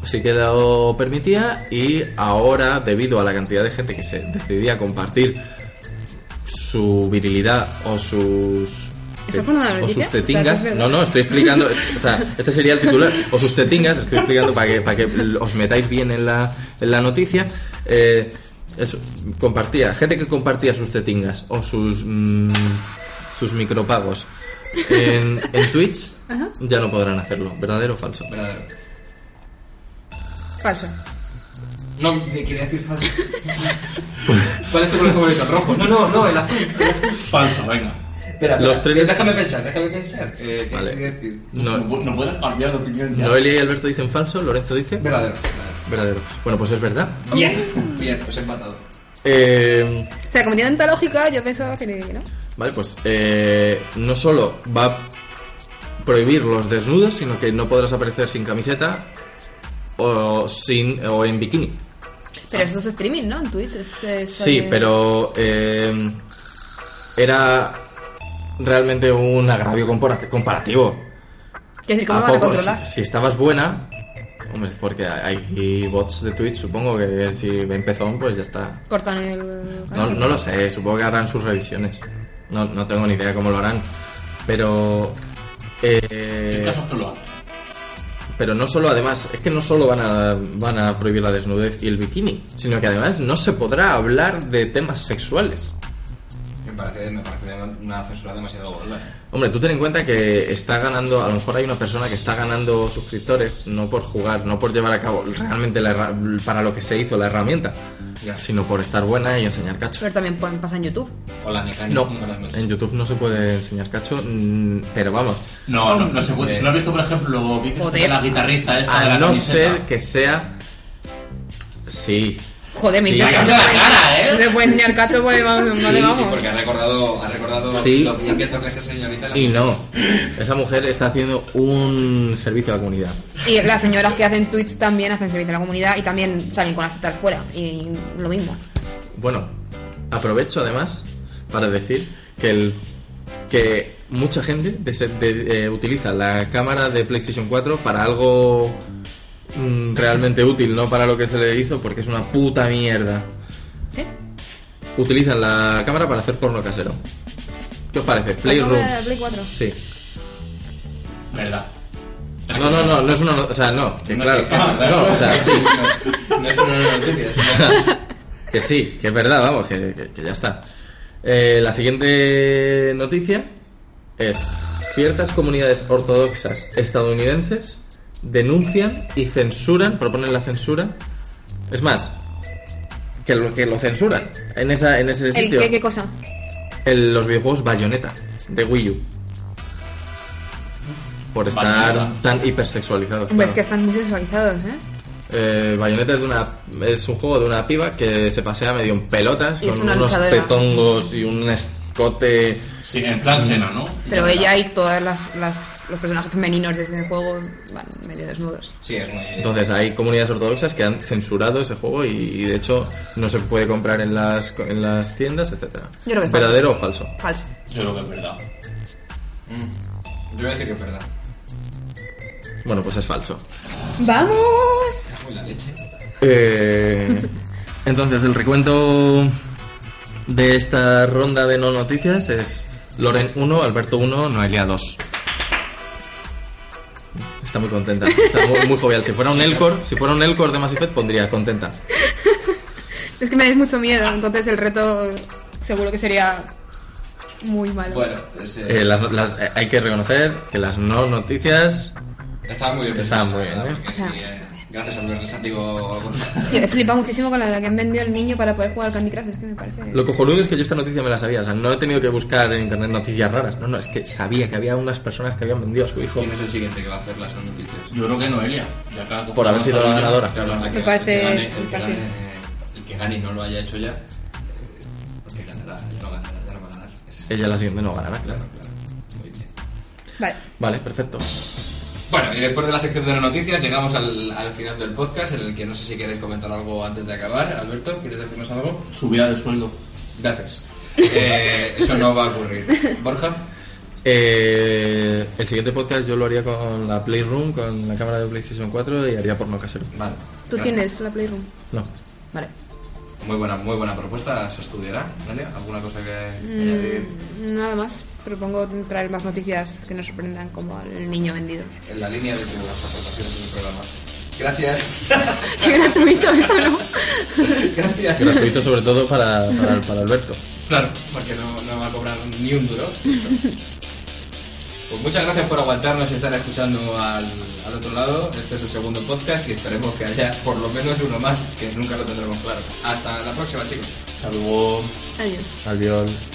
[SPEAKER 2] sí que lo permitía y ahora, debido a la cantidad de gente que se decidía compartir su virilidad o sus
[SPEAKER 3] ¿Estás poniendo la
[SPEAKER 2] o
[SPEAKER 3] noticia?
[SPEAKER 2] sus tetingas.
[SPEAKER 3] O sea, ¿es
[SPEAKER 2] no,
[SPEAKER 3] verdad?
[SPEAKER 2] no, estoy explicando. O sea, este sería el titular. O sus tetingas, estoy explicando para que, para que os metáis bien en la, en la noticia. Eh, eso, compartía, gente que compartía sus tetingas o sus, mm, sus micropagos en, en Twitch ya no podrán hacerlo. ¿Verdadero o falso?
[SPEAKER 1] Verdadero.
[SPEAKER 3] Falso.
[SPEAKER 1] No, me quería decir falso. ¿Cuál es tu color favorito? ¿El rojo? No, no, no, el azul. el azul.
[SPEAKER 4] Falso, venga.
[SPEAKER 1] Espera,
[SPEAKER 2] Los tres-
[SPEAKER 1] Déjame pensar, déjame pensar. Eh, ¿Qué
[SPEAKER 2] Vale.
[SPEAKER 1] quería decir?
[SPEAKER 4] No,
[SPEAKER 2] No,
[SPEAKER 4] pu- no puedes cambiar de opinión ya.
[SPEAKER 2] Noelia y Alberto dicen falso, Lorenzo dice
[SPEAKER 1] Verdadero.
[SPEAKER 2] verdadero. Bueno, pues es verdad.
[SPEAKER 1] verdadero. Bien. Bien, pues he empatado.
[SPEAKER 2] Eh,
[SPEAKER 3] O sea, como tiene tanta lógica, yo pensaba que no.
[SPEAKER 2] Vale, pues eh, no solo va a prohibir los desnudos, sino que no podrás aparecer sin camiseta o, sin, o en bikini.
[SPEAKER 3] Pero eso es streaming, ¿no? En Twitch. Es, es-
[SPEAKER 2] Sí,
[SPEAKER 3] eh,
[SPEAKER 2] pero eh, era realmente un agravio compara- comparativo.
[SPEAKER 3] Quiero decir, ¿cómo
[SPEAKER 2] ¿A
[SPEAKER 3] lo van a
[SPEAKER 2] poco?
[SPEAKER 3] controlar?
[SPEAKER 2] Si, si estabas buena, Hombre, es porque hay bots de Twitch, supongo que si empezó, pues ya está.
[SPEAKER 3] Cortan el.
[SPEAKER 2] No, no lo sé, supongo que harán sus revisiones. No, no tengo ni idea cómo lo harán. Pero.
[SPEAKER 4] En
[SPEAKER 2] eh,
[SPEAKER 4] casos que lo hagan.
[SPEAKER 2] pero no solo, además, es que no solo van a, van a prohibir la desnudez y el bikini, sino que además no se podrá hablar de temas sexuales.
[SPEAKER 1] Me parece, me parece una censura demasiado gorda. ¿eh?
[SPEAKER 2] Hombre, tú ten en cuenta que está ganando, a lo mejor hay una persona que está ganando suscriptores no por jugar, no por llevar a cabo realmente la herra- para lo que se hizo la herramienta,
[SPEAKER 1] Ya.
[SPEAKER 2] sino por estar buena y enseñar cacho.
[SPEAKER 3] Pero también pueden pasar en YouTube.
[SPEAKER 1] Hola, Necani.
[SPEAKER 2] No,
[SPEAKER 1] Buenas noches.
[SPEAKER 2] en YouTube no se puede enseñar cacho, mm, pero vamos,
[SPEAKER 4] No, no, no se puede.
[SPEAKER 1] Hombre.
[SPEAKER 4] ¿No has visto, por ejemplo, vídeos este
[SPEAKER 3] Joder.
[SPEAKER 4] de la guitarrista esta de
[SPEAKER 2] a
[SPEAKER 4] la
[SPEAKER 2] no
[SPEAKER 4] camiseta?
[SPEAKER 2] ser que sea... Sí.
[SPEAKER 3] Joder, me
[SPEAKER 2] Sí,
[SPEAKER 3] interesa.
[SPEAKER 4] me ha cambiado la cara, ¿eh?
[SPEAKER 3] No se puede enseñar cacho porque vamos, no le
[SPEAKER 1] Sí, sí,
[SPEAKER 3] vamos.
[SPEAKER 1] porque ha recordado, ha recordado
[SPEAKER 2] Sí.
[SPEAKER 1] lo bien que toca esa señorita.
[SPEAKER 2] Y no, esa mujer está haciendo un servicio a la comunidad.
[SPEAKER 3] Y las señoras que hacen Twitch también hacen servicio a la comunidad y también salen con las tetas fuera. Y lo mismo.
[SPEAKER 2] Bueno, aprovecho además para decir que el que mucha gente des- de- eh, utiliza la cámara de PlayStation 4 para algo mm, realmente útil, no para lo que se le hizo, porque es una puta mierda.
[SPEAKER 3] ¿Sí?
[SPEAKER 2] Utilizan la cámara para hacer porno casero. ¿Qué os parece? Playroom.
[SPEAKER 3] Ah, Play 4.
[SPEAKER 2] Sí.
[SPEAKER 4] Verdad.
[SPEAKER 2] No, no, no, no es una. no- O sea, no, que
[SPEAKER 1] No
[SPEAKER 2] claro.
[SPEAKER 1] sé, que es verdad.
[SPEAKER 2] no, o sea, sí.
[SPEAKER 1] No, no es una noticia. es una-
[SPEAKER 2] Que sí, que es verdad, vamos, que, que- que ya está. Eh, la siguiente noticia es: ciertas comunidades ortodoxas estadounidenses denuncian y censuran, proponen la censura. Es más, que lo, que lo censuran en, esa, en ese
[SPEAKER 3] ¿El
[SPEAKER 2] sitio.
[SPEAKER 3] qué, qué cosa?
[SPEAKER 2] El- los videojuegos Bayonetta de Wii U. Por estar
[SPEAKER 4] Bayonetta.
[SPEAKER 2] tan hipersexualizados.
[SPEAKER 3] Hombre,
[SPEAKER 2] claro.
[SPEAKER 3] es que están muy sexualizados, ¿eh?
[SPEAKER 2] Eh, Bayonetta es, de una, es un juego de una piba que se pasea medio en pelotas
[SPEAKER 3] Y es
[SPEAKER 2] con
[SPEAKER 3] una
[SPEAKER 2] unos
[SPEAKER 3] luchadora.
[SPEAKER 2] petongos y un escote.
[SPEAKER 4] Sí, en plan Sena, ¿no?
[SPEAKER 3] Pero ella y todas las, las- los personajes femeninos de este juego van medio desnudos.
[SPEAKER 1] Sí, es muy.
[SPEAKER 2] Entonces hay comunidades ortodoxas que han censurado ese juego y, y, de hecho no se puede comprar en las, en las tiendas, etcétera.
[SPEAKER 3] Yo creo que es
[SPEAKER 2] ¿Verdadero o falso?
[SPEAKER 3] Falso.
[SPEAKER 4] Yo creo que es verdad.
[SPEAKER 1] Mm. Yo voy a decir que es verdad.
[SPEAKER 2] Bueno, pues es falso.
[SPEAKER 3] ¡Vamos!
[SPEAKER 1] Uy, la leche.
[SPEAKER 2] Eh, entonces, el recuento de esta ronda de no noticias es Loren 1, Alberto 1, Noelia 2. Está muy contenta, está muy, muy jovial. Si fuera un Elcor, si fuera un Elcor de Mass Effect, pondría contenta.
[SPEAKER 3] Es que me dais mucho miedo, entonces el reto seguro que sería muy malo.
[SPEAKER 1] Bueno, pues, eh,
[SPEAKER 2] Eh, las- las- eh, hay que reconocer que las no noticias
[SPEAKER 1] estaba muy bien.
[SPEAKER 2] estaba
[SPEAKER 1] pensado,
[SPEAKER 2] muy bien,
[SPEAKER 1] ¿verdad?
[SPEAKER 2] ¿eh?
[SPEAKER 1] Porque sí, eh, gracias a Luis Resativo.
[SPEAKER 3] Tío, He flipado muchísimo con la que han vendido el niño para poder jugar al Candy Crush, es que me parece...
[SPEAKER 2] Lo cojonudo es que yo esta noticia me la sabía, o sea, no he tenido que buscar en internet noticias raras. No, no, es que sabía que había unas personas que habían vendido a su hijo
[SPEAKER 1] ¿Quién es el siguiente que va a hacer las noticias?
[SPEAKER 4] Yo creo que Noelia. Ya que ha cogido
[SPEAKER 2] Por haber sido la
[SPEAKER 4] tantos años,
[SPEAKER 2] ganadora.
[SPEAKER 1] Claro, la que
[SPEAKER 3] Me parece-
[SPEAKER 1] gane- el, que
[SPEAKER 3] me
[SPEAKER 1] gane,
[SPEAKER 3] parece-
[SPEAKER 1] el que gane y no lo haya hecho ya, eh, porque ganará, ya no ganará, ya no va a ganar. Es-
[SPEAKER 2] Ella la siguiente no ganará, claro.
[SPEAKER 1] claro, claro. Muy bien.
[SPEAKER 3] Vale.
[SPEAKER 2] Vale, perfecto.
[SPEAKER 1] Bueno, y después de la sección de las noticias llegamos al, al final del podcast, en el que no sé si queréis comentar algo antes de acabar. Alberto, ¿quieres decirnos algo?
[SPEAKER 4] Subida de sueldo.
[SPEAKER 1] Gracias. Eh, eso no va a ocurrir. Borja,
[SPEAKER 2] Eh, el siguiente podcast yo lo haría con la Playroom, con la cámara de PlayStation 4 y haría porno casero.
[SPEAKER 1] vale.
[SPEAKER 3] Tú
[SPEAKER 1] Gracias.
[SPEAKER 3] tienes la Playroom.
[SPEAKER 2] No.
[SPEAKER 3] Vale.
[SPEAKER 1] Muy buena, muy buena propuesta, se estudiará. ¿Vale? ¿Alguna cosa que añadir?
[SPEAKER 3] Mm, Nada más, propongo traer más noticias que nos sorprendan como el niño vendido.
[SPEAKER 1] En la línea de las aportaciones del programa. Gracias.
[SPEAKER 3] Qué gratuito eso, ¿no?
[SPEAKER 1] Gracias.
[SPEAKER 2] Gratuito sobre todo para, para, para Alberto.
[SPEAKER 1] Claro, porque no, no va a cobrar ni un duro. Pues muchas gracias por aguantarnos y estar escuchando al, al otro lado. Este es el segundo podcast y esperemos que haya por lo menos uno más, que nunca lo tendremos claro. Hasta la próxima, chicos.
[SPEAKER 4] Hasta luego.
[SPEAKER 3] Adiós.
[SPEAKER 2] Adiós.